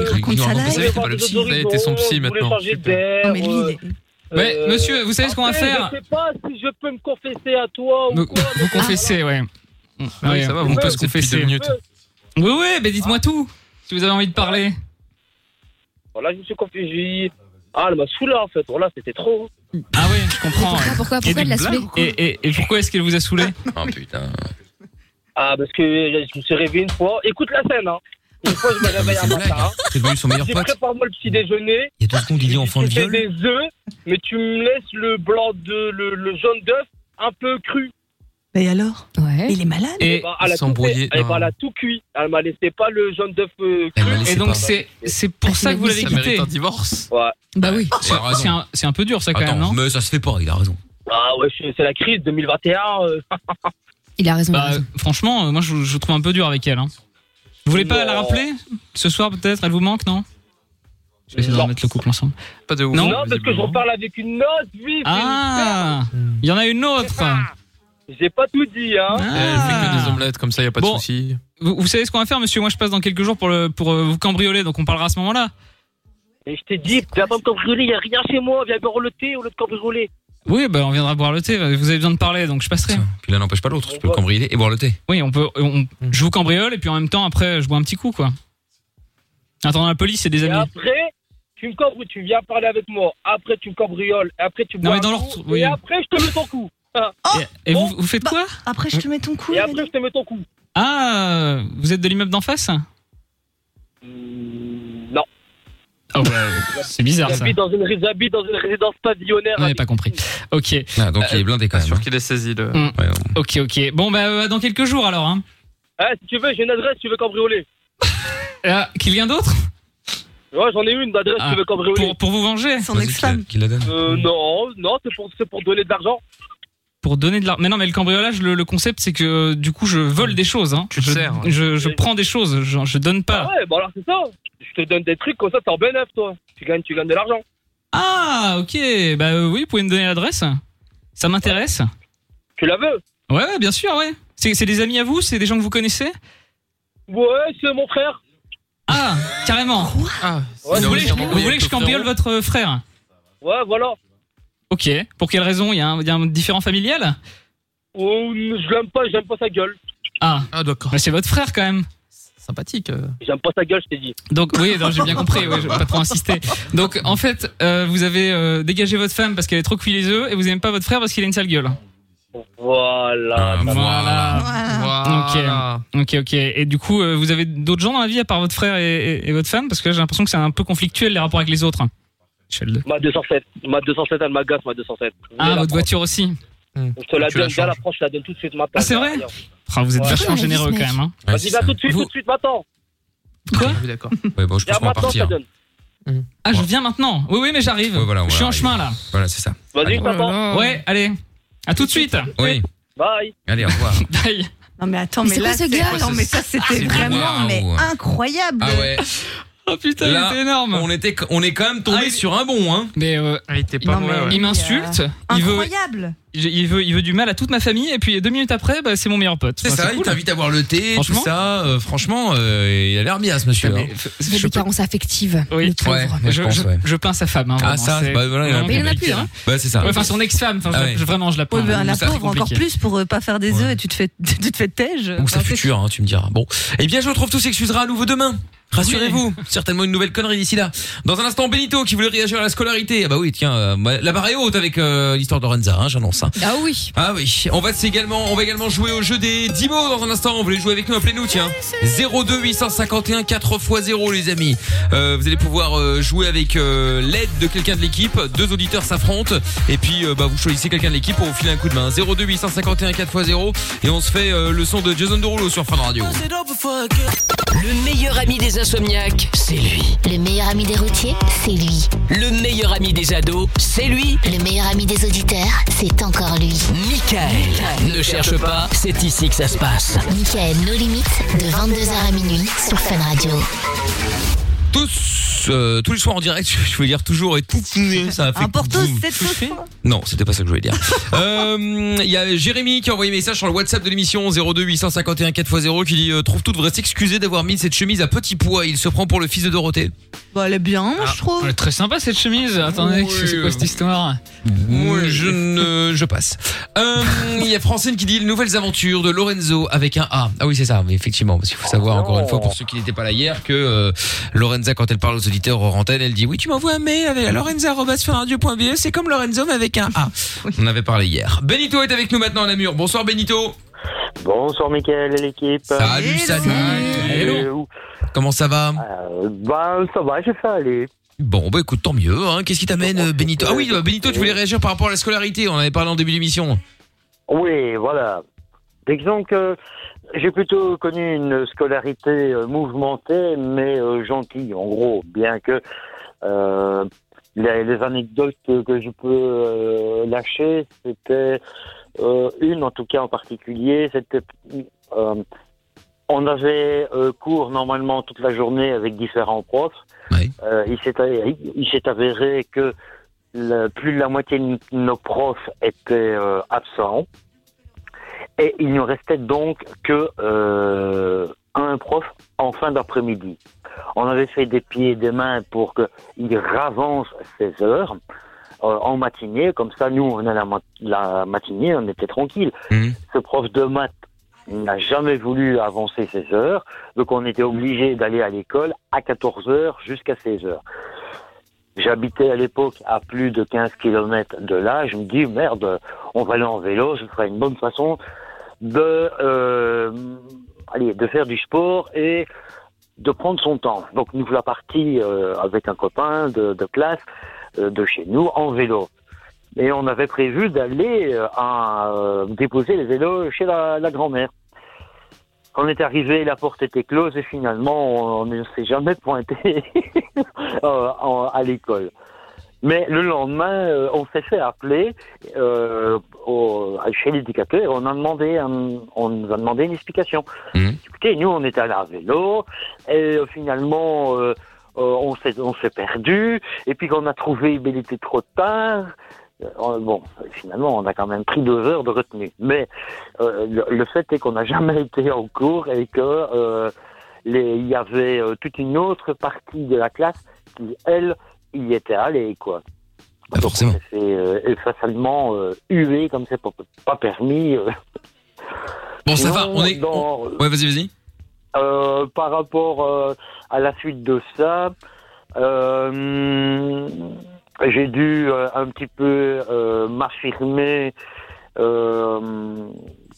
Speaker 2: Vous
Speaker 3: raconte ça
Speaker 11: je
Speaker 2: savez,
Speaker 11: voulais
Speaker 2: t'es
Speaker 11: voir
Speaker 2: pas le
Speaker 11: d'autres
Speaker 2: psy.
Speaker 11: horizons,
Speaker 1: t'es son psy
Speaker 11: je voulais
Speaker 1: maintenant,
Speaker 11: changer
Speaker 1: je sais plus.
Speaker 11: d'air,
Speaker 3: Non, mais lui, il est-
Speaker 11: euh,
Speaker 5: Ouais,
Speaker 11: euh,
Speaker 5: monsieur, vous savez ce qu'on va
Speaker 11: après,
Speaker 5: faire
Speaker 11: Je sais pas si je peux me confesser à toi ou
Speaker 5: vous,
Speaker 11: quoi. mais
Speaker 5: vous
Speaker 11: bon,
Speaker 5: confessez, ouais.
Speaker 1: Ah oui, ça va, vous
Speaker 11: Ouais,
Speaker 1: pouvez
Speaker 5: pouvez
Speaker 1: se
Speaker 5: se
Speaker 1: confesser.
Speaker 5: confesser.
Speaker 1: Deux minutes.
Speaker 5: Oui oui, bah dites-moi tout si vous avez envie de parler.
Speaker 11: voilà. Voilà, je me suis confié. j'ai- Ah, elle m'a saoulé en fait. Voilà, c'était trop.
Speaker 5: Ah oui, je comprends. ouais.
Speaker 6: Pourquoi, pourquoi, pourquoi elle l'a saoulé
Speaker 5: Et, et- et pourquoi est-ce qu'elle vous a saoulé
Speaker 2: Oh putain.
Speaker 11: Ah, parce que je me suis réveillé une fois. Écoute la scène, hein. Une fois, je me réveille
Speaker 2: c'est
Speaker 11: un
Speaker 2: une
Speaker 11: matin. hein.
Speaker 2: C'est devenu son meilleur
Speaker 11: J'ai
Speaker 2: pote.
Speaker 11: prépare-moi le petit déjeuner.
Speaker 2: Il y a deux secondes, il dit enfant de
Speaker 11: Tu fais
Speaker 2: viol.
Speaker 11: des œufs, mais tu me laisses le blanc de le, le jaune d'œuf un peu cru.
Speaker 3: Mais alors
Speaker 6: Ouais.
Speaker 3: Il est malade
Speaker 5: Et,
Speaker 11: Bah, elle a
Speaker 1: ils sont
Speaker 11: tout fait.
Speaker 1: brouillés.
Speaker 11: Eh ben,
Speaker 1: Non.
Speaker 11: elle a tout cuit. Elle m'a laissé pas le jaune d'œuf euh,
Speaker 2: Elle m'a
Speaker 11: cru.
Speaker 2: laissé
Speaker 5: et
Speaker 2: pas.
Speaker 5: donc c'est c'est
Speaker 3: Ah,
Speaker 5: pour ça que vous l'avez
Speaker 1: Ça mérite
Speaker 5: quitté.
Speaker 1: un divorce.
Speaker 6: Bah oui.
Speaker 2: C'est
Speaker 5: C'est un, c'est un peu dur ça quand même,
Speaker 2: Attends,
Speaker 5: non
Speaker 2: mais ça se fait pas, il a raison.
Speaker 11: Ah ouais, je- c'est la crise 2021. euh,
Speaker 6: Il a raison. il a
Speaker 5: Bah
Speaker 6: raison.
Speaker 5: franchement, euh, moi je, je trouve un peu dur avec elle. hein. Vous voulez pas
Speaker 11: Non.
Speaker 5: la rappeler ce soir peut-être Elle vous manque non Je vais essayer de
Speaker 11: Non.
Speaker 5: remettre le couple ensemble.
Speaker 1: Pas de ouf.
Speaker 5: Non,
Speaker 11: Non, parce que je reparle avec une autre vie.
Speaker 5: Ah Il y en a une autre
Speaker 11: J'ai pas tout dit, hein.
Speaker 1: Elle
Speaker 2: Eh,
Speaker 1: fait que des
Speaker 5: Ah.
Speaker 1: omelettes comme ça, y a pas de
Speaker 5: Bon.
Speaker 1: souci.
Speaker 5: vous, vous savez ce qu'on va faire monsieur Moi je passe dans quelques jours pour, le, pour euh, vous cambrioler donc on parlera à ce moment-là.
Speaker 11: Et je t'ai dit, viens pas me cambrioler, y a rien chez moi, viens boire le thé au lieu de cambrioler.
Speaker 5: Oui bah on viendra boire le thé, vous avez besoin de parler donc je passerai.
Speaker 2: Putain, Puis l'un n'empêche pas l'autre, je peux le cambrioler et boire le thé. Mm.
Speaker 5: Oui on peut... on- je vous cambriole et puis en même temps après je bois un petit coup quoi. Attendant la police et des
Speaker 11: Et
Speaker 5: amis.
Speaker 11: après, tu me cambrioles, tu viens parler avec moi. Après, tu me cambrioles. Après, tu
Speaker 5: Non,
Speaker 11: bois
Speaker 5: mais dans
Speaker 11: un
Speaker 5: l'ordre,
Speaker 11: coup,
Speaker 5: oui.
Speaker 11: Et après, je te mets ton coup.
Speaker 5: Et, et vous,
Speaker 11: bon,
Speaker 5: vous faites
Speaker 3: bah-
Speaker 5: quoi
Speaker 3: Après, je te mets ton coup.
Speaker 11: Et
Speaker 3: il est
Speaker 11: après, je te mets ton coup.
Speaker 5: Ah, vous êtes de l'immeuble d'en face
Speaker 11: Mmh, Non.
Speaker 5: Oh, c'est bizarre ça.
Speaker 11: J'habite dans, une ré- j'habite dans une résidence pavillonnaire.
Speaker 5: On n'avait pas compris. Ok,
Speaker 2: Ah, donc il est blindé quand
Speaker 1: Pas
Speaker 2: même.
Speaker 1: sûr
Speaker 2: hein.
Speaker 1: qu'il ait saisi le.
Speaker 2: Ouais, ouais.
Speaker 5: Mm. ok, ok. Bon, bah, euh, dans quelques jours alors. Hein.
Speaker 11: Ah, si tu veux, j'ai une adresse, tu veux cambrioler.
Speaker 5: Euh, Quelqu'un d'autre
Speaker 11: Ouais, j'en ai une d'adresse,
Speaker 5: Ah,
Speaker 11: tu veux cambrioler.
Speaker 5: pour, pour vous venger
Speaker 3: Son
Speaker 2: Vas-y, qu'il la-
Speaker 3: ex-femme.
Speaker 2: qu'il la donne.
Speaker 11: Euh, non, non, c'est pour, c'est pour donner de l'argent.
Speaker 5: Pour donner de l'argent. Mais non, mais le cambriolage, le, le concept, c'est que euh, du coup, je vole des choses. Hein.
Speaker 1: Tu te
Speaker 5: je,
Speaker 1: sers, ouais.
Speaker 5: je, je prends des choses, je, je donne
Speaker 11: Ah
Speaker 5: pas.
Speaker 11: ouais, bah alors c'est ça. Je te donne des trucs comme ça, t'es en bénéf, toi. Tu gagnes, tu gagnes de l'argent.
Speaker 5: Ah, ok. Bah euh, oui, vous pouvez me donner l'adresse Ça m'intéresse
Speaker 11: Tu la veux
Speaker 5: Ouais, ouais, bien sûr, ouais. C'est c'est des amis à vous C'est des gens que vous connaissez
Speaker 11: Ouais, c'est mon frère.
Speaker 5: Ah, carrément.
Speaker 1: Ah,
Speaker 11: Ouais,
Speaker 5: Vous
Speaker 11: non,
Speaker 5: voulez,
Speaker 11: mais
Speaker 5: vous voulez que je cambriole votre euh, frère
Speaker 11: Ouais, voilà.
Speaker 5: Ok, pour quelle raison Il y, a un- il y a un différent familial
Speaker 11: Oh, je l'aime pas, j'aime pas sa gueule.
Speaker 5: Ah,
Speaker 1: Ah, d'accord.
Speaker 5: bah c'est votre frère quand même.
Speaker 1: Sympathique. euh.
Speaker 11: J'aime pas sa gueule, je t'ai dit.
Speaker 5: Donc oui, non, j'ai bien compris, oui, je vais pas trop insister. Donc en fait, euh, vous avez euh, dégagé votre femme parce qu'elle est trop cuit les œufs et vous aimez pas votre frère parce qu'il a une sale gueule.
Speaker 11: Voilà.
Speaker 2: Ah,
Speaker 5: Voilà.
Speaker 3: Voilà.
Speaker 1: Voilà.
Speaker 5: Ok, ok. Et du coup, euh, vous avez d'autres gens dans la vie à part votre frère et, et- et votre femme parce que là, j'ai l'impression que c'est un peu conflictuel les rapports avec les autres. Je fais le deux.
Speaker 11: Ma 207. Ma 207, elle m'agace, ma 207.
Speaker 5: Ah,
Speaker 11: Je la
Speaker 5: votre
Speaker 11: prends.
Speaker 5: voiture aussi.
Speaker 11: Je te la
Speaker 1: Tu la
Speaker 11: donne, viens
Speaker 1: changes.
Speaker 11: la prends, je te la donne tout de suite maintenant.
Speaker 5: Ah, c'est vrai Ah, vous êtes
Speaker 11: Ouais. Mmh.
Speaker 5: vachement généreux quand même. Hein.
Speaker 2: Ouais,
Speaker 11: Vas-y,
Speaker 2: c'est
Speaker 11: viens
Speaker 2: ça.
Speaker 11: tout de suite,
Speaker 5: Vous-
Speaker 11: tout de suite maintenant.
Speaker 5: Quoi
Speaker 1: Ah oui, d'accord.
Speaker 2: Ouais, bon, je pense
Speaker 11: Viens
Speaker 2: qu'on va
Speaker 11: maintenant, je te
Speaker 2: partir.
Speaker 11: la donne.
Speaker 5: Ah, je viens maintenant. Oui, oui, mais j'arrive.
Speaker 2: Ouais, voilà, on
Speaker 5: je suis
Speaker 2: va
Speaker 5: en
Speaker 2: arriver.
Speaker 5: chemin là.
Speaker 2: Voilà, c'est ça.
Speaker 11: Vas-y,
Speaker 5: Oh
Speaker 2: Allez.
Speaker 11: je t'attends.
Speaker 5: Ouais, allez. À tout de suite.
Speaker 2: Oui,
Speaker 11: Bye.
Speaker 2: allez, au revoir.
Speaker 5: Bye.
Speaker 3: Non mais attends,
Speaker 6: Mais
Speaker 3: mais,
Speaker 6: c'est
Speaker 3: là,
Speaker 6: quoi ce
Speaker 3: c'est-
Speaker 6: gars
Speaker 3: non, mais ça c'était
Speaker 2: C'est
Speaker 3: vraiment
Speaker 2: waouh.
Speaker 3: mais incroyable.
Speaker 2: Ah ouais.
Speaker 5: Oh putain,
Speaker 2: Là,
Speaker 5: il était énorme. Ah,
Speaker 2: On était, on est quand même tombé sur un bon, hein.
Speaker 5: Mais euh,
Speaker 4: pas
Speaker 3: Non, mais
Speaker 4: vrai, ouais.
Speaker 3: lui,
Speaker 5: il m'insulte,
Speaker 3: euh,
Speaker 5: il veut,
Speaker 3: Incroyable.
Speaker 5: j'ai- il veut, il veut du mal à toute ma famille, et puis deux minutes après, bah, c'est mon meilleur pote.
Speaker 2: C'est
Speaker 5: Enfin,
Speaker 2: ça, il
Speaker 5: cool.
Speaker 2: t'invite à boire le thé, tout
Speaker 5: Franchement
Speaker 2: ça. euh, franchement, euh, il a l'air bien ce monsieur. hein.
Speaker 6: Il y a des carences affectives.
Speaker 5: Oui.
Speaker 6: le pauvre.
Speaker 2: Ouais, moi, je pense, ouais.
Speaker 5: je peins sa femme. hein,
Speaker 2: Ah
Speaker 5: vraiment,
Speaker 2: ça,
Speaker 5: c'est
Speaker 2: bah, voilà, il y en a
Speaker 5: vraiment
Speaker 2: plus.
Speaker 6: Mais il y en a plus,
Speaker 5: compliqué.
Speaker 6: hein.
Speaker 2: Bah c'est ça.
Speaker 5: Ouais, enfin, son ex-femme, enfin,
Speaker 2: Ah
Speaker 5: je-
Speaker 2: ouais.
Speaker 5: je- vraiment, je la peins.
Speaker 3: Ouais, ben, la
Speaker 5: C'est très
Speaker 3: pauvre encore
Speaker 5: compliqué.
Speaker 3: plus pour euh, pas faire des œufs
Speaker 2: Ouais.
Speaker 3: et tu te fais tu te fais tège.
Speaker 2: Ou sa
Speaker 3: Enfin, c'est-
Speaker 2: future, hein, tu me diras. Bon, eh bien, votre retrouve s'excusera à nouveau demain. Rassurez-vous, certainement une nouvelle connerie d'ici là. Dans un instant, Benito qui voulait réagir à la scolarité. Ah bah oui, tiens, euh, bah, la barre est haute avec euh, l'histoire de Renza, hein, j'annonce. hein.
Speaker 6: Ah oui.
Speaker 2: Ah oui, on va également, on va également jouer au jeu des 10 mots dans un instant. Vous voulez jouer avec nous, appelez-nous, tiens. 02 851 4 x 0, les amis. Euh, vous allez pouvoir euh, jouer avec euh, l'aide de quelqu'un de l'équipe. Deux auditeurs s'affrontent et puis euh, bah, vous choisissez quelqu'un de l'équipe pour vous filer un coup de main. 02 851 4 x 0 et on se fait euh, le son de Jason Derulo sur Fun Radio.
Speaker 1: Le meilleur ami des insomniaques, c'est lui.
Speaker 9: Le meilleur ami des routiers, c'est lui.
Speaker 1: Le meilleur ami des ados, c'est lui.
Speaker 9: Le meilleur ami des auditeurs, c'est encore lui.
Speaker 1: Michael. Ne cherche pas, c'est ici que ça se passe.
Speaker 9: Michael, nos limites, de 22h à minuit sur Fun Radio.
Speaker 2: Tous, euh, tous les soirs en direct, je voulais dire toujours et tout. Ça a fait
Speaker 3: Un hein. Portos,
Speaker 2: boum.
Speaker 3: cette fois.
Speaker 2: Non, c'était pas ça que je voulais dire. Euh, Il y a Jérémy qui a envoyé un message sur le WhatsApp de l'émission 02 851 4x0 qui dit euh, trouve tout devrait s'excuser d'avoir mis cette chemise à petit pois. Il se prend pour le fils de Dorothée.
Speaker 3: Bah, elle est bien, je trouve.
Speaker 5: Ouais, Très sympa cette chemise. Attendez,
Speaker 2: Ah, Oui.
Speaker 5: c'est c'est quoi cette histoire
Speaker 2: Moi, je ne, je passe. Euh, Il y a Francine qui dit les nouvelles aventures de Lorenzo avec un A. Ah oui, c'est ça. Mais effectivement, parce qu'il faut savoir encore une fois pour ceux qui n'étaient pas là hier que euh, Lorenza, quand elle parle aux auditeurs hors antenne, elle dit oui, tu m'envoies un mail avec lorenza@funradio.be. E, C'est comme Lorenzo mais avec un A. On en avait parlé hier. Benito est avec nous maintenant à Namur. Bonsoir Benito.
Speaker 10: Bonsoir Mickaël et l'équipe.
Speaker 2: Salut,
Speaker 3: Hello.
Speaker 2: salut. Hello.
Speaker 10: Euh,
Speaker 2: Comment ça va
Speaker 10: euh, bah, ça va, je fais aller.
Speaker 2: Bon, bah écoute, tant mieux. Hein. Qu'est-ce qui t'amène, euh, Benito Ah oui, euh, Benito, tu voulais réagir par rapport à la scolarité. On en avait parlé en début d'émission.
Speaker 10: Oui, voilà. Disons que j'ai plutôt connu une scolarité euh, mouvementée, mais euh, gentille, en gros, bien que euh, les, les anecdotes que, que je peux euh, lâcher, c'était euh, une en tout cas en particulier, c'était euh, on avait euh, cours normalement toute la journée avec différents profs.
Speaker 2: Oui.
Speaker 10: Euh, il s'est il- il s'est avéré que la- plus de la moitié de nos profs étaient euh, absents. Et il ne restait donc que euh, un prof en fin d'après-midi. On avait fait des pieds et des mains pour qu'il ravance ses heures euh, en matinée. Comme ça, nous, on a la, mat- la matinée, on était tranquille.
Speaker 3: Mmh.
Speaker 2: Mhm.
Speaker 10: Ce prof de maths n'a jamais voulu avancer ses heures. Donc, on était obligé d'aller à l'école à 14 heures jusqu'à 16 heures. J'habitais à l'époque à plus de 15 kilomètres de là. Je me dis, merde, on va aller en vélo, ce serait une bonne façon de, euh, allez, de faire du sport et de prendre son temps. Donc nous voilà partis euh, avec un copain de, de classe euh, de chez nous en vélo. Et on avait prévu d'aller euh, à, euh, déposer les vélos chez la, la grand-mère. Quand on est arrivé, la porte était close et finalement on, on ne s'est jamais pointé euh, en- à l'école. Mais le lendemain, euh, on s'est fait appeler euh, au- chez l'éducateur, on a demandé, un- on nous a demandé une explication.
Speaker 2: Mhm.
Speaker 10: Écoutez, nous, on était allés à vélo, et euh, finalement, euh, euh, on s'est, on s'est perdu, et puis quand on a trouvé, ben, il était trop tard. Euh, bon, finalement, on a quand même pris deux heures de retenue. Mais euh, le, le fait est qu'on n'a jamais été en cours et que euh, les- il y avait euh, toute une autre partie de la classe qui, elle, y était allée, quoi.
Speaker 2: Bah, forcément.
Speaker 10: C'est euh, facilement euh, hué comme c'est pas, pas permis. euh.
Speaker 2: Bon, ça
Speaker 10: Non,
Speaker 2: va. On est.
Speaker 10: dans-
Speaker 2: Ouais, vas-y, vas-y.
Speaker 10: euh, par rapport euh, à la suite de ça, euh, j'ai dû euh, un petit peu euh, m'affirmer euh,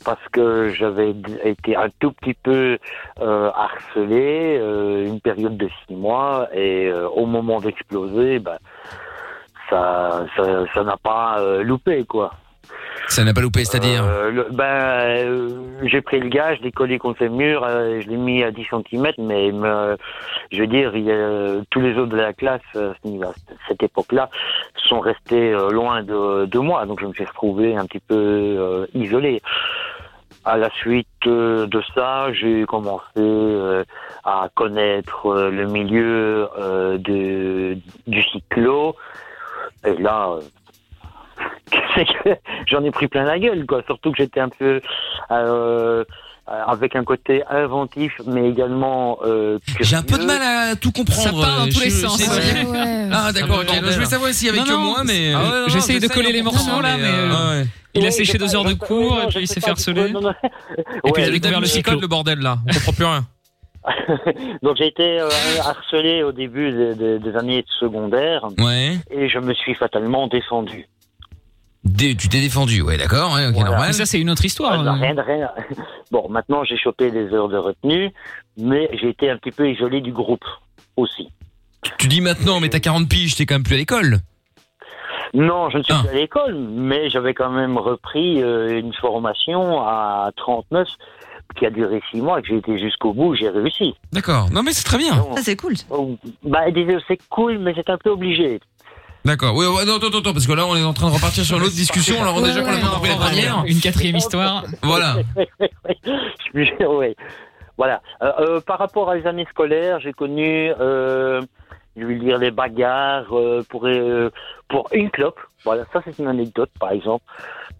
Speaker 10: parce que j'avais d- été un tout petit peu euh, harcelé, euh, une période de six mois, et euh, au moment d'exploser, bah, ça ça- ça n'a pas euh, loupé, quoi.
Speaker 2: Ça n'a pas loupé, c'est-à-dire.
Speaker 10: Euh, le- ben, euh, j'ai pris le gars, je l'ai collé contre le mur, euh, je l'ai mis à 10 cm, mais il me- je veux dire, il y a- euh, tous les autres de la classe euh, à ce niveau- à cette époque-là sont restés euh, loin de, de moi, donc je me suis retrouvé un petit peu euh, isolé. À la suite euh, de ça, j'ai commencé euh, à connaître euh, le milieu euh, de- du cyclo. Et là, euh, c'est que j'en ai pris plein la gueule, quoi. Surtout que j'étais un peu euh, avec un côté inventif, mais également. euh, j'ai un
Speaker 2: peu de mal à tout comprendre.
Speaker 10: Ça part
Speaker 2: dans tous les sens. Ah d'accord, ok. Je voulais savoir s'il y avait que moi,
Speaker 5: Ah
Speaker 2: mais euh,
Speaker 5: J'essaye de coller les morceaux là, mais
Speaker 10: Ah,
Speaker 5: euh, il a
Speaker 2: Ouais,
Speaker 5: séché
Speaker 2: j'ai
Speaker 5: deux
Speaker 2: pas-
Speaker 5: heures de cours et puis il s'est fait harceler. Ouais,
Speaker 2: Et puis il a
Speaker 5: j'ai
Speaker 2: découvert
Speaker 5: pas
Speaker 2: le
Speaker 5: mis-
Speaker 2: cyclone, le bordel là. On comprend plus rien.
Speaker 10: Donc j'ai été euh, harcelé au début des, des- des années secondaires. Et je me suis fatalement défendu.
Speaker 2: Dé- tu t'es défendu, ouais, d'accord, ouais, ok, normal.
Speaker 5: Mais ça, c'est une autre histoire.
Speaker 10: Voilà, Ah, rien de- rien. Bon, maintenant j'ai chopé des heures de retenue, mais j'ai été un petit peu isolé du groupe aussi.
Speaker 2: Tu dis maintenant, mais t'as 40 piges, t'es quand même plus à l'école.
Speaker 10: Non, je ne
Speaker 2: Ah.
Speaker 10: suis plus à l'école, mais j'avais quand même repris euh, une formation à 39 qui a duré six mois, que j'ai été jusqu'au bout, j'ai réussi.
Speaker 2: D'accord. Non, mais c'est très bien.
Speaker 11: Ah,
Speaker 10: Ça, c'est cool. Bah, disons, c'est cool, mais c'est un peu obligé.
Speaker 2: D'accord. Oui, ouais, non, attends, attends, parce que là, on est en train de repartir sur l'autre discussion. Alors, on a déjà
Speaker 10: Ouais,
Speaker 2: complètement
Speaker 10: ouais,
Speaker 2: compris la
Speaker 10: ouais.
Speaker 2: première.
Speaker 5: Une quatrième histoire.
Speaker 2: Voilà.
Speaker 10: Je suis sûr, ouais. Voilà. Euh, euh, par rapport à les années scolaires, j'ai connu, euh, je vais dire, les bagarres euh, pour, euh, pour une clope. Voilà, ça c'est une anecdote, par exemple.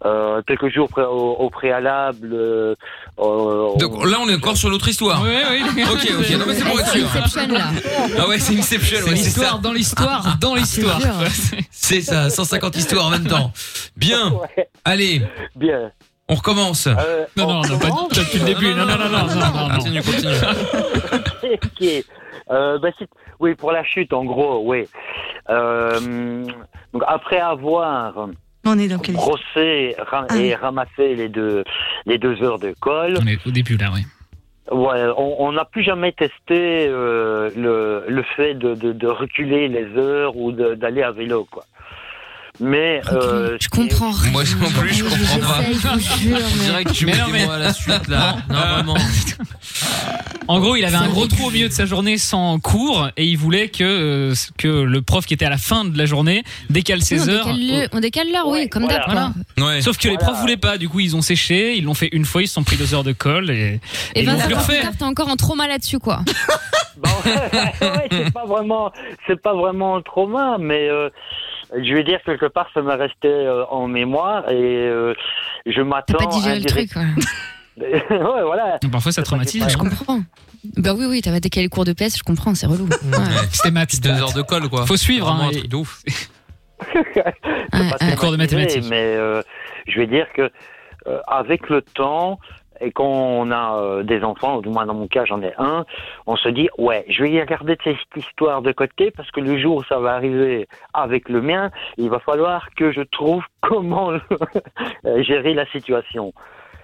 Speaker 10: Euh, quelques jours pré- au, au préalable. euh, euh,
Speaker 2: Donc là, on est encore sur l'autre histoire. Oui,
Speaker 5: oui.
Speaker 2: Ok, ok. Non, mais c'est pour être sûr.
Speaker 6: là.
Speaker 2: Ah ouais, c'est Inception, ouais, c'est ça. Ah,
Speaker 5: dans l'histoire, dans l'histoire.
Speaker 2: C'est ça, 150 histoires en même temps. Bien. Allez.
Speaker 10: Bien. Euh,
Speaker 2: On recommence.
Speaker 5: Non, non, non, pas depuis le début. Non, non, non, non, non, non.
Speaker 2: Continue, continue.
Speaker 10: Ok. Euh, bah, c'est- oui, pour la chute, en gros, oui. Euh, donc, après avoir
Speaker 3: On est dans quelle
Speaker 10: brossé ra- et ramassé les deux, les deux heures de colle,
Speaker 5: On est au début là, oui.
Speaker 10: ouais, on on n'a plus jamais testé euh, le, le fait de, de- de reculer les heures ou de- d'aller à vélo, quoi. Mais euh,
Speaker 6: Je comprends rien.
Speaker 2: Moi non plus, je comprends pas.
Speaker 6: J'essaye, je vous jure, mais-
Speaker 2: Direct, tu mets
Speaker 5: Mais non,
Speaker 2: des
Speaker 5: mais-
Speaker 2: mots à la suite là. Euh, Non, vraiment.
Speaker 5: En gros, il avait un gros trou au milieu de sa journée sans cours et il voulait que, euh, que le prof qui était à la fin de la journée décale
Speaker 6: Oui,
Speaker 5: ses
Speaker 6: on
Speaker 5: heures.
Speaker 6: décale le- On décale l'heure, oui, comme d'hab.
Speaker 5: Voilà.
Speaker 6: quoi.
Speaker 2: Ouais.
Speaker 5: Sauf que les profs voulaient pas, du coup ils ont séché, ils l'ont fait une fois, ils se sont pris deux heures de colle et, et
Speaker 6: Et ben,
Speaker 5: ils
Speaker 6: 20
Speaker 5: l'ont plus
Speaker 6: heures plus
Speaker 5: refait.
Speaker 6: tard, t'es encore en trauma là-dessus, quoi.
Speaker 10: ouais, c'est pas vraiment, c'est pas vraiment un trauma, mais euh, je vais dire quelque part, ça m'a resté euh, en mémoire et euh, je
Speaker 6: T'as
Speaker 10: m'attends.
Speaker 6: pas digéré le
Speaker 10: indirect-
Speaker 6: truc, ouais.
Speaker 10: ouais, voilà.
Speaker 5: Parfois ça traumatise.
Speaker 6: Je comprends. Bah oui, oui, t'avais décalé le cours de PS, je comprends, c'est relou.
Speaker 5: Mm.
Speaker 6: Ouais.
Speaker 5: C'était maths.
Speaker 2: Deux heures de colle, quoi.
Speaker 5: Faut suivre,
Speaker 2: Vraiment
Speaker 5: hein,
Speaker 2: un
Speaker 5: et-
Speaker 2: truc de ouf.
Speaker 6: Ouais,
Speaker 10: pas
Speaker 6: ouais.
Speaker 5: cours de
Speaker 10: traumatisé,
Speaker 5: mathématiques.
Speaker 10: Mais euh, je vais dire que euh, avec le temps et quand on a euh, des enfants, ou du moins dans mon cas j'en ai un, on se dit ouais, je vais y regarder cette histoire de côté parce que le jour où ça va arriver avec le mien, il va falloir que je trouve comment euh, gérer la situation.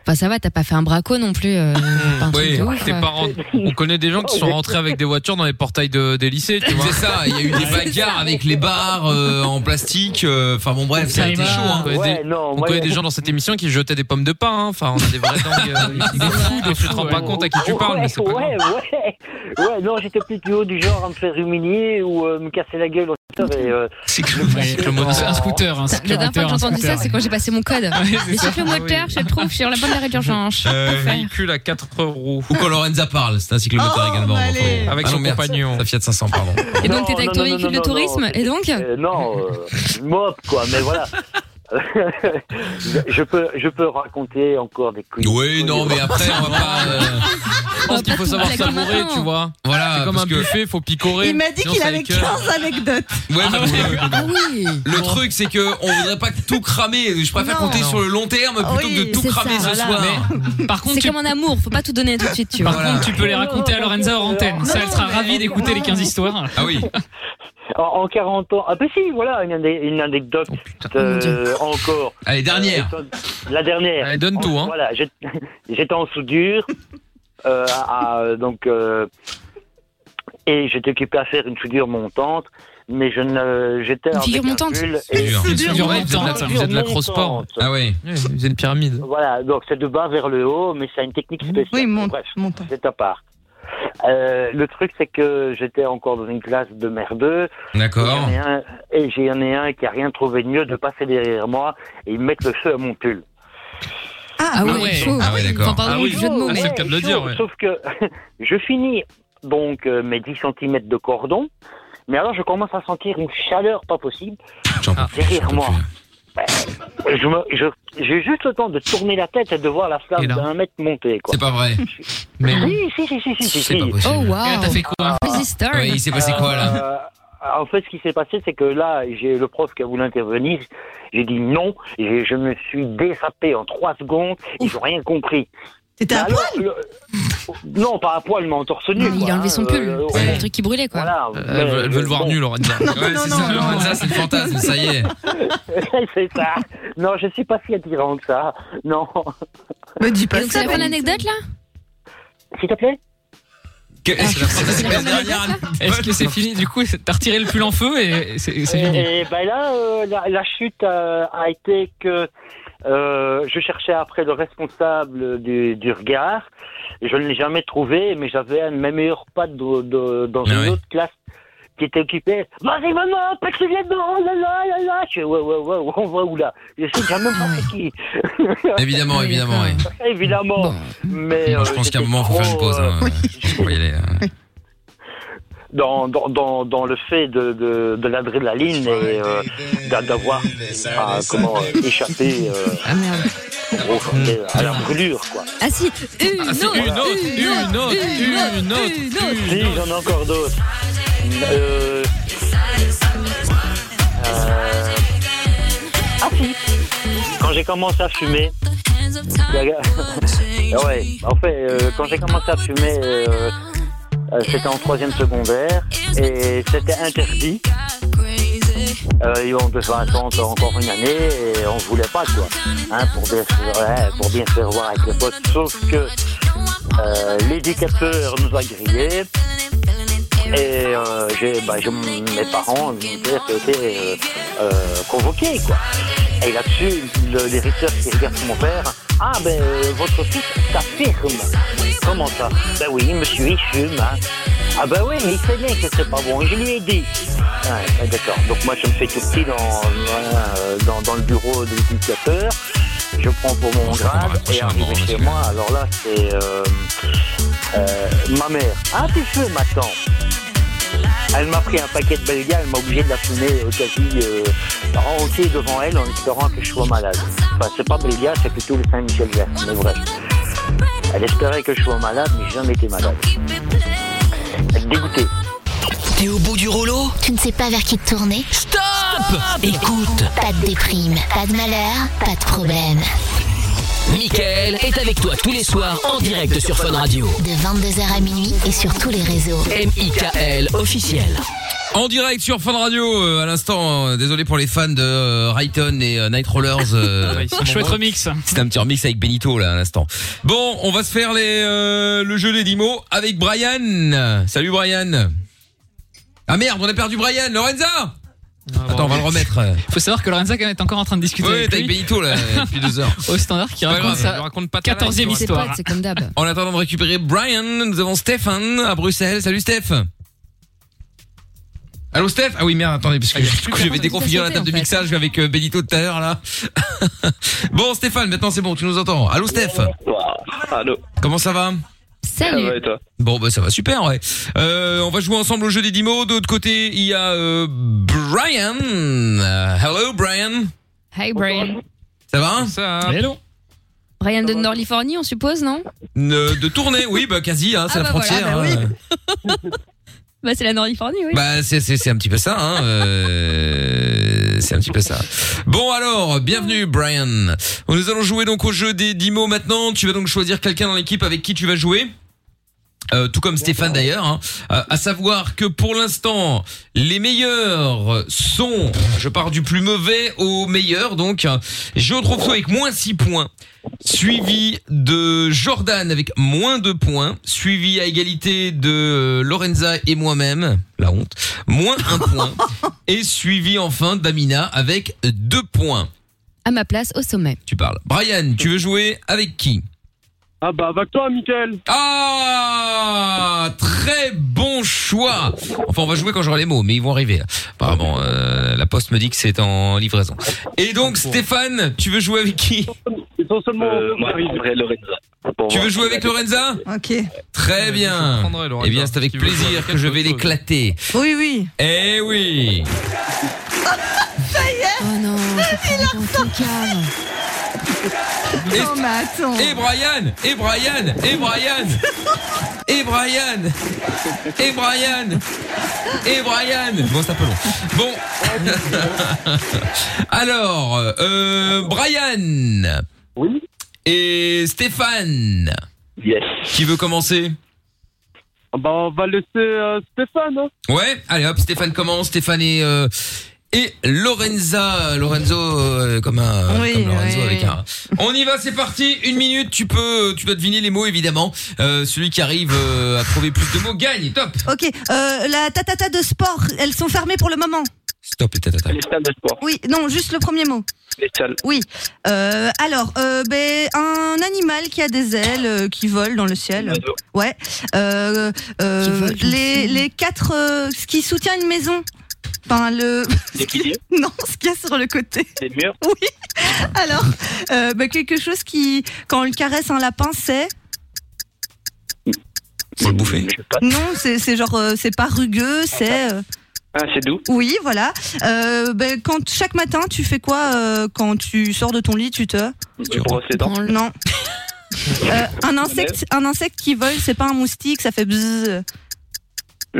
Speaker 6: Enfin, ça va, t'as pas fait un braco non plus. euh, pas un truc
Speaker 4: Oui,
Speaker 6: de ouf,
Speaker 4: tes
Speaker 6: euh.
Speaker 4: parents. On connaît des gens qui sont rentrés avec des voitures dans les portails de- des lycées, tu vois.
Speaker 2: C'est ça, il y a eu des bagarres avec les barres euh, en plastique. euh, Enfin bon, bref, ça a
Speaker 5: Ça
Speaker 2: été
Speaker 5: y va.
Speaker 2: chaud. Hein.
Speaker 4: On connaît
Speaker 10: Ouais,
Speaker 4: des-
Speaker 10: non,
Speaker 4: on
Speaker 10: moi,
Speaker 4: connaît des gens dans cette émission qui jetaient des pommes de pain, hein. enfin, on a des vrais dingues, euh, des fous, des- tu te rends pas compte à qui tu parles,
Speaker 10: ouais,
Speaker 4: mais c'est pas grave.
Speaker 10: ouais, ouais, ouais, non, j'étais plutôt du genre à me faire humilier ou euh, me casser la gueule au secteur et euh,
Speaker 2: C'est que
Speaker 5: Ouais, un scooter, un
Speaker 6: Ça, La dernière fois
Speaker 5: scooter,
Speaker 6: que j'ai
Speaker 5: un
Speaker 6: entendu ça,
Speaker 5: scooter.
Speaker 6: c'est quand j'ai passé mon code.
Speaker 5: c'est
Speaker 6: Le cycle moteur, je le trouve, je suis sur la bonne arrêt
Speaker 2: Euh,
Speaker 6: d'urgence.
Speaker 4: Euh, Véhicule à 4 roues.
Speaker 2: Ou quand Lorenza parle, c'est un cyclomoteur
Speaker 3: Oh,
Speaker 2: également.
Speaker 3: bah
Speaker 2: enfin,
Speaker 3: allez.
Speaker 4: Avec
Speaker 2: ah non,
Speaker 4: son
Speaker 2: merde,
Speaker 4: compagnon.
Speaker 2: La Fiat 500, pardon.
Speaker 6: Et donc, t'étais
Speaker 10: Non,
Speaker 6: avec
Speaker 10: non,
Speaker 6: ton
Speaker 10: non,
Speaker 6: véhicule de
Speaker 10: non, non,
Speaker 6: tourisme,
Speaker 10: non,
Speaker 6: et donc
Speaker 10: Euh, non, euh, mop quoi, mais voilà. je, je peux, je peux raconter encore des couilles.
Speaker 2: Oui, non, mais après, on va pas. euh,
Speaker 4: Je pense qu'il faut
Speaker 6: tout
Speaker 4: savoir
Speaker 6: plaquer
Speaker 4: savourer,
Speaker 6: maintenant.
Speaker 4: tu vois.
Speaker 2: voilà,
Speaker 4: C'est comme
Speaker 2: parce
Speaker 4: un
Speaker 2: que.
Speaker 4: buffet, faut picorer.
Speaker 3: Il m'a dit
Speaker 4: sinon
Speaker 3: qu'il
Speaker 4: ça
Speaker 3: avait
Speaker 4: écoeure.
Speaker 3: 15 anecdotes.
Speaker 2: Ouais, mais le-
Speaker 6: Ah oui
Speaker 2: le truc, c'est que on voudrait pas tout cramer. Je préfère
Speaker 6: Non.
Speaker 2: compter sur le long terme plutôt
Speaker 3: Oui,
Speaker 2: que de tout
Speaker 6: c'est
Speaker 2: cramer
Speaker 6: ça,
Speaker 2: ce
Speaker 6: voilà.
Speaker 2: soir.
Speaker 5: Par contre,
Speaker 6: C'est
Speaker 5: tu,
Speaker 6: comme un amour, faut pas tout donner tout de suite, tu
Speaker 5: par
Speaker 6: vois.
Speaker 2: Voilà.
Speaker 5: contre, tu peux les raconter à Lorenza hors antenne. Ça, elle sera ravie d'écouter les 15 histoires.
Speaker 2: Ah oui.
Speaker 10: En, en 40 ans. Ah, ben si, voilà, une, ane- une anecdote euh, encore.
Speaker 2: Allez, dernière.
Speaker 10: Euh, La dernière.
Speaker 4: Allez, donne tout, hein.
Speaker 10: Voilà, j'ai- j'étais en soudure. euh, à- à- donc, euh, et j'étais occupé à faire une soudure montante, mais je ne, j'étais
Speaker 6: Une figure
Speaker 10: avec un
Speaker 6: montante
Speaker 10: pull
Speaker 2: C'est
Speaker 10: et-
Speaker 2: dur.
Speaker 5: C'est dur, ouais, vous êtes là-dedans.
Speaker 4: Vous êtes l'acrosport.
Speaker 2: Ah oui.
Speaker 4: Ouais, Ils faisaient une pyramide.
Speaker 10: Voilà, donc c'est de bas vers le haut, mais ça a une technique spéciale.
Speaker 3: Oui, monte,
Speaker 10: Bref,
Speaker 3: monte.
Speaker 10: c'est à part. Euh, le truc, c'est que j'étais encore dans une classe de merdeux, et
Speaker 2: D'accord.
Speaker 10: j'en ai un- et j'en ai un qui a rien trouvé de mieux de passer derrière moi et mettre le feu à mon pull.
Speaker 6: Ah,
Speaker 10: Ah
Speaker 6: ouais,
Speaker 10: ouais.
Speaker 6: chaud.
Speaker 10: Ah ouais, d'accord.
Speaker 6: Enfin, pardon,
Speaker 10: Ah oui,
Speaker 6: le jeu de mots,
Speaker 10: ah,
Speaker 6: mais-
Speaker 10: c'est le cas de le dire, ouais. Sauf que je finis donc euh, mes 10 cm de cordon, mais alors je commence à sentir une chaleur pas possible derrière moi. Ouais, Je me- je- J'ai juste le temps de tourner la tête et de voir la flamme d'un mètre monter. C'est
Speaker 2: pas vrai.
Speaker 10: Mais... Oui, si, si, si, si, si,
Speaker 2: C'est
Speaker 10: si.
Speaker 2: pas possible.
Speaker 6: Oh, wow.
Speaker 2: Et là, t'as fait quoi
Speaker 6: Crazy story.
Speaker 2: Oui, il s'est passé quoi, là
Speaker 10: Euh, En fait, ce qui s'est passé, c'est que là, j'ai le prof qui a voulu intervenir. J'ai dit non. Et je me suis désapé en trois secondes. et Ils n'ont rien compris.
Speaker 3: C'était
Speaker 10: à poil Non, pas à poil, mais en torse nu. hein, euh,
Speaker 6: Il a enlevé son pull. C'est le truc qui brûlait, quoi. Euh,
Speaker 2: Elle veut, elle veut le voir nul, Lorenza. Ouais, Euh, c'est ça, Lorenza, c'est le fantasme, ça y est.
Speaker 10: c'est ça. Non, je suis pas si attirant que ça. Non.
Speaker 3: Me dis
Speaker 10: Bah,
Speaker 6: Et donc, c'est la fin de l'anecdote, là
Speaker 10: S'il te plaît
Speaker 2: Est-ce que la phrase
Speaker 5: c'est la dernière Est-ce que c'est fini du coup T'as retiré le pull en feu et c'est c'est fini.
Speaker 10: Et, ben là, euh, la, la chute euh, a été que euh, je cherchais après le responsable du, du regard. Je ne l'ai jamais trouvé, mais j'avais un de mes meilleurs potes de- de- dans
Speaker 5: Ah
Speaker 10: une autre classe qui était occupé. Vas-y maman, pète le dedans, là là là là. Je fais, ouais ouais ouais, ouais, on va où là Je sais jamais pas c'est qui.
Speaker 2: Évidemment, évidemment, ouais.
Speaker 10: Évidemment. Mais
Speaker 2: Moi, je pense qu'à un moment, faut faire une pause. hein. Faut pas y aller. hein.
Speaker 10: dans, dans, dans, dans le fait de, de, de l'adrénaline et euh, d'a- d'avoir ah, comment euh, échappé euh, au- à la brûlure quoi.
Speaker 6: Ah si, une
Speaker 10: Ah, c'est
Speaker 6: autre,
Speaker 10: une autre, une autre, une autre, Si j'en ai encore d'autres. Euh, euh, ah si. Quand j'ai commencé à fumer. Ah ouais. En fait, euh, quand j'ai commencé à fumer, euh, euh, c'était en troisième secondaire et c'était interdit. Euh, et on devait attendre encore une année et on voulait pas quoi, hein, pour bien se ouais, pour bien se faire voir avec les potes. Sauf que euh, l'éducateur nous a grillés et euh, j'ai, bah, j'ai- mes parents, mon père qui a été euh, euh, convoqué quoi. Et là-dessus, le- l'héritière qui regarde mon père, ah ben euh, votre fils s'affirme. Comment ça Ben oui, monsieur, il fume. hein. Ah ben oui, mais il sait bien que c'est pas bon. Je lui ai dit. Ouais, ouais, d'accord. Donc moi je me fais tout petit dans, euh, dans, dans le bureau de l'éducateur. Je prends pour mon grade et arrivé chez moi. Alors là c'est euh, euh, ma mère. Ah tu fumes maintenant elle m'a pris un paquet de belga, elle m'a obligé de la fumer au quasi euh, en entier devant elle en espérant que je sois malade. Enfin, c'est pas belga, c'est plutôt le Saint-Michel vert, mais vrai. Elle espérait que je sois malade, mais j'ai jamais été malade. Dégoûté.
Speaker 9: T'es au bout du rouleau Tu ne sais pas vers qui te tourner Stop,
Speaker 1: Écoute
Speaker 9: Pas de déprime, pas de malheur, pas de problème.
Speaker 1: Mickaël est avec toi tous les soirs en direct sur Fun Radio.
Speaker 9: De 22h à minuit et sur tous les réseaux.
Speaker 1: M.I.K.L. officiel.
Speaker 2: En direct sur Fun Radio, euh, à l'instant, euh, désolé pour les fans de euh, Rayton et euh, Night Rollers. euh,
Speaker 5: Ouais,
Speaker 2: c'est
Speaker 5: Chouette
Speaker 2: bon.
Speaker 5: remix.
Speaker 2: C'était un petit remix avec Benito là à l'instant. Bon, on va se faire les, euh, le jeu des 10 mots avec Brian. Salut Brian. Ah merde, on a perdu Brian. Lorenza Attends, on va le remettre.
Speaker 5: Faut savoir Ah, que Lorenza quand même est encore en train de discuter
Speaker 2: Ouais,
Speaker 5: avec
Speaker 2: t'es avec
Speaker 5: lui.
Speaker 2: Benito là, depuis deux heures.
Speaker 5: Au standard qui
Speaker 2: Pas
Speaker 5: raconte
Speaker 2: grave,
Speaker 5: sa
Speaker 2: il raconte pas ta
Speaker 5: 14 e
Speaker 2: life, tu vois.
Speaker 5: histoire.
Speaker 6: C'est comme d'hab.
Speaker 2: En attendant de récupérer Brian, nous avons Stéphane à Bruxelles. Salut Steph Allô Steph Ah oui merde, attendez, parce que du coup, je vais déconfigurer la table de mixage avec euh, Benito tout à l'heure là. bon Stéphane, maintenant c'est bon, tu nous entends. Allô Steph
Speaker 11: Allô
Speaker 2: Comment ça va
Speaker 6: Salut
Speaker 11: et toi
Speaker 2: Bon bah ça va super ouais. Euh, on va jouer ensemble au jeu des 10 mots. De l'autre côté, il y a euh, Brian. Euh, hello Brian.
Speaker 6: Hi Brian.
Speaker 2: Ça va
Speaker 5: Hello.
Speaker 6: Brian de Norlifornie, on suppose, non
Speaker 2: Euh, de tournée, oui, bah quasi, hein, c'est
Speaker 6: Ah,
Speaker 2: la
Speaker 6: bah, voilà,
Speaker 2: frontière.
Speaker 6: bah,
Speaker 2: hein.
Speaker 6: Bah c'est la Norlifornie, oui.
Speaker 2: Bah c'est c'est c'est un petit peu ça. Hein, euh, c'est un petit peu ça. Bon alors, bienvenue Brian. Nous allons jouer donc au jeu des 10 mots maintenant. Tu vas donc choisir quelqu'un dans l'équipe avec qui tu vas jouer. Euh, tout comme Stéphane d'ailleurs. hein. Euh, à savoir que pour l'instant, les meilleurs sont, je pars du plus mauvais au meilleur, donc hein. Géo Troufseau avec moins 6 points, suivi de Jordan avec moins 2 points, suivi à égalité de euh, Lorenza et moi-même, la honte, moins 1 point, et suivi enfin d'Amina avec 2 points.
Speaker 6: À ma place, au sommet.
Speaker 2: Tu parles. Brian, tu veux jouer avec qui
Speaker 11: Ah bah avec toi, Michael.
Speaker 2: Ah Très bon choix Enfin, on va jouer quand j'aurai les mots, mais ils vont arriver. là. Apparemment, euh, la poste me dit que c'est en livraison. Et donc, Stéphane, tu veux jouer avec qui
Speaker 12: Euh,
Speaker 2: Tu veux jouer avec Lorenza
Speaker 3: Ok.
Speaker 2: Très bien. Eh bien, c'est avec plaisir que je vais l'éclater.
Speaker 3: Oui, oui.
Speaker 2: Eh oui
Speaker 3: Ah, Ça y est Oh non Il a ressenti
Speaker 2: Et-
Speaker 3: Non, mais attends
Speaker 2: Et Brian Et Brian Et Brian Et Brian Et Brian Et Brian Bon, c'est un peu long. Bon. Alors, euh, Brian. Oui. Et Stéphane. Yes. Qui veut commencer
Speaker 11: Bah on va laisser euh, Stéphane. hein.
Speaker 2: Ouais, allez hop, Stéphane commence, Stéphane et euh, et Lorenza, Lorenzo euh, comme un
Speaker 11: Oui,
Speaker 2: comme Lorenzo
Speaker 11: oui,
Speaker 2: avec
Speaker 11: oui.
Speaker 2: un. On y va, c'est parti. Une minute, tu peux tu dois deviner les mots évidemment. Euh, celui qui arrive euh, à trouver plus de mots gagne. Top.
Speaker 3: Ok, euh, la tatata de sport, elles sont fermées pour le moment.
Speaker 2: Stop les tatatas.
Speaker 12: Les salles de sport.
Speaker 3: Oui, non, juste le premier mot.
Speaker 12: Les salles.
Speaker 3: Oui. Euh, alors, euh, ben, un animal qui a des ailes, euh, qui vole dans le ciel.
Speaker 12: oiseau.
Speaker 3: Ouais. Euh, euh, les, les quatre, euh, ce qui soutient une maison. Enfin, le.
Speaker 12: Les piliers.
Speaker 3: Non, ce qu'il y a sur le côté.
Speaker 12: Les murs.
Speaker 3: Oui. Alors, euh, ben, quelque chose qui, quand on le caresse un lapin, c'est.
Speaker 2: Faut le bouffer.
Speaker 3: Non, c'est c'est genre, euh, c'est pas rugueux, c'est. euh,
Speaker 12: Ah, c'est doux.
Speaker 3: Oui, voilà. Euh, ben, quand chaque matin, tu fais quoi euh, quand tu sors de ton lit Tu te
Speaker 12: Tu brosses les dents.
Speaker 3: non. Euh, un insecte, un insecte qui vole, c'est pas un moustique, ça fait bzzz.
Speaker 12: Euh,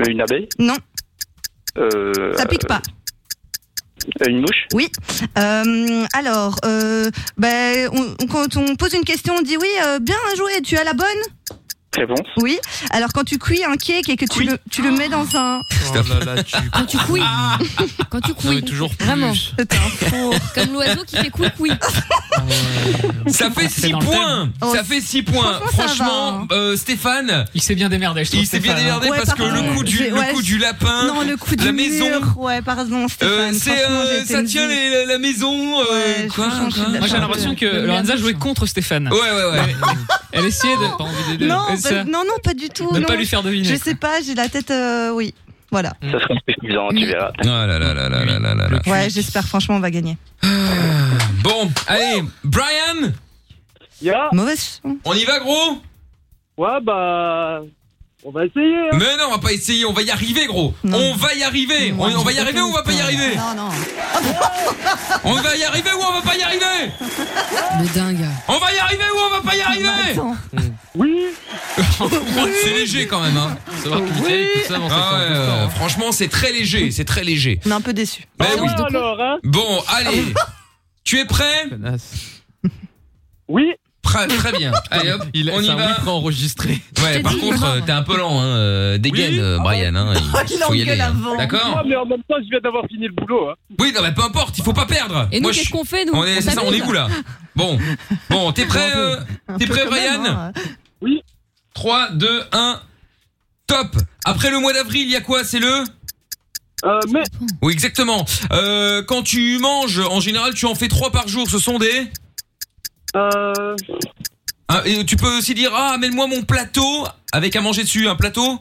Speaker 12: Une abeille.
Speaker 3: Non,
Speaker 12: Euh,
Speaker 3: ça pique pas.
Speaker 12: euh, Une mouche.
Speaker 3: Oui. Euh, alors, euh, ben, on- on- quand on pose une question, on dit oui, euh, bien joué, tu as la bonne.
Speaker 12: Réponse.
Speaker 3: Oui. Alors quand tu cuis un cake et que tu le, tu le mets dans un,
Speaker 13: Oh
Speaker 6: Quand tu couilles. Quand
Speaker 2: Ah,
Speaker 6: tu couilles. toujours Vraiment. Comme l'oiseau qui fait couille-couille.
Speaker 2: Ça fait 6
Speaker 5: le thème.
Speaker 2: points. Ça fait 6 points.
Speaker 5: Franchement, ça hein.
Speaker 2: Franchement, euh, Stéphane,
Speaker 5: Il s'est bien démerdé, je trouve.
Speaker 2: il s'est bien
Speaker 5: Stéphane, hein.
Speaker 2: démerdé parce que
Speaker 3: par
Speaker 2: le
Speaker 3: contre,
Speaker 2: coup du
Speaker 3: j'ai-
Speaker 2: le
Speaker 3: ouais,
Speaker 2: coup du lapin,
Speaker 3: non, le coup
Speaker 2: de
Speaker 3: du
Speaker 2: la maison.
Speaker 3: mur. Ouais, pardon,
Speaker 2: euh,
Speaker 3: Stéphane.
Speaker 2: c'est
Speaker 3: franchement, j'ai
Speaker 2: euh,
Speaker 3: été
Speaker 2: ça
Speaker 3: une
Speaker 2: tient
Speaker 3: bille.
Speaker 2: les- la, la maison euh,
Speaker 3: Ouais,
Speaker 2: quoi,
Speaker 3: franchement, je suis
Speaker 2: quoi
Speaker 5: Moi, j'ai l'impression que Lorenza jouait contre Stéphane.
Speaker 2: Ouais, ouais, ouais.
Speaker 5: Elle essayait de. Pas envie d'aider.
Speaker 3: Non,
Speaker 5: Elle
Speaker 3: pas-
Speaker 5: ça.
Speaker 3: non, non, pas du tout.
Speaker 5: Ne
Speaker 3: non.
Speaker 5: pas lui faire deviner,
Speaker 3: Je sais pas, j'ai la tête. euh, oui, voilà.
Speaker 12: Ça sera suffisant, tu verras.
Speaker 2: Ah là là là là là là là là.
Speaker 3: Ouais, j'espère, franchement, on va gagner.
Speaker 2: Bon, allez, Brian
Speaker 3: Mauvaise
Speaker 2: On y va gros
Speaker 11: Ouais bah on va essayer. hein.
Speaker 2: Mais non, on va pas essayer, on va y arriver gros On va y arriver on, on va y arriver ou on va pas y arriver
Speaker 3: Non, non.
Speaker 2: On va y arriver ou on va pas y arriver
Speaker 6: Le dingue.
Speaker 2: On va y arriver ou on va pas y arriver
Speaker 11: Oui
Speaker 2: C'est léger quand même hein
Speaker 4: Savoir que Mickaël écoute ça avant ses
Speaker 2: Ah ouais,
Speaker 4: cours tout le temps,
Speaker 2: euh,
Speaker 4: hein.
Speaker 2: Franchement c'est très léger, c'est très léger.
Speaker 3: On est un peu déçu.
Speaker 2: Mais
Speaker 11: Ah
Speaker 2: Bah oui.
Speaker 11: ouais, alors hein.
Speaker 2: Bon, allez Tu es prêt
Speaker 11: Oui.
Speaker 2: Très, très bien. Allez hop,
Speaker 4: Il a-
Speaker 2: on y
Speaker 4: c'est un oui
Speaker 2: va.
Speaker 4: enregistré.
Speaker 2: Ouais,
Speaker 11: t'ai
Speaker 2: par
Speaker 11: dit.
Speaker 2: contre, euh, t'es un peu lent, hein. euh, Dégaine,
Speaker 11: Oui.
Speaker 2: euh, Brian, hein. Il
Speaker 11: Il
Speaker 2: faut y aller.
Speaker 11: engueule
Speaker 2: hein.
Speaker 11: avant.
Speaker 2: D'accord
Speaker 11: Ouais, mais en même temps, je viens d'avoir fini le boulot. Hein.
Speaker 2: Oui, non, mais peu importe, il faut pas perdre.
Speaker 6: Et nous,
Speaker 2: Moi, je
Speaker 6: qu'est-ce
Speaker 2: suis-
Speaker 6: qu'on fait, nous
Speaker 2: on est, c'est ça, on est
Speaker 6: s'amuse.
Speaker 2: où là Bon, bon, t'es prêt, euh, t'es
Speaker 3: peu
Speaker 2: prêt,
Speaker 3: quand même,
Speaker 2: Brian
Speaker 3: hein.
Speaker 11: Oui.
Speaker 2: 3, 2, 1, top. Après le mois d'avril, il y a quoi C'est le
Speaker 11: Euh, mais
Speaker 2: Oui, exactement. Euh, quand tu manges, en général, tu en fais 3 par jour. Ce sont des
Speaker 11: euh,
Speaker 2: Ah, et Tu peux aussi dire ah, amène-moi mon plateau avec à manger dessus, un plateau.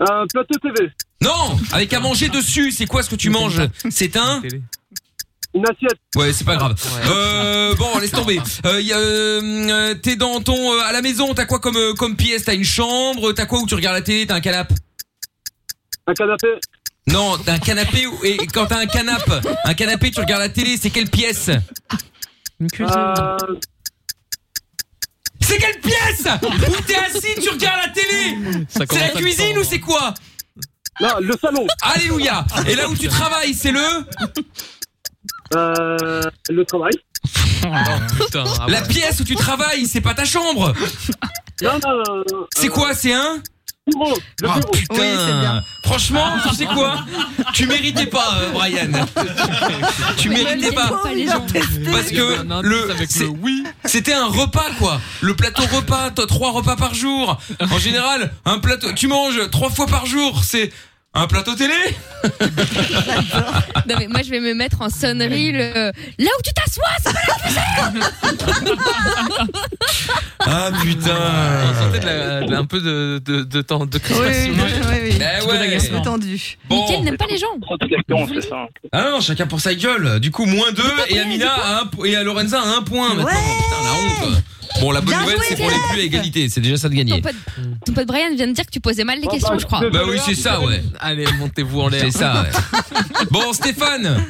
Speaker 11: un euh, plateau TV,
Speaker 2: Non, avec à manger dessus. C'est quoi ce que tu manges C'est un
Speaker 11: une assiette.
Speaker 2: Ouais, c'est pas grave. Euh, bon, laisse tomber. Euh, y a, euh, euh, t'es dans ton euh, à la maison. T'as quoi comme euh, comme pièce T'as une chambre. T'as quoi où tu regardes la télé T'as un canapé
Speaker 11: Un canapé.
Speaker 2: Non, t'as un canapé. où- Et quand t'as un canapé, un canapé, tu regardes la télé. C'est quelle pièce
Speaker 11: Euh,
Speaker 2: C'est quelle pièce Où t'es assis, tu regardes la télé
Speaker 4: Ça
Speaker 2: C'est
Speaker 4: commence
Speaker 2: la
Speaker 4: à me
Speaker 2: cuisine
Speaker 4: tendre.
Speaker 2: ou c'est quoi
Speaker 11: non, le salon.
Speaker 2: Alléluia. Et là où tu travailles, c'est le
Speaker 11: Euh, le travail.
Speaker 4: Putain, ah
Speaker 2: la
Speaker 4: ouais.
Speaker 2: pièce où tu travailles. C'est pas ta chambre.
Speaker 11: Non, non, non.
Speaker 2: C'est quoi C'est un
Speaker 11: Le bureau. Le
Speaker 2: Ah
Speaker 11: bureau.
Speaker 2: putain
Speaker 3: Oui, c'est bien.
Speaker 2: Franchement, tu sais quoi Tu méritais pas, euh, Brian. tu méritais
Speaker 6: Ils aiment
Speaker 2: pas.
Speaker 6: les gens.
Speaker 2: Parce
Speaker 4: Il y avait
Speaker 2: que
Speaker 4: un indice
Speaker 2: le,
Speaker 4: hein, avec
Speaker 2: c'est-
Speaker 4: le oui.
Speaker 2: c'était un repas quoi. Le plateau repas, t'as trois repas par jour. En général, un plateau, tu manges trois fois par jour. C'est Un plateau télé
Speaker 6: Non mais moi je vais me mettre en sonnerie le- là où tu t'assois, c'est pas la cuisine.
Speaker 2: Ah putain
Speaker 4: Ça fait de la- de la- un peu de, de, de temps de crispation.
Speaker 2: Bah ouais.
Speaker 3: tendu.
Speaker 6: Mickaël n'aime pas les gens.
Speaker 2: Ah non, chacun pour sa gueule. Du coup, moins 2 et Amina à un po- et à Lorenza à un point maintenant. Putain, la honte. Bon, la bonne
Speaker 6: Bien
Speaker 2: nouvelle,
Speaker 6: joué,
Speaker 2: c'est qu'on est plus à égalité. C'est déjà ça de
Speaker 6: Ton
Speaker 2: gagner.
Speaker 6: pote, ton pote Brian vient de dire que tu posais mal les questions, je crois.
Speaker 2: Bah oui, c'est ça, ouais. Allez, montez-vous en l'air. C'est ça, ouais. Bon, Stéphane.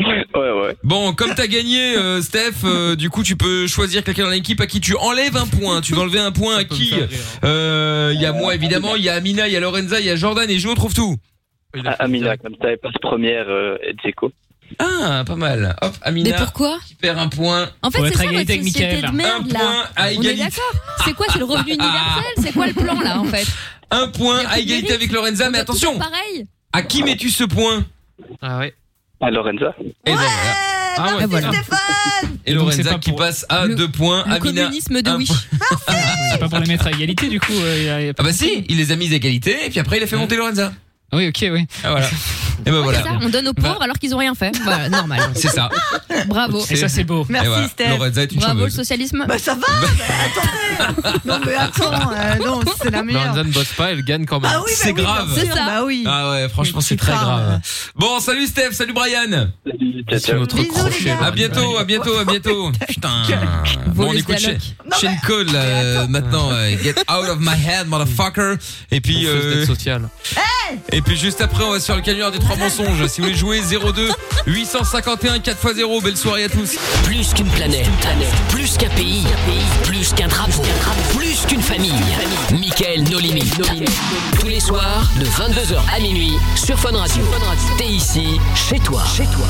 Speaker 2: Ouais, ouais. Bon, comme t'as gagné, euh, Steph, euh, du coup, tu peux choisir quelqu'un dans l'équipe à qui tu enlèves un point. Tu vas enlever un point à qui Euh, Il y a moi, évidemment, il y a Amina, il y a Lorenza, il y a Jordan et Jo trouve tout.
Speaker 12: Ah, Amina, comme ça, elle passe première euh, et Dzeko.
Speaker 2: Ah, pas mal. Hop, Amina.
Speaker 6: Mais pourquoi
Speaker 2: Qui perd un point.
Speaker 6: En fait, c'est ça votre société de merde
Speaker 2: Un point
Speaker 6: là.
Speaker 2: à
Speaker 6: On est
Speaker 2: égalité. Ah.
Speaker 6: d'accord. C'est quoi, c'est le revenu universel C'est quoi le plan là en fait
Speaker 2: Un point à égalité avec Lorenza, mais attention.
Speaker 6: Pareil.
Speaker 2: À qui mets-tu ce point Ah ouais. À Lorenza. Et, voilà. Ah ouais, voilà. Et Lorenza qui passe à deux points.
Speaker 5: le
Speaker 2: Amina,
Speaker 5: communisme de
Speaker 2: un
Speaker 5: Wish.
Speaker 2: point.
Speaker 5: C'est pas pour les mettre à égalité du coup. euh, y a- y a pas
Speaker 2: Ah bah
Speaker 5: de-
Speaker 2: si, il les a mis à égalité et puis après il a fait monter Lorenza.
Speaker 5: Oui, ok, oui.
Speaker 2: Ah voilà. Et ben
Speaker 6: C'est
Speaker 2: voilà.
Speaker 6: ça, on donne aux pauvres alors qu'ils ont rien fait. Voilà, normal.
Speaker 2: C'est ça.
Speaker 6: Bravo.
Speaker 2: Et ça, c'est beau. Merci, Et voilà, Steph. Lorenza est une
Speaker 6: Bravo
Speaker 2: chômeuse.
Speaker 6: le socialisme.
Speaker 3: Bah ça va. Non mais attends, euh, non, c'est la meilleure.
Speaker 4: Lorenza ne bosse pas, elle gagne quand même.
Speaker 3: Ah oui, bah
Speaker 2: C'est
Speaker 3: oui, bien
Speaker 2: grave.
Speaker 3: sûr, Bah oui.
Speaker 2: Ah ouais, franchement, c'est très grave. Bon, salut Steph, salut Brian.
Speaker 4: ciao. notre Bisous, crochet, les gars.
Speaker 2: À bientôt, à bientôt, à bientôt. Putain. Bon, on
Speaker 4: Voleuse
Speaker 2: écoute
Speaker 4: d'alloc.
Speaker 2: Shane- Shane Cole euh, maintenant. euh, Get out of my head, motherfucker. Et puis. euh, Et puis juste après, on va se faire le canular des trois mensonges. Si vous voulez jouer, 02 851 4x0. Belle soirée à tous.
Speaker 1: Plus qu'une planète, plus qu'un pays, plus qu'un drapeau, plus qu'une famille. Michael No Limites. Tous les soirs, de 22h à minuit, sur Fun Radio. T'es ici, chez toi. Chez toi.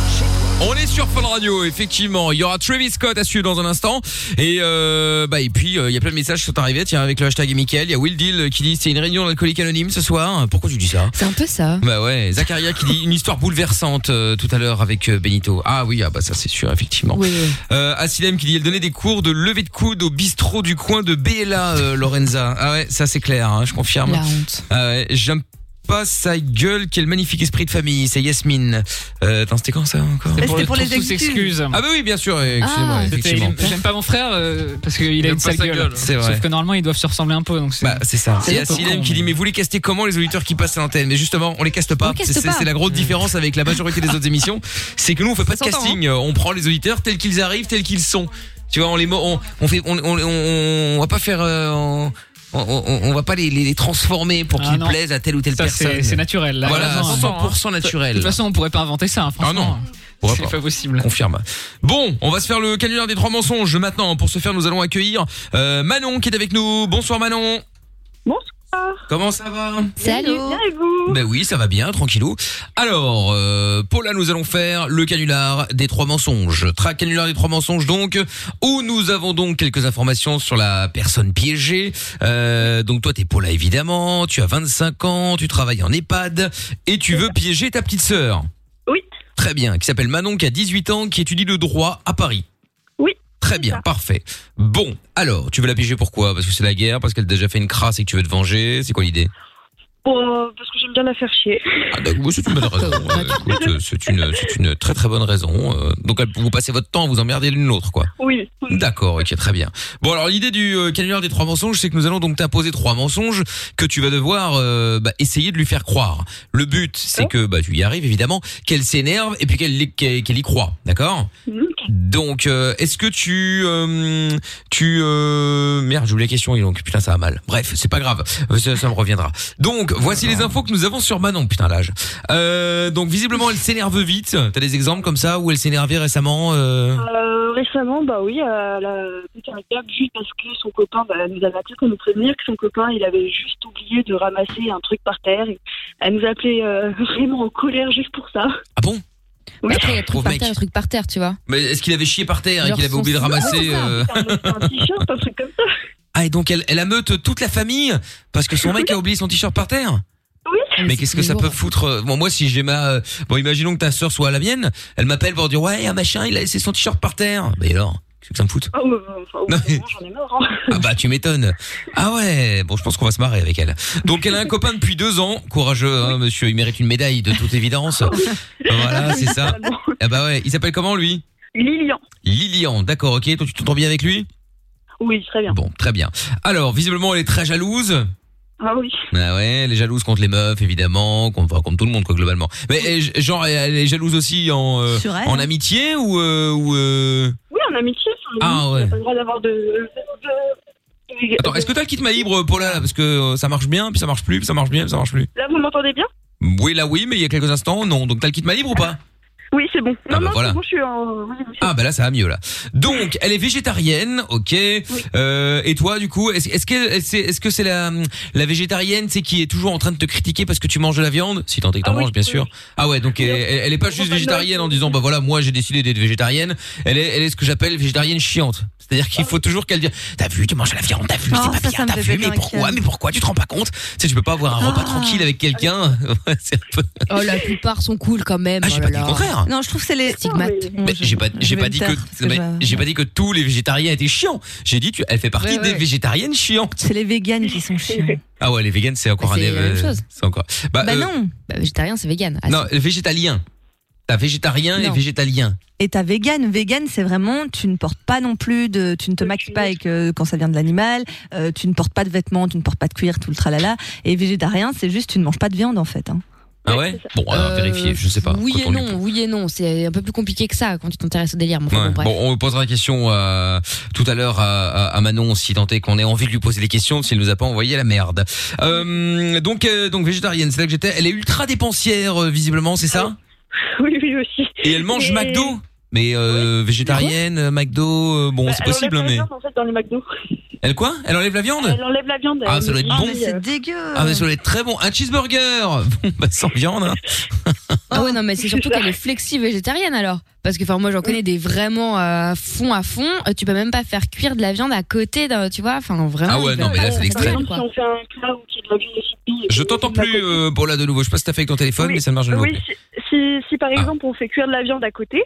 Speaker 2: On est sur Fun Radio, effectivement. Il y aura Travis Scott à suivre dans un instant. Et euh, bah et puis euh, il y a plein de messages qui sont arrivés. Tiens, avec le hashtag et Mickaël. Il y a Will Deal qui dit c'est une réunion d'alcooliques anonymes ce soir. Pourquoi tu dis ça
Speaker 6: C'est un peu ça.
Speaker 2: Bah ouais. Zacharia qui dit une histoire bouleversante euh, tout à l'heure avec euh, Benito. Ah oui, ah bah ça c'est sûr effectivement. Euh, Asilem qui dit elle donnait des cours de levée de coude au bistrot du coin de Béla euh, Lorenza. Ah ouais, ça c'est clair, hein, je confirme.
Speaker 6: La honte.
Speaker 2: Ah ouais, j'aime pas sa gueule, quel magnifique esprit de famille, c'est Yasmine. Euh, attends, c'était quand ça encore
Speaker 5: C'était pour C'était le pour les tour sous excuses. excuses.
Speaker 2: Ah bah oui, bien sûr, excusez-moi,
Speaker 5: Ah.
Speaker 2: effectivement.
Speaker 5: C'était- J'aime pas mon frère euh, parce qu'il a
Speaker 2: J'aime
Speaker 5: une
Speaker 2: pas
Speaker 5: sale
Speaker 2: sa
Speaker 5: gueule.
Speaker 2: gueule. hein. C'est vrai.
Speaker 5: Sauf que normalement ils doivent se ressembler un peu. Donc bah
Speaker 2: c'est ça. Il y a Ah. Silem
Speaker 5: Silem
Speaker 2: qui dit mais vous les castez comment les auditeurs qui passent à l'antenne Mais justement, on les caste pas.
Speaker 5: On caste
Speaker 2: C'est- C'est
Speaker 5: pas.
Speaker 2: c'est la grosse différence avec la majorité des autres émissions, c'est que nous on fait pas de
Speaker 5: Ça s'entend, hein.
Speaker 2: casting, on prend les auditeurs tels qu'ils arrivent, tels qu'ils sont. Tu vois, on les mo- on on fait on on, on- on va pas faire euh, on, on- on- on va pas les, les- les transformer pour
Speaker 5: Ah
Speaker 2: qu'ils
Speaker 5: non.
Speaker 2: plaisent à telle ou telle
Speaker 5: Ça, c'est-
Speaker 2: personne.
Speaker 5: c'est naturel, là,
Speaker 2: voilà,
Speaker 5: vraiment, hein.
Speaker 2: 100% naturel.
Speaker 5: De toute façon on pourrait pas inventer ça. hein,
Speaker 4: Ah
Speaker 5: franchement.
Speaker 2: C'est pas
Speaker 5: possible.
Speaker 2: Confirme. Bon, on va se faire le canular des trois mensonges maintenant. Pour ce faire, nous allons accueillir euh, Manon qui est avec nous. Bonsoir Manon. Bonsoir. Comment ça va
Speaker 13: Bien et vous
Speaker 2: Ben oui, ça va bien, tranquillou. Alors, euh, pour là, nous allons faire le canular des trois mensonges. Trac canular des trois mensonges, donc, où nous avons donc quelques informations sur la personne piégée. Euh, donc, toi, t'es Paula, évidemment. Tu as 25 ans, tu travailles en EHPAD et tu veux piéger ta petite sœur.
Speaker 13: Oui.
Speaker 2: Très bien, qui s'appelle Manon, qui a 18 ans, qui étudie le droit à Paris.
Speaker 13: Oui.
Speaker 2: Très bien, parfait. Bon, alors, tu veux la piéger pourquoi Parce que c'est la guerre, parce qu'elle t'a déjà fait une crasse et que tu veux te venger C'est quoi l'idée
Speaker 13: Oh, parce que j'aime bien la faire chier.
Speaker 2: Ah, d'accord, oui, c'est une bonne raison. Euh, écoute, euh, c'est une, c'est une très très bonne raison. Euh, Donc elle- vous passez votre temps, à vous emmerdez l'une l'autre, quoi.
Speaker 13: Oui.
Speaker 2: D'accord, ok, très bien. Bon, alors l'idée du euh, canular des trois mensonges, c'est que nous allons donc t'imposer trois mensonges que tu vas devoir euh, bah, essayer de lui faire croire. Le but, c'est que bah, tu y arrives évidemment, qu'elle s'énerve et puis qu'elle l'y- qu'elle qu'elle y croit, d'accord Donc, euh, est-ce que tu, euh, tu, euh, merde, j'ai oublié la question, et donc putain, ça va mal. Bref, c'est pas grave, Euh, ça, ça me reviendra. Donc, voici les infos que nous avons sur Manon, putain l'âge. Euh, donc, visiblement, elle s'énerve vite. T'as des exemples comme ça où elle s'est énervée récemment euh...
Speaker 13: Euh, récemment, bah oui, euh, elle a pété un câble juste parce que son copain, bah, elle nous avait appelé pour nous prévenir que son copain, il avait juste oublié de ramasser un truc par terre. Et elle nous appelait euh, vraiment en colère juste pour ça.
Speaker 2: Ah bon
Speaker 13: Oui.
Speaker 6: Après, il y a le truc
Speaker 2: Pauvre
Speaker 6: par
Speaker 2: mec.
Speaker 6: terre, le truc par terre, tu vois.
Speaker 2: Mais est-ce qu'il avait chié par terre et
Speaker 6: Genre
Speaker 2: qu'il avait
Speaker 6: son-
Speaker 2: oublié de
Speaker 6: Ouais,
Speaker 2: ramasser
Speaker 6: c'est ça.
Speaker 2: euh, Ah et donc elle, elle ameute toute la famille parce que son mec a oublié son t-shirt par terre mais qu'est-ce que ça peut foutre euh, Bon, moi, si j'ai ma, euh, bon, imaginons que ta sœur soit à la mienne, elle m'appelle pour dire ouais, un machin, il a laissé son t-shirt par terre. Mais alors, C'est que ça me fout.
Speaker 13: Ah, ouais, ouais,
Speaker 6: Oh,
Speaker 13: enfin, au bout
Speaker 2: Non,
Speaker 13: d'un
Speaker 2: mais-
Speaker 13: moment, j'en ai marre. hein.
Speaker 2: Ah bah tu m'étonnes. Ah ouais, bon je pense qu'on va se marrer avec elle. Donc elle a un copain depuis deux ans, courageux hein, monsieur, il mérite une médaille de toute évidence.
Speaker 6: Ah
Speaker 2: voilà, c'est ça. Ah bah ouais, il s'appelle comment lui
Speaker 13: Lilian.
Speaker 2: Lilian, d'accord, ok, toi tu t'entends bien avec lui
Speaker 13: Oui, très bien.
Speaker 2: Bon, très bien. Alors visiblement elle est très jalouse.
Speaker 13: Ah oui.
Speaker 2: Ah ouais, elle est jalouse contre les meufs évidemment, contre, enfin, contre tout le monde quoi globalement. Mais eh, genre elle est jalouse aussi en, euh,
Speaker 13: Sur elle
Speaker 2: en amitié ou... euh, ou euh,
Speaker 13: Oui, en amitié, sur le
Speaker 2: Ah,
Speaker 13: limite,
Speaker 2: ouais.
Speaker 13: t'as pas le droit d'avoir de. de- de-
Speaker 2: Attends, est-ce que t'as le kit ma libre Paula là, parce que euh, ça marche bien, puis ça marche plus, puis ça marche bien, puis ça marche plus.
Speaker 13: Là, vous m'entendez bien
Speaker 2: Oui, là oui, mais il y a quelques instants, non. Donc t'as le kit ma libre ou pas
Speaker 13: Oui, c'est bon. Non,
Speaker 2: bah
Speaker 13: non,
Speaker 2: voilà.
Speaker 13: c'est bon, je suis en. oui,
Speaker 2: Ah bah là ça va mieux là. Donc elle est végétarienne, ok. Euh, et toi du coup, est-ce est-ce que c'est est-ce que c'est la la végétarienne, c'est qui est toujours en train de te critiquer parce que tu manges de la viande, si tant est que t'en
Speaker 14: Ah oui,
Speaker 2: manges bien
Speaker 14: oui,
Speaker 2: sûr. Ah ouais, donc elle, elle- elle est pas juste végétarienne en disant bah voilà moi j'ai décidé d'être végétarienne. Elle est elle est ce que j'appelle végétarienne chiante. C'est-à-dire qu'il faut toujours qu'elle dise t'as vu tu manges de la viande, t'as vu
Speaker 13: Oh,
Speaker 2: c'est pas
Speaker 13: ça,
Speaker 2: bien,
Speaker 13: ça me
Speaker 2: t'as
Speaker 13: fait
Speaker 2: vu
Speaker 13: bien
Speaker 2: mais
Speaker 13: avec
Speaker 2: pourquoi
Speaker 13: elle.
Speaker 2: mais pourquoi tu te rends pas compte Tu sais tu peux pas avoir un repas tranquille avec quelqu'un. c'est un peu.
Speaker 6: Oh, la plupart sont cool quand même.
Speaker 2: Ah, j'ai pas dit le contraire.
Speaker 6: Non, je trouve que c'est les stigmates.
Speaker 2: Mais j'ai pas, j'ai pas dit que, non, mais j'ai pas dit que tous les végétariens étaient chiants. J'ai dit tu, elle fait partie
Speaker 3: Ouais, ouais.
Speaker 2: des végétariennes chiantes.
Speaker 3: C'est les véganes qui sont chiants.
Speaker 2: Ah ouais, les véganes c'est encore
Speaker 6: Bah,
Speaker 2: un
Speaker 6: c'est
Speaker 2: des-
Speaker 6: la même chose.
Speaker 2: C'est encore.
Speaker 6: Bah,
Speaker 2: euh,
Speaker 6: non. Bah, végétarien, c'est vegan. Ah,
Speaker 2: Non, végétalien. T'as végétarien et
Speaker 3: Non.
Speaker 2: végétalien.
Speaker 3: Et ta vegan, vegan, c'est vraiment tu ne portes pas non plus de, tu ne te maquilles pas avec euh, quand ça vient de l'animal, euh, tu ne portes pas de vêtements, tu ne portes pas de cuir, tout le tralala. Et végétarien, c'est juste tu ne manges pas de viande en fait. hein.
Speaker 2: Ah ouais. Bon, à vérifier, je sais pas.
Speaker 6: Euh, Oui
Speaker 2: Quand
Speaker 6: et
Speaker 2: on lui-
Speaker 6: non, oui et non. C'est un peu plus compliqué que ça quand tu t'intéresses au délire. mais enfin,
Speaker 2: Ouais.
Speaker 6: bon, bref.
Speaker 2: Bon, on posera la question euh, tout à l'heure à, à- à Manon si tant est qu'on ait envie de lui poser des questions, s'il nous a pas envoyé la merde. Euh, donc, euh, donc végétarienne, c'est là que j'étais. Elle est ultra dépensière euh, visiblement, c'est ça
Speaker 13: Oui, oui, aussi.
Speaker 2: Et elle mange
Speaker 13: Mais-
Speaker 2: McDo Mais euh, végétarienne, euh, McDo, euh, bon,
Speaker 13: Bah,
Speaker 2: c'est
Speaker 13: elle
Speaker 2: possible,
Speaker 13: enlève la
Speaker 2: mais.
Speaker 13: viande, en fait, dans les McDo.
Speaker 2: Elle quoi Elle enlève la viande
Speaker 13: Elle enlève la viande.
Speaker 2: Ah,
Speaker 13: elle
Speaker 2: ça doit
Speaker 13: dit,
Speaker 2: être bon.
Speaker 13: mais, euh,
Speaker 3: C'est dégueu.
Speaker 2: Ah, mais ça doit être très bon. Un cheeseburger Bon, bah, sans viande, hein.
Speaker 6: Ah
Speaker 13: Hein
Speaker 6: ouais, non, mais c'est surtout qu'elle est flexi végétarienne alors. Parce que, enfin, moi, j'en connais des vraiment euh, à fond à fond. Euh, Tu peux même pas faire cuire de la viande à côté, d'un- tu vois. Enfin, vraiment.
Speaker 2: Ah ouais,
Speaker 6: ils
Speaker 2: non, mais là,
Speaker 6: veulent-
Speaker 2: c'est
Speaker 6: ils veulent
Speaker 2: l'extrême.
Speaker 6: quoi.
Speaker 13: Si on fait un plat où il y a de la viande aussi,
Speaker 2: Je t'entends plus, euh, Paula, de nouveau. Je sais pas si t'as fait avec ton téléphone, mais ça marche de nouveau.
Speaker 13: Oui, si, si, si,
Speaker 2: Ah.
Speaker 13: par exemple on fait cuire de la viande à côté,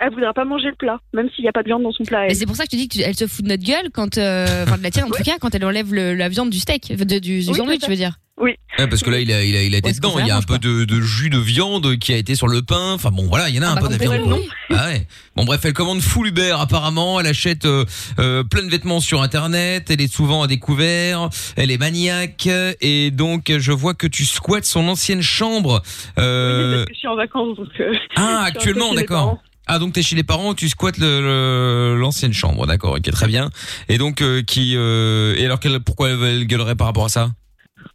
Speaker 13: elle voudra pas manger le plat, même s'il n'y a pas de viande dans son plat.
Speaker 6: Mais c'est pour ça que je te dis qu'elle se fout de notre gueule quand, euh, enfin de la tienne en tout cas, quand elle enlève le- la viande du steak, de- du, du
Speaker 13: Oui,
Speaker 6: sandwich,
Speaker 13: tout à
Speaker 6: je veux dire.
Speaker 13: Oui.
Speaker 2: Ouais, parce que là, il a, il a, il a été
Speaker 6: Ouais, c'est
Speaker 2: dedans.
Speaker 6: qu'on
Speaker 2: Il y a un
Speaker 6: mange
Speaker 2: peu de, de jus de viande qui a été sur le pain. Enfin bon, voilà, il y en a
Speaker 6: Ah,
Speaker 2: un
Speaker 6: bah,
Speaker 2: peu de la viande.
Speaker 6: complètement,
Speaker 2: quoi. Ah ouais. Bon, bref, elle commande full Uber apparemment. Elle achète euh, euh, plein de vêtements sur Internet. Elle est souvent à découvert. Elle est maniaque. Et donc, je vois que tu squattes son ancienne chambre. Euh,
Speaker 13: Je suis en vacances donc. euh, je
Speaker 2: Ah,
Speaker 13: suis un peu
Speaker 2: actuellement,
Speaker 13: chez mes
Speaker 2: d'accord.
Speaker 13: parents.
Speaker 2: Ah, donc t'es chez les parents, tu squattes le- le- l'ancienne chambre, d'accord, ok, très bien. Et donc, euh, qui, euh, et alors, quelle- pourquoi elle, elle gueulerait par rapport à ça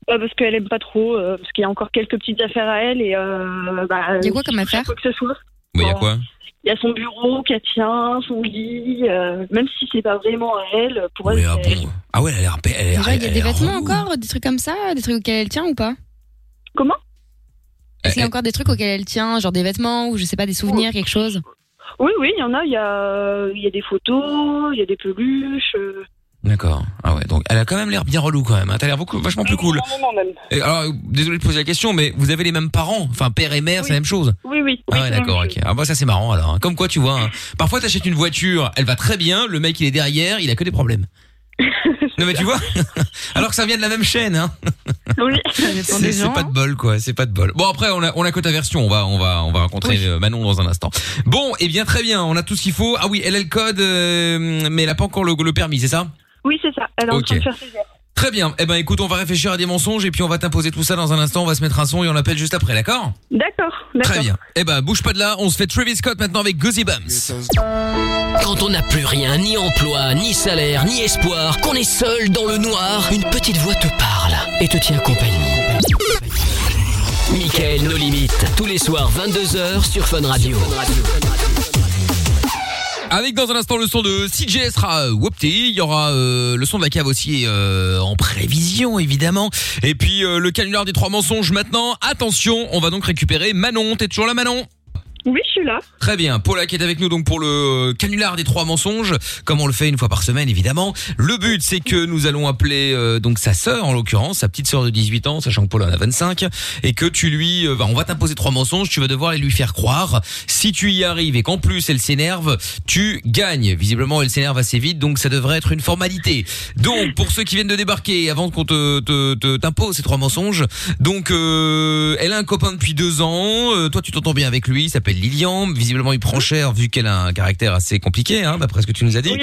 Speaker 13: Ouais, parce qu'elle aime pas trop, euh, parce qu'il y a encore quelques petites affaires à elle et. Euh, bah,
Speaker 6: Il y a quoi comme
Speaker 13: si je fais
Speaker 6: affaire
Speaker 13: quoi que ce soit.
Speaker 2: Bah,
Speaker 13: Oh.
Speaker 2: y a quoi
Speaker 13: Il y a son bureau qu'elle tient, son lit, euh, même si c'est pas vraiment à elle, Euh, pour elle.
Speaker 2: ah, bon. Ah ouais, elle a l'air, elle a l'air-
Speaker 6: Déjà, il y a
Speaker 2: elle a
Speaker 6: des
Speaker 2: l'air
Speaker 6: vêtements
Speaker 2: relou.
Speaker 6: encore, des trucs comme ça, des trucs auxquels elle tient ou pas
Speaker 13: Comment
Speaker 6: Est-ce
Speaker 2: Eh,
Speaker 6: qu'il y a encore des trucs auxquels elle tient, genre des vêtements ou je sais pas, des
Speaker 13: Oh.
Speaker 6: souvenirs, quelque chose
Speaker 13: Oui, oui, il y en a. Il y a, il y a des photos, il y a des peluches. euh,
Speaker 2: D'accord. Ah ouais, donc elle a quand même l'air bien relou quand même. hein. T'as l'air beaucoup, vachement plus cool.
Speaker 13: non, même.
Speaker 2: Et alors, désolé de poser la question, mais vous avez les mêmes parents, enfin père et mère, c'est la même chose.
Speaker 13: Oui, oui.
Speaker 2: Ah ouais, d'accord, ok. Ah bah ça c'est marrant alors. hein. Comme quoi, tu vois, hein. parfois t'achètes une voiture, elle va très bien, le mec il est derrière, il a que des problèmes. non mais tu vois, alors que ça vient de la même chaîne. Hein. C'est c'est
Speaker 13: hein.
Speaker 2: pas de bol quoi, c'est pas de bol. Bon après on a on a que ta version, on va on va on va rencontrer euh, Manon dans un instant. Bon et bien très bien, on a tout ce qu'il faut. Ah oui, elle a le code, euh, mais elle a pas encore le, le permis, c'est ça
Speaker 13: Oui, c'est ça. Elle est en
Speaker 2: Ok.
Speaker 13: train de faire ses heures.
Speaker 2: Très bien. Eh ben écoute, on va réfléchir à des mensonges et puis on va t'imposer tout ça dans un instant. On va se mettre un son et on appelle juste après, d'accord
Speaker 13: D'accord.
Speaker 2: Très bien. Eh ben bouge pas de là. On se fait Travis Scott maintenant avec Guzzy Bumps.
Speaker 1: Quand on n'a plus rien, ni emploi, ni salaire, ni espoir, qu'on est seul dans le noir, une petite voix te parle et te tient compagnie. Michael, nos limites, tous les soirs 22h sur Fun Radio.
Speaker 2: Avec dans un instant le son de CJ sera euh, Whoopty. Il y aura euh, le son de la cave aussi euh, en prévision évidemment. Et puis euh, le canular des trois mensonges maintenant. Attention, on va donc récupérer Manon. T'es toujours là Manon
Speaker 13: Oui, je suis là.
Speaker 2: Très bien. Paula qui est avec nous donc pour le euh, canular des trois mensonges, comme on le fait une fois par semaine évidemment. Le but c'est que nous allons appeler euh, donc sa sœur en l'occurrence, sa petite sœur de 18 ans, sachant que Paula en a 25 et que tu lui euh, bah, on va t'imposer trois mensonges, tu vas devoir les lui faire croire. Si tu y arrives et qu'en plus elle s'énerve, tu gagnes. Visiblement elle s'énerve assez vite donc ça devrait être une formalité. Donc pour ceux qui viennent de débarquer avant qu'on te te- te- t'impose ces trois mensonges, donc euh, elle a un copain depuis deux ans, euh, toi tu t'entends bien avec lui, il s'appelle Lilian, visiblement il prend cher vu qu'elle a un caractère assez compliqué, hein, d'après ce que tu nous as dit.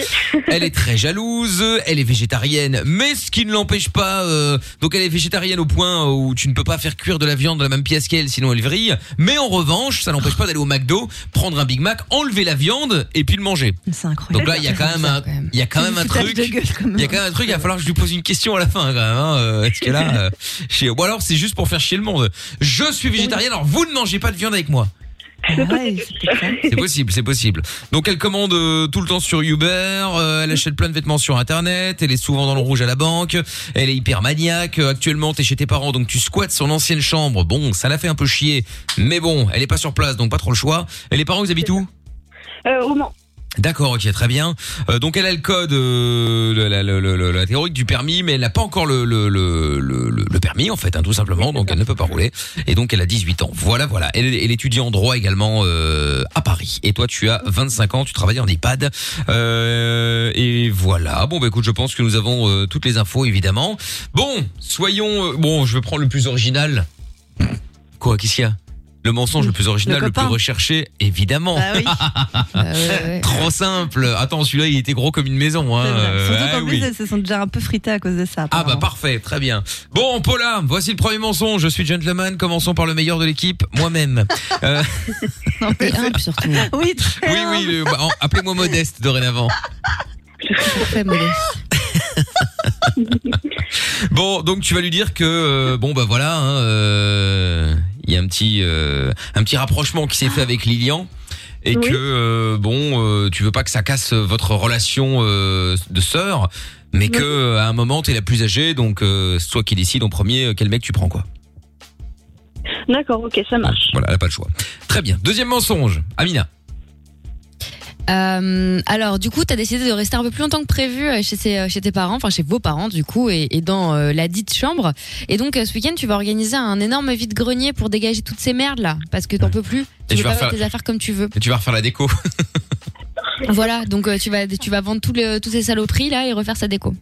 Speaker 2: elle est très jalouse, elle est végétarienne, mais ce qui ne l'empêche pas, euh, donc elle est végétarienne au point où tu ne peux pas faire cuire de la viande dans la même pièce qu'elle, sinon elle vrille. Mais en revanche, ça n'empêche pas d'aller au McDo, prendre un Big Mac, enlever la viande et puis le manger.
Speaker 3: C'est incroyable.
Speaker 2: Donc là, il y a quand même un, il y a quand même un
Speaker 3: Foutage
Speaker 2: truc.
Speaker 3: de gueule, quand même.
Speaker 2: Il y a quand même un truc, il va falloir que je lui pose une question à la fin, quand même. hein, euh, Est-ce que là, euh, chez... ou alors c'est juste pour faire chier le monde. Je suis végétarien, alors vous ne mangez pas de viande avec moi.
Speaker 3: Ah
Speaker 2: C'est possible, c'est possible. Donc elle commande euh, tout le temps sur Uber, euh, elle achète plein de vêtements sur Internet, elle est souvent dans le rouge à la banque, elle est hyper maniaque. euh, Actuellement, t'es chez tes parents, donc tu squattes son ancienne chambre. Bon, ça l'a fait un peu chier, mais bon, elle est pas sur place, donc pas trop le choix. Et les parents, ils habitent où
Speaker 13: Euh, au Mans.
Speaker 2: D'accord, ok, très bien. Euh, donc elle a le code, euh, le- la, le- le- le- la théorique du permis, mais elle n'a pas encore le, le, le, le, le permis en fait, hein, tout simplement. Donc elle ne peut pas rouler. Et donc elle a 18 ans. Voilà, voilà. Elle, elle étudie en droit également euh, à Paris. Et toi, tu as 25 ans, tu travailles en EHPAD. Euh, et voilà. Bon, bah écoute, je pense que nous avons euh, toutes les infos évidemment. Bon, soyons. euh, bon, je vais prendre le plus original. Quoi, qu'est-ce qu'il y a Le mensonge le plus original, le, plus
Speaker 14: copain.
Speaker 2: recherché, évidemment.
Speaker 14: Bah oui. Euh,
Speaker 2: Trop simple. Attends, celui-là, il était gros comme une maison. Hein.
Speaker 3: Surtout
Speaker 2: Euh, ah
Speaker 3: qu'en plus,
Speaker 2: oui.
Speaker 3: elles se sont déjà un peu fritées à cause de ça.
Speaker 2: Ah bah parfait, très bien. Bon, Paula, voici le premier mensonge. Je suis gentleman. Commençons par le meilleur de l'équipe, moi-même. Euh,
Speaker 6: surtout.
Speaker 3: Oui,
Speaker 2: oui, oui. le- bah, en- Appelez-moi modeste dorénavant. Bon, donc tu vas lui dire que euh, bon bah voilà, hein, euh, il y a un petit euh, un petit rapprochement qui s'est fait avec Lilian et que euh, bon euh, tu veux pas que ça casse votre relation euh, de sœur, mais que euh, à un moment t'es la plus âgée, donc euh, c'est toi qui décide en premier euh, quel mec tu prends quoi.
Speaker 13: D'accord, ok, ça marche.
Speaker 2: Voilà, elle a pas le choix. Très bien. Deuxième mensonge, Amina.
Speaker 6: Euh, alors, du coup, t'as décidé de rester un peu plus longtemps que prévu euh, chez, ses- euh, chez tes parents, enfin chez vos parents, du coup, et, et dans euh, la dite chambre. Et donc, euh, ce week-end, tu vas organiser un énorme vide-grenier pour dégager toutes ces merdes là, parce que t'en peux plus. Tu
Speaker 2: Et
Speaker 6: veux
Speaker 2: tu vas
Speaker 6: pas
Speaker 2: refaire-
Speaker 6: mettre tes affaires comme tu veux.
Speaker 2: Et tu vas refaire la déco.
Speaker 6: Voilà, donc euh, tu vas tu vas vendre tout le, toutes ces saloperies là et refaire sa déco.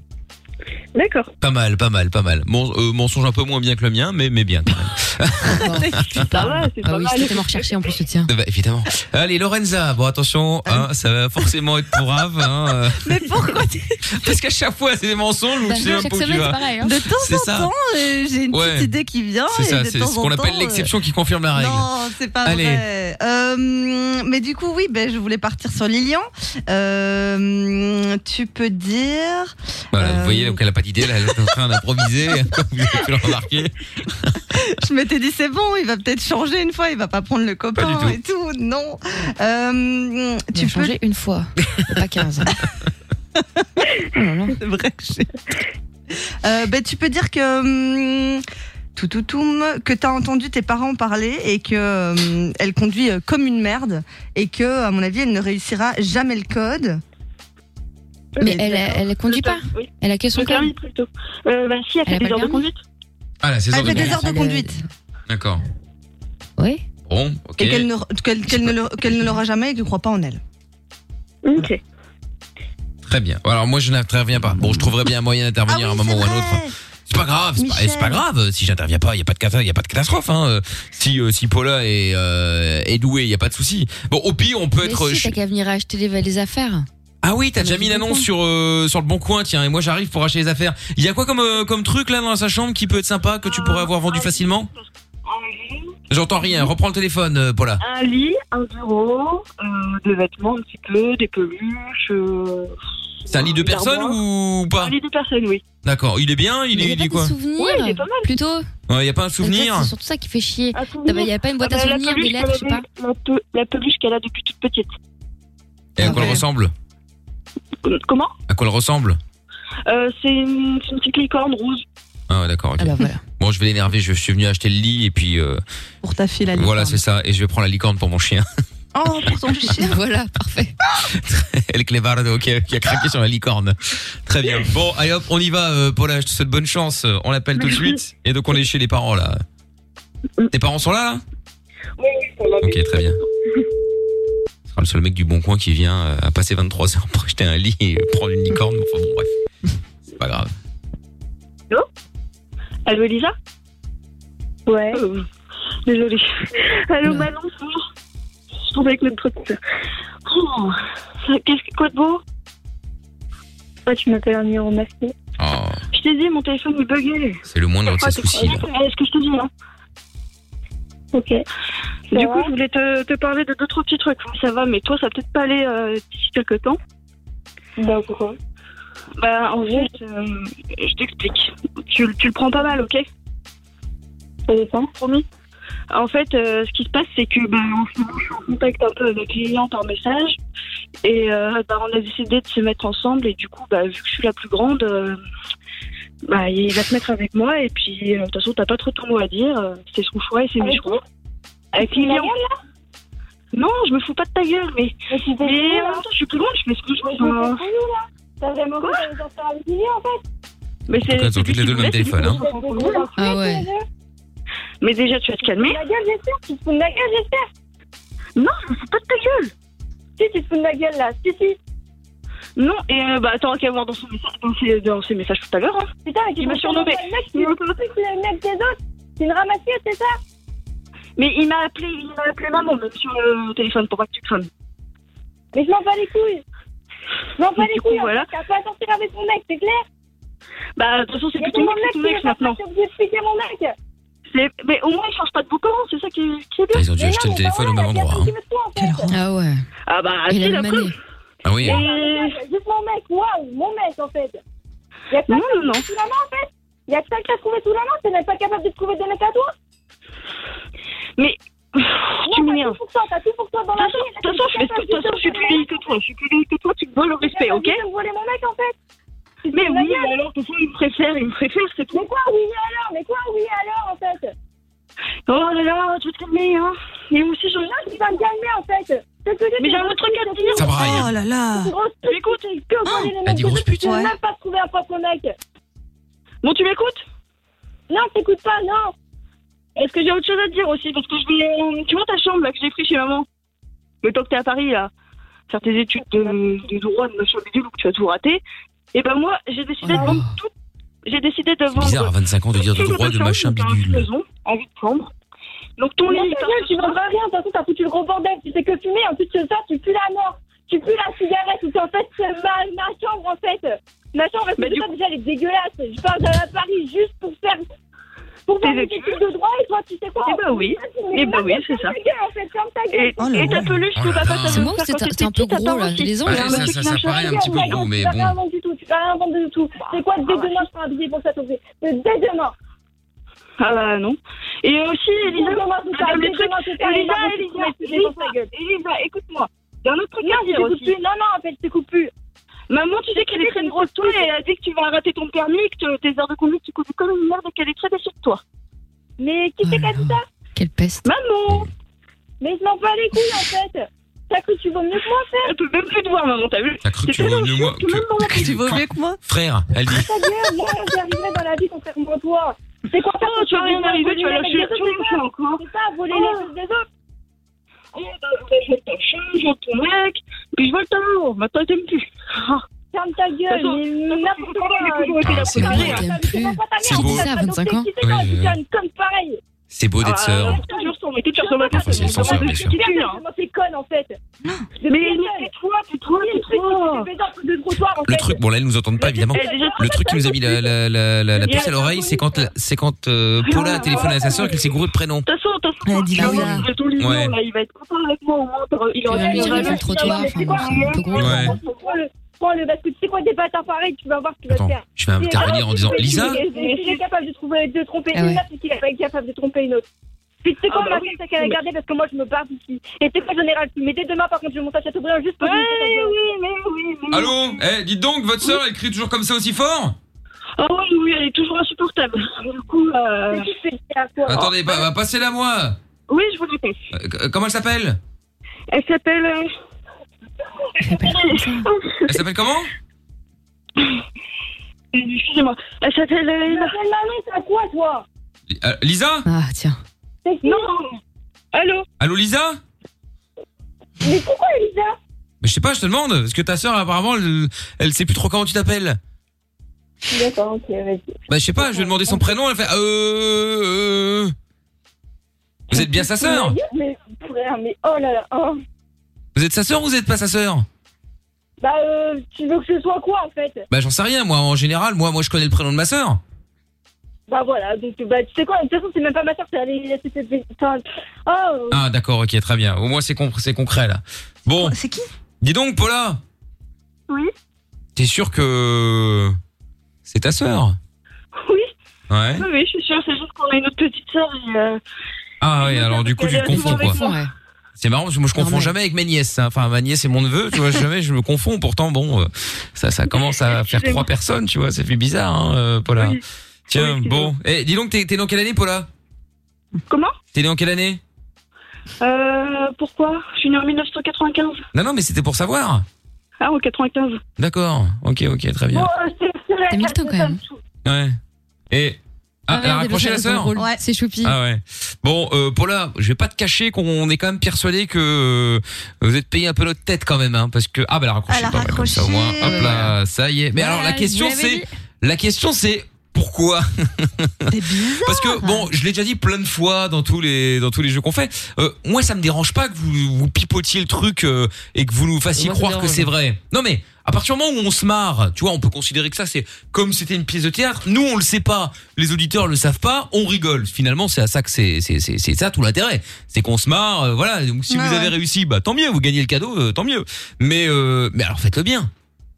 Speaker 13: D'accord.
Speaker 2: pas mal, pas mal, pas mal. Mon- euh, mensonge un peu moins bien que le mien, mais mais bien. quand même.
Speaker 13: Ah
Speaker 6: Ça va, c'est pas Ah oui, c'était tellement recherché en plus, le tien.
Speaker 2: Eh ben, évidemment. Allez, Lorenza, bon attention, hein, ça va forcément être pour Rave.
Speaker 3: Mais pourquoi
Speaker 2: Parce qu'à chaque fois, c'est des mensonges ou
Speaker 3: Bah,
Speaker 2: tu sais même
Speaker 3: chaque
Speaker 2: pas où tu
Speaker 3: semaine,
Speaker 2: vas.
Speaker 3: c'est pareil, hein. De temps
Speaker 2: C'est
Speaker 3: en
Speaker 2: ça.
Speaker 3: temps, euh, j'ai une
Speaker 2: Ouais.
Speaker 3: petite idée qui vient.
Speaker 2: C'est
Speaker 3: et
Speaker 2: ça,
Speaker 3: de
Speaker 2: c'est
Speaker 3: temps
Speaker 2: ce
Speaker 3: en
Speaker 2: qu'on appelle
Speaker 3: temps,
Speaker 2: l'exception
Speaker 3: euh,
Speaker 2: qui confirme la règle.
Speaker 3: Non, c'est pas
Speaker 2: Allez.
Speaker 3: vrai. Euh, mais du coup, oui, ben, je voulais partir sur Lilian. Euh, tu peux dire.
Speaker 2: Voilà,
Speaker 3: Euh,
Speaker 2: Vous voyez, donc elle a pas d'idée, là, elle est en train d'improviser, comme vous avez pu le remarquer.
Speaker 3: Je m'étais dit, c'est bon, il va peut-être changer une fois, il va pas prendre le copain
Speaker 2: Pas du
Speaker 3: et tout. Non. Euh, tu peux.
Speaker 6: changer une fois, pas 15.
Speaker 3: hein. Oh c'est vrai que j'ai. Euh, ben, tu peux dire que. hum, Tout, tout, toum, que t'as entendu tes parents parler et que hum, elle conduit euh, comme une merde et que, à mon avis, elle ne réussira jamais le code.
Speaker 6: Mais elle, elle conduit pas. Elle a que son
Speaker 13: Le permis,
Speaker 6: permis.
Speaker 13: plutôt. Euh, bah, si, elle fait
Speaker 6: Elle a
Speaker 13: des heures de
Speaker 6: pas le permis
Speaker 13: conduite.
Speaker 2: Ah, là, c'est
Speaker 3: Elle
Speaker 2: ça.
Speaker 3: fait des heures de conduite
Speaker 2: D'accord.
Speaker 6: Oui.
Speaker 2: Bon, ok.
Speaker 3: et qu'elle ne, qu'elle- qu'elle ne le- qu'elle ne l'aura jamais et que ne crois pas en elle.
Speaker 13: Ok.
Speaker 2: Très bien. Alors, moi, je n'interviens pas. Bon, je trouverai bien un moyen d'intervenir à un moment ou à un autre. Ah C'est pas grave, c'est pas,
Speaker 14: Michel.
Speaker 2: c'est pas grave. Si j'interviens pas, il y a pas de cata- y a pas de catastrophe. Hein. Euh, Si euh, si Paula est euh, est douée, il y a pas de souci. Bon, au pire, on peut
Speaker 6: Mais
Speaker 2: être.
Speaker 6: si,
Speaker 2: je-
Speaker 6: t'as qu'à venir acheter les, les affaires.
Speaker 2: Ah oui, t'as déjà mis l'annonce sur euh, sur le bon coin, tiens. Et moi, j'arrive pour acheter les affaires. Il y a quoi comme euh, comme truc là dans sa chambre qui peut être sympa que tu pourrais avoir vendu facilement J'entends rien. Reprends le téléphone, euh, Paula.
Speaker 13: Un lit, un bureau, euh, des vêtements un petit peu, des peluches. euh,
Speaker 2: C'est un lit de
Speaker 13: des
Speaker 2: personne
Speaker 13: armoires.
Speaker 2: ou pas
Speaker 13: Un lit de personne, oui.
Speaker 2: D'accord. Il est bien. Il est il est quoi
Speaker 6: Souvenir. Plutôt.
Speaker 2: Ouais, Il y a pas un souvenir.
Speaker 6: C'est surtout ça qui fait chier. Il y a pas une boîte
Speaker 13: Ah
Speaker 6: à
Speaker 13: bah, la
Speaker 6: souvenirs, des
Speaker 13: peluche
Speaker 6: lettres, je sais
Speaker 13: qu'elle
Speaker 6: pas.
Speaker 13: avait- La, pe- la peluche qu'elle a depuis toute petite.
Speaker 2: Et à quoi elle ressemble
Speaker 13: Comment
Speaker 2: À quoi elle ressemble
Speaker 13: Euh, C'est une, c'est une petite licorne rouge.
Speaker 2: Ah ouais, d'accord. ok.
Speaker 14: Ah bah voilà.
Speaker 2: Bon, je vais l'énerver. Je suis venu acheter le lit et puis euh,
Speaker 14: Pour ta fille, la
Speaker 2: voilà, c'est ça. Et je vais prendre la licorne pour mon chien.
Speaker 14: Oh, pour ton chien.
Speaker 6: voilà,
Speaker 2: El Clevardo qui a, qui a craqué sur la licorne. Très bien. Bon, allez hop, on y va, euh, Paula. Je te souhaite bonne chance. Euh, On l'appelle tout de suite. Et donc, on est chez les parents, là. Tes parents sont là, là Ok, très bien. Ce sera le seul mec du Bon Coin qui vient euh, à passer 23 heures pour acheter un lit et prendre une licorne. Enfin, bon, bref. C'est pas grave.
Speaker 13: Allô, Elisa Ouais. désolée. Allô, Manon, bonjour. Je suis tombée avec notre truc. Oh, ça- qu'est-ce que quoi de beau Ouais, tu m'appelles un numéro masqué.
Speaker 2: Oh,
Speaker 13: Je t'ai dit, mon téléphone il buguait.
Speaker 2: c'est le moindre de ses soucis, là.
Speaker 13: Ouais, Est-ce que je te dis, non Ok. Bah du coup, je voulais te, te parler de deux, trois petits trucs. Oui, Ça va, mais toi, ça va peut-être pas aller euh, d'ici quelques temps. Bah, pourquoi Bah, en fait, euh, je t'explique. Tu, le- tu le prends pas mal, ok Ça dépend. Promis En fait, euh, ce qui se passe, c'est que, bah, en ce moment, je suis en contact un peu avec les clients par message. Et, euh, bah, on a décidé de se mettre ensemble. Et du coup, bah, vu que je suis la plus grande. euh, bah, il va se mettre avec moi et puis euh, de toute façon t'as pas trop ton mot à dire, euh, c'est son choix et c'est mes choix. Avec
Speaker 15: Tu me la
Speaker 13: Lilian. Non, je me fous pas de ta gueule, mais, mais,
Speaker 15: désolée,
Speaker 13: en
Speaker 15: là.
Speaker 13: même temps, je suis plus grande, je fais ce que je
Speaker 15: hein. Mais t'es
Speaker 13: veux. hein.
Speaker 15: désolée, là. T'as vraiment
Speaker 13: Quoi
Speaker 15: voulu nous en faire un million, en fait.
Speaker 13: Mais
Speaker 2: En tout cas, ils ont toutes les deux le même téléphone, hein.
Speaker 13: Ah ouais. Mais déjà tu vas te calmer.
Speaker 15: La gueule, j'espère. Tu te fous de la gueule, j'espère.
Speaker 13: Non, je me fous pas de ta gueule.
Speaker 15: Si, tu te fous de la gueule, là. Si, si.
Speaker 13: Non, et euh, bah attends, qu'à voir dans, son message, dans, ses, dans ses messages tout à l'heure. Hein.
Speaker 15: Putain, mais tu
Speaker 13: Il m'a
Speaker 15: penses
Speaker 13: surnommé.
Speaker 15: que c'est le mec qui est le plus le mec des autres. C'est une ramassure, c'est ça
Speaker 13: Mais il m'a appelé, il m'a appelé maman même sur le téléphone pour pas que tu crames.
Speaker 15: Mais je m'en bats les couilles. Je m'en bats
Speaker 13: Du
Speaker 15: les
Speaker 13: coup,
Speaker 15: couilles. en
Speaker 13: voilà.
Speaker 15: fait. T'as pas à sortir avec mon mec, c'est clair
Speaker 13: Bah de toute façon c'est
Speaker 15: Mais
Speaker 13: plus ton mec, c'est ton
Speaker 15: qui
Speaker 13: mec
Speaker 15: va
Speaker 13: maintenant.
Speaker 15: pas obligé de piquer mon mec.
Speaker 13: C'est- Mais au moins ils changent pas de beau parents, c'est ça qui est, qui est bien.
Speaker 2: Bah, Ils ont dû acheter le téléphone au même endroit. hein.
Speaker 6: Ah ouais.
Speaker 13: Ah bah, si,
Speaker 6: Il a le
Speaker 13: la
Speaker 6: mané.
Speaker 13: preuve.
Speaker 2: Ah oui.
Speaker 15: Non, non, non, c'est Juste mon mec, waouh, mon mec en fait. Y a que ça
Speaker 13: Non,
Speaker 15: qui a
Speaker 13: non, non.
Speaker 15: trouvé sous la main en fait. Y a que ça qui a trouvé sous la main, t'es même pas capable de te trouver des mecs à toi.
Speaker 13: Mais tu m'énerves.
Speaker 15: Pour toi, t'as tout pour toi dans la vie.
Speaker 13: De toute façon, je fais- de toute façon, je suis plus vieille que toi. Je suis plus vieille que toi, tu te voles le respect, ok
Speaker 15: Tu voler mon mec en fait. Tu te
Speaker 13: Mais
Speaker 15: fous de la
Speaker 13: oui,
Speaker 15: gueule.
Speaker 13: mais alors, de toute façon, il me préfère, il me préfère, c'est tout.
Speaker 15: Mais quoi, oui alors Mais quoi, oui alors en fait
Speaker 13: Oh là là, tu vas te calmer, hein. Mais moi aussi, je.
Speaker 15: Non, tu vas me calmer en fait. C'est que
Speaker 13: Mais j'ai un autre truc à te dire.
Speaker 15: Ça
Speaker 2: braille.
Speaker 14: Oh là là. Ah,
Speaker 13: J'écoute.
Speaker 15: Elle
Speaker 2: dit grosse pute.
Speaker 15: Tu peux même pas trouver un propre mec.
Speaker 13: Bon, tu m'écoutes
Speaker 15: Non, t'écoutes pas, non.
Speaker 13: Est-ce que j'ai autre chose à te dire aussi Parce que je vais. euh, Tu vois ta chambre là que j'ai pris chez maman Le temps que t'es à Paris là, faire tes études de, de droit, de machin bidule, ou que tu as tout raté. Et ben moi, j'ai décidé
Speaker 14: Oh
Speaker 13: de vendre tout. J'ai décidé de vendre.
Speaker 2: Bizarre à 25 ans de dire de
Speaker 13: tout
Speaker 2: droit de
Speaker 13: chambre,
Speaker 2: machin
Speaker 13: t'as un
Speaker 2: bidule.
Speaker 13: maison, en vue de chambre. Donc ton
Speaker 15: Mais
Speaker 13: lit,
Speaker 15: ta
Speaker 13: t'as-
Speaker 15: gueule, tu vendras rien, de toute façon, t'as foutu le gros bordel, tu sais que fumer, en plus de ça, tu pues la mort, tu pues la cigarette, tu en fait c'est ma, ma chambre en fait. Ma chambre, elle fait ça, déjà, elle est dégueulasse. Je pars de la Paris juste pour faire. Pour faire
Speaker 13: Tes
Speaker 15: des
Speaker 13: études.
Speaker 15: études de droit et toi, tu sais quoi
Speaker 13: Eh ben oui.
Speaker 11: Ah,
Speaker 13: Eh ben oui, c'est ça. Et
Speaker 15: Et
Speaker 13: et ta peluche, tu
Speaker 2: Oh là
Speaker 13: vas pas
Speaker 2: là.
Speaker 13: te
Speaker 2: C'est
Speaker 6: bon, c'est un- c'est un peu gros, là, les ongles,
Speaker 2: Ouais, hein. ça- ça- ça paraît un petit peu gros,
Speaker 15: Tu
Speaker 2: mais bon. Ah bah.
Speaker 15: vas rien vendre du tout, tu vas rien vendre du tout. C'est quoi, dès demain, je prends un billet pour ça, t'ouvrir. Dès demain.
Speaker 13: Ah bah non. Et aussi, Elisa,
Speaker 15: Non, non, c'est ça,
Speaker 13: le
Speaker 15: c'est
Speaker 13: truc-
Speaker 15: ça, c'est ça,
Speaker 13: Elisa,
Speaker 15: Elisa,
Speaker 13: Elisa,
Speaker 15: c'est ça, c'est
Speaker 13: Elisa,
Speaker 15: ça.
Speaker 13: Elisa, écoute-moi. Il y a un autre truc
Speaker 15: Non,
Speaker 13: à
Speaker 15: je
Speaker 13: dire
Speaker 15: t'écoute
Speaker 13: aussi.
Speaker 15: plus. Non, non, en fait, je t'écoute plus.
Speaker 13: Maman, tu sais qu'elle est très grosse toi et elle a dit que tu vas arrêter ton permis, que te- tes heures de conduite, tu conduis comme une merde et qu'elle est très déçue de toi.
Speaker 15: Mais qui c'est qui a dit ça
Speaker 6: Oh Quelle peste.
Speaker 13: Maman
Speaker 15: Mais je m'en bats les couilles en fait. T'as cru que tu vaux mieux que moi en fait
Speaker 13: Elle peut même plus te voir, maman, t'as vu
Speaker 2: T'as cru que tu voulais mieux moi que...
Speaker 14: Tu vaux mieux que moi
Speaker 2: Frère, elle dit.
Speaker 15: Ta gueule, moi j'arriverai dans la vie contrairement à toi. C'est quoi ça
Speaker 13: Oh, tu vas rien arriver, tu vas lâcher
Speaker 15: les
Speaker 13: le tout, tu vas encore.
Speaker 15: C'est ça, voler les choses des autres.
Speaker 13: Oh, bah, je vole ta chambre, je vole ton mec, puis je vole ta maman. Maintenant, t'aimes plus. Ah.
Speaker 15: Ferme ta gueule,
Speaker 13: façon,
Speaker 15: mais n'importe quoi.
Speaker 13: j'ai toujours été
Speaker 15: euh,
Speaker 13: la
Speaker 15: tu
Speaker 2: Ah, C'est
Speaker 15: sais
Speaker 2: bon,
Speaker 15: pas,
Speaker 6: t'aimes
Speaker 15: tu sais
Speaker 6: plus.
Speaker 15: pas ta
Speaker 2: C'est
Speaker 15: mère,
Speaker 2: beau.
Speaker 15: tu sais
Speaker 6: Ça,
Speaker 15: pas,
Speaker 6: 25
Speaker 15: donc,
Speaker 6: ans.
Speaker 15: tu sais quoi,
Speaker 2: Ouais,
Speaker 15: tu
Speaker 2: ouais.
Speaker 15: fais une conne pareille.
Speaker 2: C'est beau
Speaker 13: Ah,
Speaker 2: d'être sœur.
Speaker 13: Toujours sur mes têtes, sur ma tête.
Speaker 2: Enfin, c'est le censeur, bien sûr.
Speaker 15: Tu sais pas comment c'est conne en fait.
Speaker 13: hein. Mais mais tais-toi, tais-toi, tais-toi.
Speaker 15: de trottoir en
Speaker 2: Le
Speaker 15: fait.
Speaker 2: truc, bon là, elles nous entendent pas évidemment.
Speaker 13: Eh, déjà,
Speaker 2: Le truc qui nous a mis la, la, la, la, la puce à l'oreille, c'est quand, la- c'est quand euh, Paula a téléphoné à sa sœur qu'elle s'est gourée de prénom.
Speaker 13: De toute façon, de toute façon,
Speaker 6: Lisa.
Speaker 13: je vais tout lui dire,
Speaker 2: Ouais.
Speaker 13: là, il va être content avec moi au moins. t'auras- Il
Speaker 6: Tu vas lui dire,
Speaker 13: aura-
Speaker 6: il va le trottoir, enfin bon, c'est un peu gros.
Speaker 2: Ouais.
Speaker 15: Prends le- Prends le, parce que tu sais quoi, des bâtards pareils, tu vas voir ce qu'il va te
Speaker 2: Attends,
Speaker 15: faire.
Speaker 2: je vais intervenir en disant Lisa,
Speaker 15: Il est capable de trouver, de tromper
Speaker 6: Ah
Speaker 15: une
Speaker 6: ouais.
Speaker 15: meuf et qu'il est pas capable de tromper une autre. Puis tu sais quoi,
Speaker 13: Ah bah
Speaker 15: ma
Speaker 13: oui.
Speaker 15: fille, c'est qu'elle a gardé parce que moi je me barre d'ici. Et c'est quoi, général, tu Mais dès demain, par contre, je monte à Châteaubriand juste pour
Speaker 13: Ouais,
Speaker 15: que tu
Speaker 13: oui, mais oui, mais oui.
Speaker 2: Allô Eh, dites donc, votre sœur, elle crie toujours comme ça aussi fort
Speaker 13: Ah oui, oui, elle est toujours insupportable. Du coup, euh...
Speaker 2: Attendez, bah, bah, passez-la moi.
Speaker 13: Oui, je vous la passe.
Speaker 2: Euh, c- euh, comment elle s'appelle
Speaker 13: Elle s'appelle. euh,
Speaker 2: Elle s'appelle comment
Speaker 13: Excusez-moi. Elle s'appelle. euh, Elle s'appelle Manon, t'as quoi, toi
Speaker 2: Euh, Lisa
Speaker 6: Ah, tiens.
Speaker 13: Non Allô
Speaker 2: Allô, Lisa
Speaker 13: Mais pourquoi Elisa
Speaker 2: Mais Je sais pas, je te demande. Parce que ta sœur, apparemment, elle, elle sait plus trop comment tu t'appelles.
Speaker 15: D'accord, ok, vas-y.
Speaker 2: Bah, je sais pas, je vais demander son prénom. Elle fait euh, euh, euh. Vous êtes Eh bien sa sœur
Speaker 15: Mais, frère, mais oh là là, oh.
Speaker 2: Vous êtes sa sœur ou vous êtes pas sa sœur
Speaker 15: Bah, euh, tu veux que ce soit quoi, en fait
Speaker 2: Bah j'en sais rien moi en général moi moi je connais le prénom de ma sœur.
Speaker 15: Bah voilà, donc bah, tu sais quoi, de toute façon c'est même pas ma soeur, c'est la laisser enfin, Oh
Speaker 2: Ah d'accord OK très bien. Au moins c'est con- c'est concret là. Bon.
Speaker 15: C'est qui
Speaker 2: Dis donc Paula,
Speaker 13: Oui
Speaker 2: t'es sûr que c'est ta sœur
Speaker 13: Oui
Speaker 2: Ouais.
Speaker 13: Oui, oui, je suis sûre, c'est juste qu'on a une autre petite sœur et. euh,
Speaker 2: Ah oui, alors du coup tu
Speaker 13: elle
Speaker 2: te
Speaker 13: est toujours
Speaker 2: confonds
Speaker 13: avec
Speaker 2: quoi.
Speaker 13: moi.
Speaker 2: C'est marrant parce que moi je confonds jamais avec mes nièces. hein. Enfin ma nièce et mon neveu, tu vois jamais je me confonds. Pourtant bon euh, ça ça commence à faire trois personnes, tu vois, ça fait bizarre hein, euh, Paula.
Speaker 13: Oui.
Speaker 2: Tiens bon. Eh dis donc t'es t'es dans quelle année Paula
Speaker 13: Comment
Speaker 2: T'es né en quelle année
Speaker 13: Euh. Pourquoi Je suis née en 1995.
Speaker 2: Non non mais c'était pour savoir.
Speaker 13: Ah, en 95.
Speaker 2: D'accord. OK OK très bien.
Speaker 13: T'as mis le temps quand même.
Speaker 2: Ouais. Et. Ah, elle a raccroché la sœur
Speaker 6: C'est choupi.
Speaker 2: Ah ouais. Bon, euh, Paula, je vais pas te cacher qu'on est quand même persuadé que euh, vous êtes payé un peu notre tête quand même, hein, parce que ah bah elle a raccroché,
Speaker 14: Elle a
Speaker 2: pas mal, comme ça au moins.
Speaker 14: raccroché.
Speaker 2: Hop là, ça y est. Mais
Speaker 14: Ouais,
Speaker 2: Eh ben alors la
Speaker 14: je
Speaker 2: question
Speaker 14: vous l'avais
Speaker 2: c'est,
Speaker 14: dit.
Speaker 2: la question c'est pourquoi Parce que bon, je l'ai déjà dit plein de fois dans tous les dans tous les jeux qu'on fait. euh, moi, ça me dérange pas que vous vous pipotiez le truc euh, et que vous nous fassiez
Speaker 16: Moi, ça me
Speaker 2: croire que
Speaker 16: dérange.
Speaker 2: c'est vrai. Non mais à partir du moment où on se marre, tu vois, on peut considérer que ça c'est comme c'était une pièce de théâtre. Nous, on le sait pas, les auditeurs le savent pas, on rigole. Finalement, c'est à ça que c'est c'est c'est c'est ça tout l'intérêt, c'est qu'on se marre. euh, voilà. Donc si
Speaker 16: Ouais,
Speaker 2: vous avez
Speaker 16: ouais.
Speaker 2: réussi, bah tant mieux, vous gagnez le cadeau, euh, tant mieux. Mais euh, mais alors faites-le bien.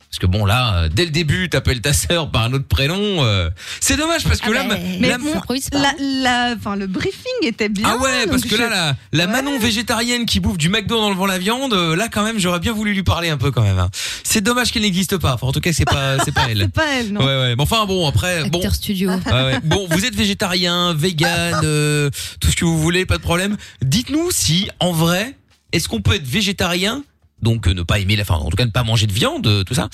Speaker 2: Parce que bon là, euh, dès le début, t'appelles ta sœur par un autre prénom. euh, c'est dommage parce
Speaker 14: Ah
Speaker 2: que là, ma-
Speaker 3: Ah bah, Mais
Speaker 2: là,
Speaker 3: bon, la, la- enfin, le briefing était bien.
Speaker 2: ah ouais, parce
Speaker 3: donc
Speaker 2: que là,
Speaker 3: je-
Speaker 2: la, la Manon végétarienne qui bouffe du McDo en enlevant la viande, euh, là quand même, j'aurais bien voulu lui parler un peu quand même. hein. C'est dommage qu'elle n'existe pas. Enfin, en tout cas, c'est pas, c'est pas elle.
Speaker 3: C'est pas elle, non.
Speaker 2: Ouais, ouais. Mais enfin, bon, après, bon.
Speaker 6: studio.
Speaker 2: Ouais, ouais. Bon, vous êtes végétarien, vegan, euh, tout ce que vous voulez, pas de problème. Dites-nous si, en vrai, est-ce qu'on peut être végétarien, donc euh, ne pas aimer la, enfin, en tout cas ne pas manger de viande, euh, tout ça,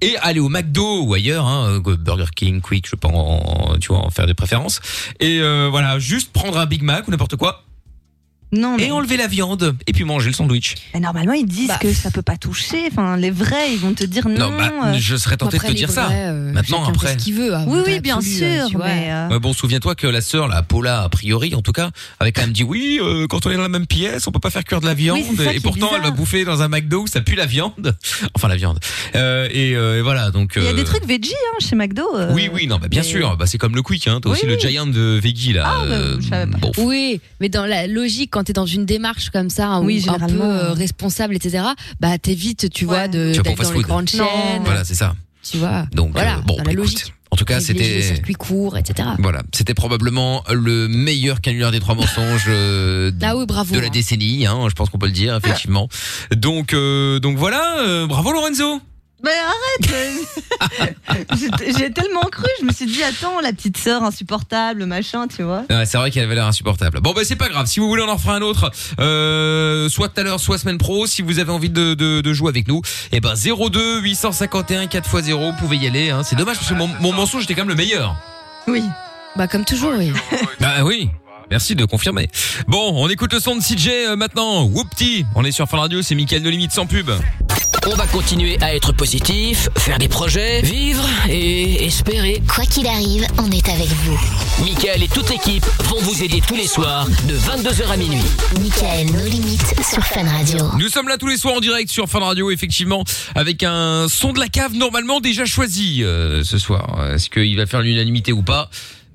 Speaker 2: et aller au McDo ou ailleurs, hein, euh, Burger King, Quick, je pense, en- tu vois, en faire des préférences, et euh, voilà, juste prendre un Big Mac ou n'importe quoi.
Speaker 3: Non,
Speaker 2: Et enlever la viande et puis manger le sandwich.
Speaker 3: Mais normalement, ils disent
Speaker 14: Bah.
Speaker 3: que ça peut pas toucher. Enfin, les vrais, ils vont te dire non.
Speaker 2: bah,
Speaker 3: euh.
Speaker 2: je serais tenté de te dire ça.
Speaker 14: euh,
Speaker 2: Maintenant, après.
Speaker 6: veut.
Speaker 14: hein,
Speaker 3: Oui, oui, bien sûr. mais, euh,
Speaker 2: Ouais, bon, souviens-toi que la sœur, la Paula, a priori, en tout cas, avait quand même dit oui. euh, quand on est dans la même pièce, on peut pas faire cuire de la viande.
Speaker 16: Oui, c'est ça
Speaker 2: et
Speaker 16: qui est
Speaker 2: pourtant, elle va bouffer dans un McDo où ça pue la viande. enfin, la viande. Euh, et, euh, et voilà, donc.
Speaker 3: Il y a
Speaker 2: euh,
Speaker 3: des trucs veggie hein, chez McDo. euh. Ah,
Speaker 2: Oui, oui, non, bah, bien sûr. Bah, c'est comme le quick, hein. T'as aussi le giant de Veggie là. euh, bon,
Speaker 6: Oui, mais dans la logique, quand t'es dans une démarche comme ça, hein,
Speaker 3: Oui,
Speaker 6: ou un peu
Speaker 3: généralement,
Speaker 6: euh, responsable, etc., bah t'évites, tu vois, de
Speaker 2: tu vas pas au
Speaker 6: d'être dans les
Speaker 2: fast-food.
Speaker 6: grandes chaînes.
Speaker 2: Voilà, c'est ça.
Speaker 6: Tu vois.
Speaker 2: Donc,
Speaker 6: voilà,
Speaker 2: euh, bon,
Speaker 6: dans
Speaker 2: bah,
Speaker 6: la
Speaker 2: écoute.
Speaker 6: logique.
Speaker 2: En tout cas,
Speaker 6: Privilégier les
Speaker 2: c'était.
Speaker 6: circuits courts, etc.
Speaker 2: Voilà, c'était probablement le meilleur canular des trois mensonges euh,
Speaker 6: Ah oui, bravo. Ah.
Speaker 2: de la décennie, hein, je pense qu'on peut le dire, effectivement. Donc, euh, donc voilà, euh, bravo Lorenzo
Speaker 3: Mais arrête euh, j'ai- J'ai tellement cru, je me suis dit, attends, la petite sœur insupportable, machin, tu vois.
Speaker 2: Ouais, Ah, c'est vrai qu'elle avait l'air insupportable. Bon, bah c'est pas grave. Si vous voulez, on en fera un autre, euh, soit tout à l'heure, soit semaine pro. Si vous avez envie de, de, de jouer avec nous, et ben 02 851 4x0, vous pouvez y aller. Hein. C'est dommage parce que mon, mon mensonge était quand même le meilleur.
Speaker 3: Oui.
Speaker 6: Bah comme toujours, oui.
Speaker 2: Bah oui. Merci de confirmer. Bon, on écoute le son de CJ euh, maintenant. Whoopty, on est sur Fin Radio, c'est Mickaël de Limite sans pub.
Speaker 1: On va continuer à être positif, faire des projets, vivre et espérer.
Speaker 9: Quoi qu'il arrive, on est avec vous.
Speaker 1: Michael et toute l'équipe vont vous aider tous les soirs de 22h à minuit.
Speaker 9: Michael, nos limites sur Fun Radio.
Speaker 2: Nous sommes là tous les soirs en direct sur Fun Radio, effectivement, avec un son de la cave normalement déjà choisi euh, ce soir. Est-ce qu'il va faire l'unanimité ou pas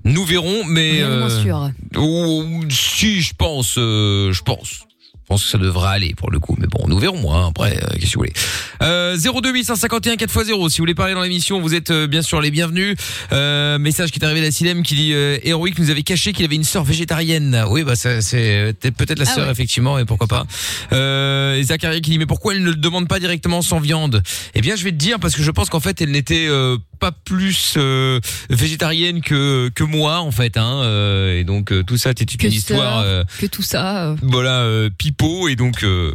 Speaker 2: Nous verrons, mais...
Speaker 6: Rien de moins sûr.
Speaker 2: oh, si, je pense, euh, je pense. Je pense que ça devrait aller pour le coup, mais bon, nous verrons. Hein, après, euh, qu'est-ce que vous voulez euh, 02 851 4x0. Si vous voulez parler dans l'émission, vous êtes euh, bien sûr les bienvenus. Euh, message qui est arrivé d'Assilem qui dit euh, Héroïque nous avait caché qu'il avait une sœur végétarienne. Oui, bah ça, c'est euh, peut-être- peut-être la
Speaker 16: Ah
Speaker 2: sœur
Speaker 16: ouais.
Speaker 2: effectivement, et pourquoi pas. Euh, et Zacharia qui dit mais pourquoi elle ne le demande pas directement sans viande Eh bien, je vais te dire parce que je pense qu'en fait elle n'était euh, pas plus euh, végétarienne que que moi en fait hein euh, et donc euh, tout ça c'était
Speaker 6: que
Speaker 2: une histoire
Speaker 6: ça,
Speaker 2: euh,
Speaker 6: que tout ça. euh.
Speaker 2: voilà euh, pipeau et donc euh,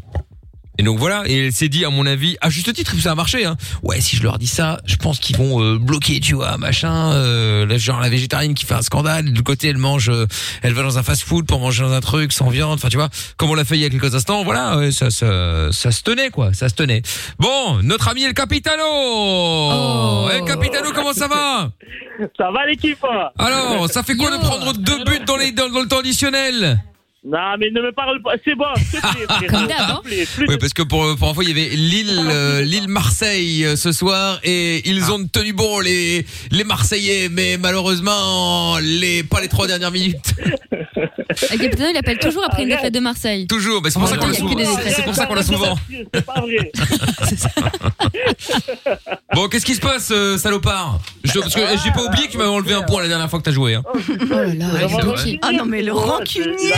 Speaker 2: et donc voilà et elle s'est dit à mon avis à juste titre ça a marché hein ouais si je leur dis ça je pense qu'ils vont euh, bloquer tu vois machin euh, là, genre la végétarienne qui fait un scandale de côté elle mange euh, elle va dans un fast food pour manger dans un truc sans viande enfin tu vois comme on l'a fait il y a quelques instants voilà ouais, ça, ça ça se tenait quoi ça se tenait bon notre ami El Capitano
Speaker 11: Oh.
Speaker 13: Oh.
Speaker 2: El Capitano comment ça va
Speaker 11: Ça va l'équipe hein
Speaker 2: alors ça fait quoi de prendre deux buts dans les dans, dans le temps additionnel
Speaker 11: Non, mais ne me parle pas, c'est bon, s'il te plaît, frérot,
Speaker 2: Comme d'hab,
Speaker 11: s'il
Speaker 2: hein.
Speaker 11: te plaît.
Speaker 2: Oui, parce que pour, pour info, il y avait Lille, euh, Lille Marseille euh, ce soir et
Speaker 11: Ah.
Speaker 2: ils ont tenu bon les les Marseillais, mais malheureusement les pas les trois dernières minutes.
Speaker 6: Le capitaine, il appelle toujours après une défaite de Marseille.
Speaker 2: Toujours, mais c'est pour ça qu'on l'a
Speaker 6: Ah, Il y a que
Speaker 2: souvent.
Speaker 6: des
Speaker 2: C'est c'est pour ça qu'on l'a souvent.
Speaker 11: C'est pas vrai.
Speaker 2: Bon, qu'est-ce qui se passe, euh, salopard Je, Parce que j'ai pas oublié que tu m'avais enlevé un point la dernière fois que t'as joué. Hein.
Speaker 14: Oh
Speaker 11: Vraiment,
Speaker 2: rancunier.
Speaker 11: rancunier.
Speaker 14: Ah non, mais le rancunier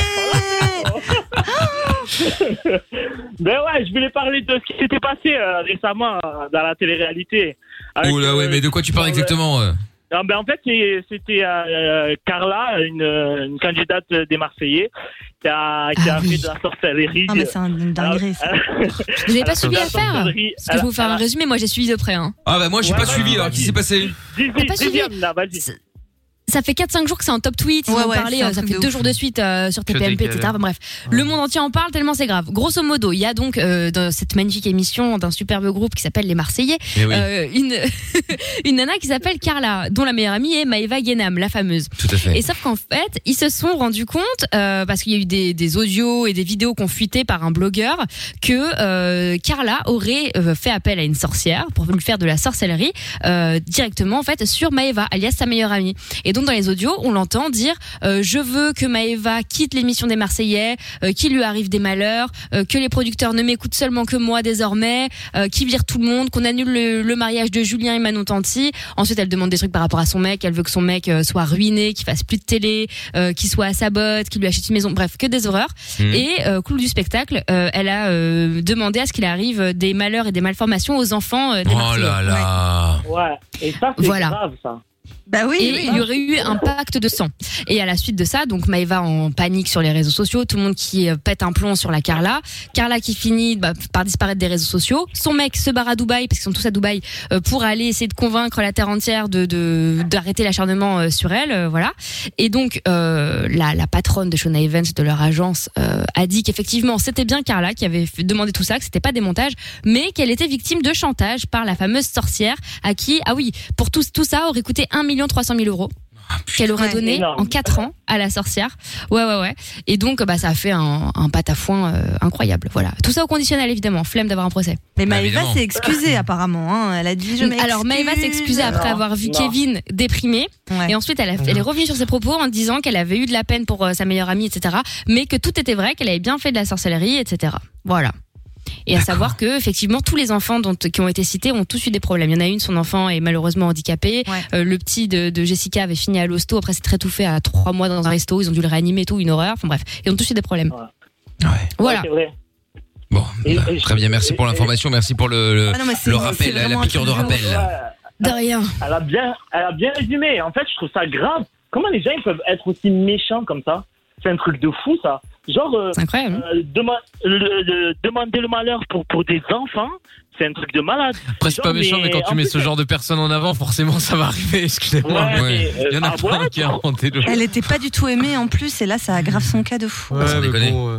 Speaker 11: Ben ouais, je voulais parler de ce qui s'était passé euh, récemment euh, dans la télé-réalité. Avec,
Speaker 2: Oula, ouais,
Speaker 11: euh,
Speaker 2: mais de quoi tu parles
Speaker 11: ouais.
Speaker 2: exactement euh
Speaker 11: Non, ben en fait, c'est- c'était euh, euh, Carla, une, euh, une candidate des Marseillais, qui a, qui a fait de la sorcellerie. Euh, Ah,
Speaker 6: Ah, mais c'est un-
Speaker 11: une dinguerie,
Speaker 6: Vous n'avez pas suivi l'affaire Parce que je vais vous faire un résumé, moi j'ai suivi de près. hein.
Speaker 2: Ah bah moi j'ai
Speaker 11: Ouais,
Speaker 2: pas
Speaker 11: ouais,
Speaker 2: suivi,
Speaker 11: ouais,
Speaker 2: alors qu'est-ce qui s'est passé
Speaker 6: T'as pas suivi Ça fait 4-5 jours que c'est en top tweet, ils
Speaker 3: Ouais,
Speaker 6: en
Speaker 3: ouais,
Speaker 6: parlaient,
Speaker 3: c'est un
Speaker 6: euh, ça
Speaker 3: truc
Speaker 6: fait
Speaker 3: de
Speaker 6: deux
Speaker 3: ouf.
Speaker 6: jours de suite euh, sur
Speaker 3: Que des
Speaker 6: TPMP, etc.
Speaker 3: galères.
Speaker 6: Enfin, bref, le monde entier en parle tellement c'est grave. Grosso modo, il y a donc euh, dans cette magnifique émission d'un superbe groupe qui s'appelle Les Marseillais,
Speaker 3: Eh oui.
Speaker 6: euh, une, une nana qui s'appelle Carla, dont la meilleure amie est Maëva Guénam, la fameuse.
Speaker 2: Tout à fait.
Speaker 6: Et sauf qu'en fait, ils se sont rendus compte, euh, parce qu'il y a eu des, des audios et des vidéos qui ont fuité par un blogueur, que euh, Carla aurait euh, fait appel à une sorcière pour lui faire de la sorcellerie euh, directement en fait sur Maeva, alias sa meilleure amie. Et donc dans les audios, on l'entend dire euh, je veux que Maeva quitte l'émission des Marseillais, euh, qu'il lui arrive des malheurs, euh, que les producteurs ne m'écoutent seulement que moi désormais, euh, qui vire tout le monde, qu'on annule le, le mariage de Julien et Manon Tanti. Ensuite, elle demande des trucs par rapport à son mec. Elle veut que son mec euh, soit ruiné, qu'il fasse plus de télé, euh, qu'il soit à sa botte, qu'il lui achète une maison. Bref, que des horreurs.
Speaker 2: Hmm.
Speaker 3: Mhm.
Speaker 6: Et euh, clou du spectacle, euh, elle a euh, demandé à ce qu'il arrive euh, des malheurs et des malformations aux enfants euh, des
Speaker 2: Oh
Speaker 6: Marseillais.
Speaker 2: là là
Speaker 11: Ouais, et ça,
Speaker 6: c'est Voilà.
Speaker 11: grave, ça.
Speaker 6: Bah
Speaker 11: oui,
Speaker 6: Et
Speaker 11: oui.
Speaker 6: il y aurait eu un pacte de sang. Et à la suite de ça, donc Maëva en panique sur les réseaux sociaux, tout le monde qui euh, pète un plomb sur la Carla. Carla qui finit bah, par disparaître des réseaux sociaux. Son mec se barre à Dubaï, parce qu'ils sont tous à Dubaï, euh, pour aller essayer de convaincre la terre entière de de- d'arrêter l'acharnement euh, sur elle. euh, voilà. Et donc euh, la, la patronne de Shona Evans, de leur agence, euh, a dit qu'effectivement c'était bien Carla qui avait fait- demandé tout ça, que c'était pas des montages, mais qu'elle était victime de chantage par la fameuse sorcière à qui, ah oui, pour tout, tout ça aurait coûté 1 300 000 euros. Qu'elle aurait
Speaker 3: Ah, Ouais,
Speaker 6: donné
Speaker 3: énorme.
Speaker 6: en 4 ans à la sorcière. Ouais, ouais, ouais. Et donc, bah, ça a fait un, un patafoin euh, incroyable. Voilà. Tout ça au conditionnel, évidemment. Flemme d'avoir un procès.
Speaker 3: Mais Maëva s'est excusée apparemment. hein. Elle a dit je m'excuse.
Speaker 6: Alors Maëva s'est excusée après avoir vu
Speaker 3: Non.
Speaker 6: Kevin déprimé et ensuite elle, a- elle est revenue sur ses propos en disant qu'elle avait eu de la peine pour euh, sa meilleure amie etc mais que tout était vrai qu'elle avait bien fait de la sorcellerie etc voilà et à savoir que effectivement tous les enfants dont, qui ont été cités ont tous eu des problèmes. Il y en a une, son enfant est malheureusement handicapé. Euh, le petit de, de Jessica avait fini à l'hosto. Après s'être étouffé à trois mois dans un resto. Ils ont dû le réanimer, et tout une horreur. Enfin bref, ils ont tous eu des problèmes. Voilà.
Speaker 2: Bon, bah, très bien, merci pour l'information, merci pour le, le,
Speaker 6: Ah non, mais c'est-
Speaker 2: le
Speaker 6: c'est
Speaker 2: rappel, la, la
Speaker 6: vraiment un
Speaker 2: piqûre de
Speaker 6: truc de
Speaker 2: rappel.
Speaker 6: De rien.
Speaker 11: Euh, Elle a bien, elle a bien résumé. En fait, je trouve ça grave. Comment les gens ils peuvent être aussi méchants comme ça C'est un truc de fou, ça. Genre, euh,
Speaker 6: hein.
Speaker 11: euh, dema- le- le- demander le malheur pour, pour des enfants, c'est un truc de malade.
Speaker 4: Après, c'est
Speaker 11: Genre,
Speaker 4: pas méchant, mais quand
Speaker 11: en
Speaker 4: tu mets
Speaker 11: plus,
Speaker 4: ce genre de personnes en avant, forcément, ça va arriver, excusez-moi.
Speaker 11: Ouais,
Speaker 2: Ouais.
Speaker 11: mais, euh,
Speaker 4: Il y en a
Speaker 11: ah
Speaker 4: plein qui a inventé le
Speaker 14: Elle était pas du tout aimée en plus, et là, ça aggrave son cas de fou.
Speaker 4: Ouais, mais bon, euh,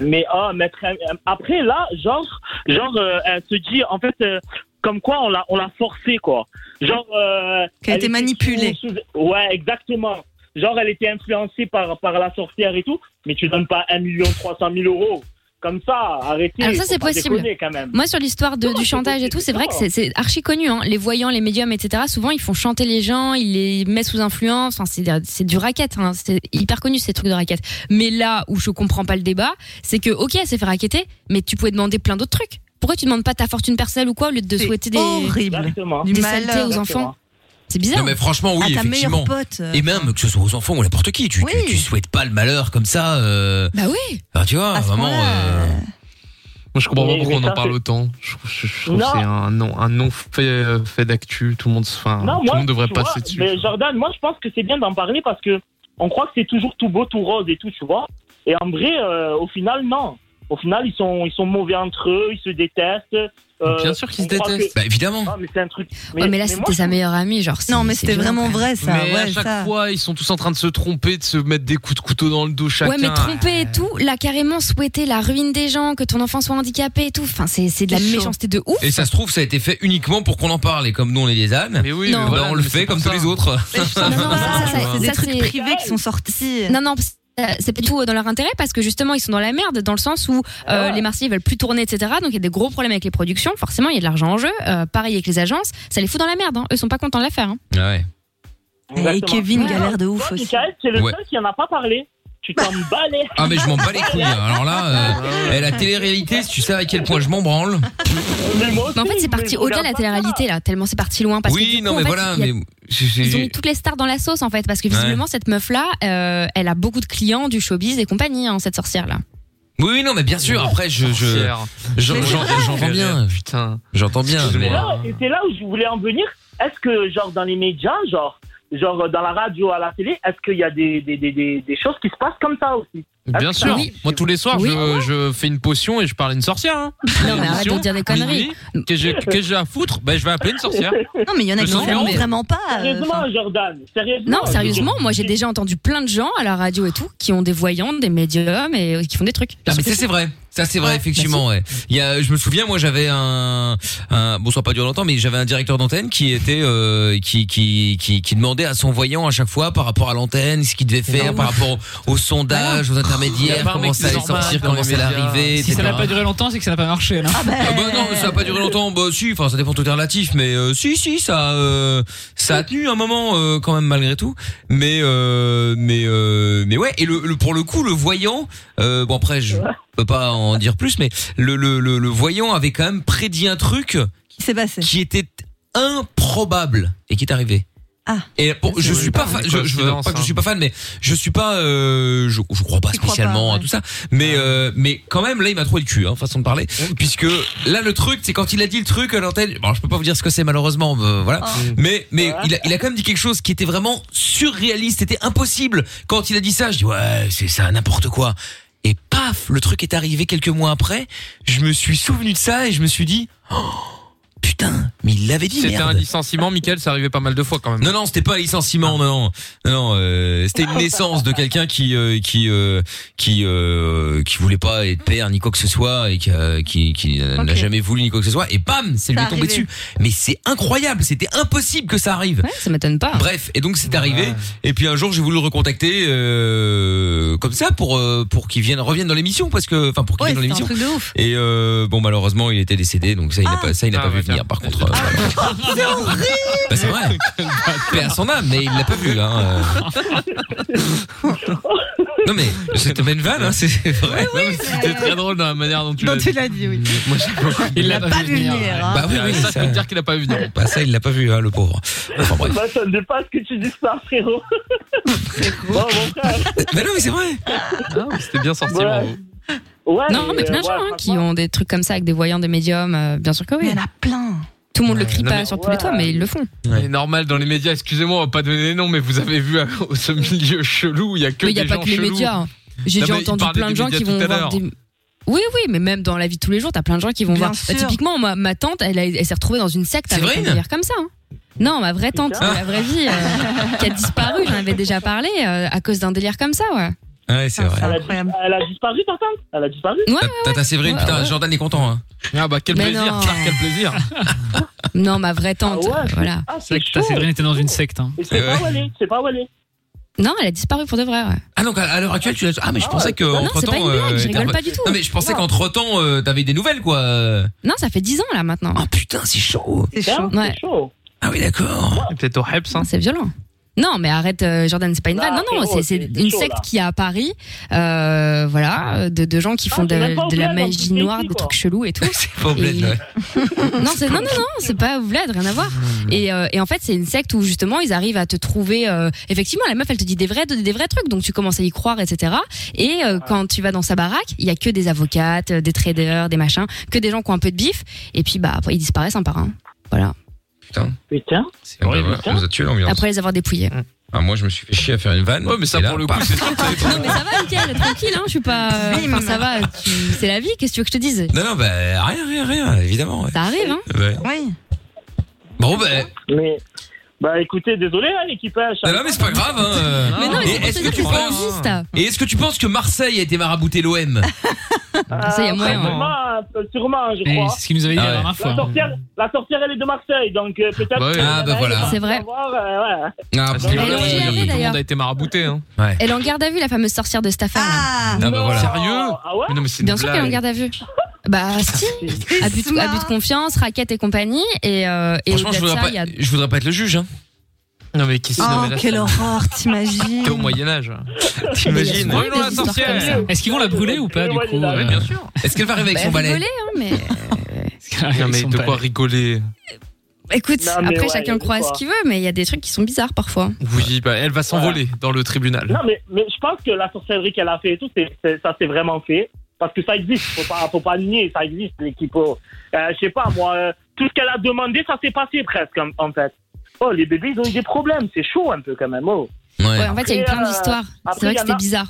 Speaker 11: Mais ah, mettre un- un- après là, genre, genre, euh, elle se dit en fait, euh, comme quoi on l'a, on l'a forcé quoi. Genre, euh,
Speaker 14: Qu'elle a été
Speaker 11: était
Speaker 14: manipulée.
Speaker 11: sous- sous- ouais, exactement. Genre, elle était influencée par par la sorcière et tout. Mais tu donnes pas 1 million 300 000 euros comme ça. Arrêtez.
Speaker 6: Alors Ah, ça
Speaker 11: Ah, faut
Speaker 6: c'est
Speaker 11: pas
Speaker 6: possible.
Speaker 11: déconner, quand même.
Speaker 6: Moi sur l'histoire de- du chantage et tout, c'est vrai que c'est- c'est archi connu. hein. Les voyants, les médiums, etc. Souvent ils font chanter les gens, ils les mettent sous influence. Enfin c'est c'est du racket. hein. C'est hyper connu ces trucs de racket. Mais là où je comprends pas le débat, c'est que ok elle s'est fait racketter, mais tu pouvais demander plein d'autres trucs. Pourquoi tu demandes pas ta fortune personnelle ou quoi au lieu de souhaiter des
Speaker 14: horrible.
Speaker 11: Exactement.
Speaker 6: des
Speaker 14: Du
Speaker 6: saletés
Speaker 14: malheur.
Speaker 6: aux
Speaker 14: Exactement.
Speaker 6: enfants C'est bizarre. Ah,
Speaker 2: Non mais franchement oui
Speaker 14: À ta
Speaker 2: effectivement.
Speaker 14: meilleure pote, euh,
Speaker 2: Et même que ce soit aux enfants ou à n'importe qui, tu, tu- tu souhaites pas le malheur comme ça. euh,
Speaker 6: Bah oui.
Speaker 2: enfin, tu vois vraiment. euh,
Speaker 4: Moi, je comprends pas
Speaker 11: Mais-
Speaker 4: pourquoi on
Speaker 11: mais
Speaker 4: en
Speaker 11: ça,
Speaker 4: parle
Speaker 11: c'est-
Speaker 4: autant. Je, je- je trouve que
Speaker 11: Non.
Speaker 4: c'est un non, un non fait, euh, fait d'actu. Tout le monde, se- enfin,
Speaker 11: Non,
Speaker 4: tout
Speaker 11: moi,
Speaker 4: le monde devrait
Speaker 11: tu
Speaker 4: passer
Speaker 11: vois,
Speaker 4: dessus.
Speaker 11: Mais Jordan, moi, je pense que c'est bien d'en parler parce que on croit que c'est toujours tout beau, tout rose et tout, tu vois. Et en vrai, euh, au final, non. Au final, ils sont, ils sont mauvais entre eux, ils se détestent. euh,
Speaker 2: Bien sûr qu'ils
Speaker 11: on
Speaker 2: se
Speaker 11: croit
Speaker 2: détestent. Bah, évidemment.
Speaker 11: Ah, mais c'est un truc.
Speaker 6: Ouais, mais là,
Speaker 11: moi,
Speaker 6: c'était sa meilleure amie, genre. c'est- c'est violent, quand même.
Speaker 4: Mais à chaque fois, ils sont tous en train de se tromper, de se mettre des coups de couteau dans le dos chacun.
Speaker 6: Ouais, mais tromper et tout, là, carrément souhaiter la ruine des gens, que ton enfant soit handicapé et tout. Enfin, c'est c'est de la
Speaker 2: C'est chaud.
Speaker 6: méchanceté de ouf.
Speaker 2: Et ça se trouve, ça a été fait uniquement pour qu'on en parle. Et comme nous, on est des ânes, mais
Speaker 6: oui, mais Non. voilà,
Speaker 2: on le
Speaker 4: mais c'est
Speaker 2: fait
Speaker 4: pour
Speaker 2: comme
Speaker 4: ça.
Speaker 2: tous les autres.
Speaker 6: Ça, ça,
Speaker 14: C'est des
Speaker 6: ça,
Speaker 14: trucs
Speaker 6: c'est-
Speaker 14: privés qui sont sortis.
Speaker 6: Non, non, parce que, euh, c'est pas du tout dans leur intérêt parce que justement ils sont dans la merde dans le sens où euh, les Marseillais veulent plus tourner etc donc il y a des gros problèmes avec les productions forcément il y a de l'argent en jeu Euh, pareil avec les agences ça les fout dans la merde hein. eux sont pas contents de l'affaire hein.
Speaker 2: Ah Ouais.
Speaker 14: Et Kevin
Speaker 11: Ouais,
Speaker 14: galère de
Speaker 11: toi,
Speaker 14: ouf aussi.
Speaker 11: Michael, c'est le
Speaker 2: Ouais.
Speaker 11: seul qui en a pas parlé. Tu t'en
Speaker 6: Bah.
Speaker 11: bats les.
Speaker 2: Ah mais je m'en bats les couilles. hein. Alors là, euh, eh, la télé-réalité, si tu sais à quel point je m'en branle.
Speaker 6: mais en fait c'est parti au-delà de la télé-réalité là tellement c'est parti loin parce que du
Speaker 2: Oui,
Speaker 6: coup,
Speaker 2: non
Speaker 6: en
Speaker 2: mais
Speaker 6: fait,
Speaker 2: voilà,
Speaker 6: il y a
Speaker 2: mais j'ai- j'ai-
Speaker 6: Ils ont mis toutes les stars dans la sauce en fait, parce que visiblement
Speaker 2: Ouais.
Speaker 6: cette meuf là, elle a beaucoup de clients du showbiz et compagnie, hein, cette sorcière là.
Speaker 2: Oui, oui, non mais bien sûr. Après, je, je, j'en-
Speaker 4: Mais c'est
Speaker 2: j'en-
Speaker 4: vrai.
Speaker 2: j'entends bien.
Speaker 4: Putain,
Speaker 2: j'entends bien.
Speaker 11: C'est
Speaker 2: mais- euh,
Speaker 11: là, et c'est là où je voulais en venir. Est-ce que, genre, dans les médias, genre, genre dans la radio, à la télé, est-ce qu'il y a des, des, des, des, des choses qui se passent comme ça aussi Est-ce
Speaker 4: Bien
Speaker 11: que
Speaker 4: sûr.
Speaker 6: Ah
Speaker 11: ça-
Speaker 4: Moi, tous les soirs, je, je fais une potion et je parle à une sorcière. Hein.
Speaker 6: Non, mais arrête de dire des conneries.
Speaker 4: Minuit, Qu'est-ce que j'ai- qu'est-ce que j'ai à foutre Ben, je vais appeler une sorcière.
Speaker 14: Non, mais il y en a
Speaker 4: Le
Speaker 14: qui
Speaker 4: numéro.
Speaker 14: ferment vraiment pas. euh, enfin.
Speaker 11: Jordan, sérieusement.
Speaker 6: Non, sérieusement, moi j'ai déjà entendu plein de gens à la radio et tout qui ont des voyantes, des médiums et euh, qui font des trucs.
Speaker 2: Ah mais ça c'est vrai, ça c'est vrai effectivement. Ouais. Il y a, je me souviens, moi j'avais un, un, bon, ça n'a pas duré longtemps, mais j'avais un directeur d'antenne qui était, euh, qui, qui, qui, qui demandait à son voyant à chaque fois par rapport à l'antenne ce qu'il devait faire, par rapport au, au sondage, aux
Speaker 5: Bah Y a
Speaker 2: intermédiaires,
Speaker 5: pas un
Speaker 2: comment
Speaker 5: mec
Speaker 2: ça allait
Speaker 5: normal
Speaker 2: sortir,
Speaker 5: dans
Speaker 2: comment
Speaker 5: les
Speaker 2: ça allait
Speaker 5: médias.
Speaker 2: arriver.
Speaker 5: Si ça n'a
Speaker 2: etc..
Speaker 5: pas duré longtemps, c'est que ça n'a pas marché. Là.
Speaker 2: Ah bah non, ça a pas duré longtemps. Bah si, enfin ça dépend tout est relatif, mais euh, si si ça euh, ça a tenu un moment euh, quand même malgré tout. Mais euh, mais euh, mais ouais et le, le- pour le coup le voyant euh, bon après je peux pas en dire plus mais le le le, le voyant avait quand même prédit un truc qui
Speaker 14: s'est passé
Speaker 2: qui était improbable et qui est arrivé.
Speaker 14: Ah.
Speaker 2: Et pour, je
Speaker 4: C'est
Speaker 2: suis pas
Speaker 4: une
Speaker 2: fan, je, je veux
Speaker 4: coïncidence,
Speaker 2: pas que je
Speaker 4: hein.
Speaker 2: suis pas fan, mais je suis pas, euh, je, je crois pas
Speaker 4: crois pas,
Speaker 2: spécialement à
Speaker 4: ouais.
Speaker 2: tout ça, mais euh, mais quand même là il m'a trouvé le cul, hein, façon de parler, puisque là le truc c'est quand il a dit le truc à l'antenne, bon je peux pas vous dire ce que c'est malheureusement, euh, voilà, mais mais il a, il a quand même dit quelque chose qui était vraiment surréaliste, c'était impossible quand il a dit ça, je dis ouais c'est ça n'importe quoi, et paf le truc est arrivé quelques mois après, je me suis souvenu de ça et je me suis dit oh, putain mais il l'avait dit
Speaker 4: C'était
Speaker 2: merde.
Speaker 4: un licenciement, Michael, ça arrivait pas mal de fois quand même.
Speaker 2: Non, non, c'était pas un licenciement, non, non, non, non, euh, c'était une naissance de quelqu'un qui, euh, qui, euh, qui, euh, qui voulait pas être père ni quoi que ce soit et qui, a- qui, qui n'a jamais voulu ni quoi que ce soit. Et bam, c'est lui
Speaker 6: Ça
Speaker 2: est tombé
Speaker 6: arrivait.
Speaker 2: dessus. Mais c'est incroyable, c'était impossible que ça arrive.
Speaker 6: ça m'étonne pas.
Speaker 2: Bref, et donc c'est arrivé. Et puis un jour, j'ai voulu le recontacter euh, comme ça pour euh, pour qu'il vienne revienne dans l'émission parce que, enfin, pour qu'il vienne dans
Speaker 14: c'est un
Speaker 2: l'émission.
Speaker 14: truc de ouf. Ah.
Speaker 2: Et euh, bon, malheureusement, il était décédé, donc ça, il n'a pas, ça, il
Speaker 4: Ah
Speaker 2: n'a pas vu venir. Par contre, euh,
Speaker 14: C'est horrible
Speaker 2: bah, c'est vrai. Paix à son âme, mais il l'a pas vu là. hein. non mais c'était une vanne, hein, c'est c'est vrai.
Speaker 4: C'était très drôle dans la manière dont tu
Speaker 14: Non,
Speaker 4: l'as
Speaker 14: tu
Speaker 4: dit.
Speaker 14: l'as dit, oui.
Speaker 4: Moi, j'ai beaucoup-
Speaker 5: Il l'a
Speaker 14: pas vu venir, hein.
Speaker 2: Bah oui, oui,
Speaker 4: Ah, ça,
Speaker 2: ça-
Speaker 4: peut dire qu'il a pas vu venir.
Speaker 2: Bah ça, il l'a pas vu, hein, le pauvre. Enfin bref.
Speaker 11: Bah, ça ne dépasse que tu dis ça, frérot. bon, mon frère. Ah,
Speaker 2: Mais non, mais c'est vrai.
Speaker 4: C'était bien sorti,
Speaker 11: Ouais.
Speaker 4: bravo.
Speaker 11: Ouais,
Speaker 6: non, mais plein de gens hein, qui ont des trucs comme ça avec des voyants, des médiums, euh, bien sûr que oui. Il y en
Speaker 14: a plein.
Speaker 6: Tout le monde le crie
Speaker 4: non,
Speaker 6: pas
Speaker 4: mais-
Speaker 6: sur tous les toits, mais ils le font.
Speaker 4: C'est normal dans les médias, excusez-moi, on va pas donner les noms, mais vous avez vu euh, ce milieu chelou, il y a que
Speaker 6: mais il
Speaker 4: des
Speaker 6: n'y a
Speaker 4: gens
Speaker 6: pas que les
Speaker 4: chelous.
Speaker 6: médias. hein. J'ai
Speaker 4: Non,
Speaker 6: déjà
Speaker 4: mais il
Speaker 6: entendu
Speaker 4: parlait
Speaker 6: plein
Speaker 4: des
Speaker 6: de gens
Speaker 4: médias
Speaker 6: qui vont
Speaker 4: tout à
Speaker 6: voir
Speaker 4: l'heure.
Speaker 6: des. Oui, oui, mais même dans la vie de tous les jours, t'as plein de gens qui vont
Speaker 14: Bien
Speaker 6: voir. Bah,
Speaker 14: sûr.
Speaker 6: typiquement, ma, ma tante, elle, a- elle s'est retrouvée dans une secte avec un
Speaker 2: Séverine
Speaker 6: délire comme ça. hein. Non, ma vraie tante,
Speaker 2: Putain.
Speaker 6: de la vraie vie, euh, qui a disparu, j'en avais déjà parlé, euh, à cause d'un délire comme ça, ouais.
Speaker 2: Ah Ouais, c'est vrai.
Speaker 11: Elle a, elle a disparu, ta tante Elle a disparu
Speaker 6: Ouais,
Speaker 2: T'as ta Séverine,
Speaker 6: Ouais,
Speaker 2: putain,
Speaker 6: ouais.
Speaker 2: Jordan est content. Hein.
Speaker 4: Ah bah quel
Speaker 6: Mais plaisir, non. quel
Speaker 4: plaisir.
Speaker 6: Non, ma vraie tante,
Speaker 11: Ah ouais
Speaker 6: euh, voilà.
Speaker 11: Ah, c'est
Speaker 5: C'est vrai que ta
Speaker 11: chaud.
Speaker 5: Séverine était dans une secte. Hein.
Speaker 11: Et
Speaker 2: Eh
Speaker 11: c'est pas où elle est, c'est pas où elle est.
Speaker 6: Non, elle a disparu pour de vrai, ouais.
Speaker 2: Ah donc à- à l'heure actuelle tu l'as ah mais je
Speaker 6: Ah
Speaker 2: pensais
Speaker 6: ouais.
Speaker 2: que
Speaker 6: Non,
Speaker 2: entre
Speaker 6: c'est pas
Speaker 2: temps euh,
Speaker 6: une blague, je rigole pas du tout.
Speaker 2: non mais je pensais
Speaker 6: Non.
Speaker 2: qu'entre temps t'avais des nouvelles quoi euh.
Speaker 6: Non, ça fait 10 ans, là,
Speaker 4: Ah,
Speaker 6: maintenant.
Speaker 2: putain c'est chaud
Speaker 14: C'est chaud.
Speaker 6: Ouais.
Speaker 11: chaud.
Speaker 2: ah oui d'accord
Speaker 4: Peut-être au Heps, hein.
Speaker 6: C'est violent. Non, mais arrête, euh, Jordan, c'est pas une
Speaker 11: Non,
Speaker 6: vanne. Non, non,
Speaker 11: Bah, frérot,
Speaker 6: c'est- c'est
Speaker 11: c'est
Speaker 6: une
Speaker 11: chaud,
Speaker 6: secte
Speaker 11: là.
Speaker 6: qu'il y a à Paris, euh, voilà, de, de gens qui font
Speaker 11: c'est Ah, même pas
Speaker 6: de,
Speaker 11: au
Speaker 6: de la
Speaker 11: bled, en plus,
Speaker 6: magie
Speaker 11: c'est
Speaker 6: noire,
Speaker 11: ici,
Speaker 6: des
Speaker 11: quoi.
Speaker 6: trucs chelous et tout.
Speaker 2: Pas au bled, ouais.
Speaker 6: non, c'est non, non, non, c'est pas Vlad, rien à voir. Et, euh, et en fait, c'est une secte où justement ils arrivent à te trouver. euh, effectivement, la meuf, elle te dit des vrais, des vrais trucs, donc tu commences à y croire, etc. Et euh, quand tu vas dans sa baraque, il y a que des avocates, euh, des traders, des machins, que des gens qui ont un peu de bif. Et puis bah après, ils disparaissent un par un. Voilà.
Speaker 16: Putain.
Speaker 11: Putain.
Speaker 2: Eh
Speaker 16: C'est
Speaker 2: ben
Speaker 16: hein. vrai, on nous a tué l'ambiance.
Speaker 6: Après les avoir dépouillés.
Speaker 16: Ah, moi, je me suis fait chier à faire une vanne. Ouais, mais ça, pour le coup, c'est
Speaker 6: Non mais ça va, Mickaël, tranquille, hein, je suis pas. Enfin, ça va, tu- c'est la vie, qu'est-ce que tu veux que je te dise
Speaker 16: Non, non, bah, rien, rien, rien, évidemment. ouais.
Speaker 6: Ça arrive, hein
Speaker 16: Ouais.
Speaker 6: Oui.
Speaker 16: Bon, ben.
Speaker 11: Mais, bah écoutez, désolé, hein, l'équipage.
Speaker 2: eh. Non, non, mais c'est pas grave. Hein. euh.
Speaker 11: Mais non, mais
Speaker 2: Et
Speaker 11: c'est pour
Speaker 2: est-ce
Speaker 11: te
Speaker 2: que
Speaker 11: dire
Speaker 2: tu
Speaker 11: que ça
Speaker 2: penses
Speaker 11: existe.
Speaker 2: Et est-ce que tu penses que Marseille a été marabouté Ah, l'OM
Speaker 6: Ah,
Speaker 11: Ça
Speaker 2: y est, moyen,
Speaker 11: Sûrement, Ah, euh, sûrement, je crois.
Speaker 2: c'est ce qu'il nous avait dit la dernière fois, hein.
Speaker 11: La sorcière, la sorcière, elle est de Marseille, donc euh, peut-être.
Speaker 4: Bah ouais.
Speaker 11: qu'elle
Speaker 4: Ah, bah
Speaker 11: va
Speaker 4: voilà.
Speaker 11: aller
Speaker 4: C'est
Speaker 6: vrai.
Speaker 11: savoir, euh, ouais.
Speaker 16: Ah,
Speaker 4: parce que
Speaker 6: bah, Elle est
Speaker 4: voilà,
Speaker 6: en
Speaker 4: je veux
Speaker 2: euh,
Speaker 4: dire,
Speaker 6: GRD,
Speaker 4: tout le monde
Speaker 6: d'ailleurs.
Speaker 4: a été marabouté. Hein.
Speaker 6: Elle est en garde à vue, la fameuse sorcière de Staffan. Ah,
Speaker 4: bah voilà. Sérieux
Speaker 11: Ah
Speaker 4: Mais non, mais c'est une
Speaker 6: Bien sûr qu'elle est en
Speaker 4: blague.
Speaker 6: garde à vue. Bah si, abus de, abus de confiance, raquette et compagnie, et, euh, et
Speaker 2: Franchement, je
Speaker 6: au-delà de
Speaker 2: voudrais,
Speaker 6: ça,
Speaker 2: pas,
Speaker 6: il y a-
Speaker 2: je voudrais pas être le juge. Hein. Non, mais qui
Speaker 6: Oh, non, mais là,
Speaker 5: quelle
Speaker 14: horreur, t'imagines
Speaker 4: T'es au Moyen-Âge. T'imagines
Speaker 5: Oui, non, la sorcière. Est-ce qu'ils vont la brûler ou pas du coup euh Oui, bien
Speaker 2: sûr. Est-ce qu'elle va
Speaker 4: arriver avec son
Speaker 6: Bah,
Speaker 4: balai
Speaker 6: rigoler, hein, mais
Speaker 5: Ah,
Speaker 2: Ah,
Speaker 4: Non, mais
Speaker 5: Ils sont
Speaker 4: de
Speaker 5: pas
Speaker 4: quoi
Speaker 5: allés.
Speaker 4: rigoler
Speaker 6: écoute,
Speaker 11: Non, mais
Speaker 6: après
Speaker 11: ouais,
Speaker 6: chacun croit à ce
Speaker 11: quoi.
Speaker 6: qu'il veut, mais il y a des trucs qui sont bizarres parfois.
Speaker 4: Oui, bah, elle va s'envoler dans le tribunal.
Speaker 11: Non, mais, mais je pense que la sorcellerie qu'elle a fait et tout, c'est- c'est- ça s'est vraiment fait. Parce que ça existe, faut pas, faut pas nier, ça existe, l'équipe. oh. Euh, je sais pas, moi, euh, tout ce qu'elle a demandé, ça s'est passé presque, en, en fait. Oh, les bébés, ils ont eu des problèmes, c'est chaud un peu quand même. Oh.
Speaker 6: Ouais, en fait, il y a eu
Speaker 11: Après,
Speaker 6: plein
Speaker 11: euh,
Speaker 6: d'histoires.
Speaker 11: après,
Speaker 6: C'est vrai
Speaker 11: il y
Speaker 6: que
Speaker 11: en
Speaker 6: c'était
Speaker 11: a-
Speaker 6: bizarre.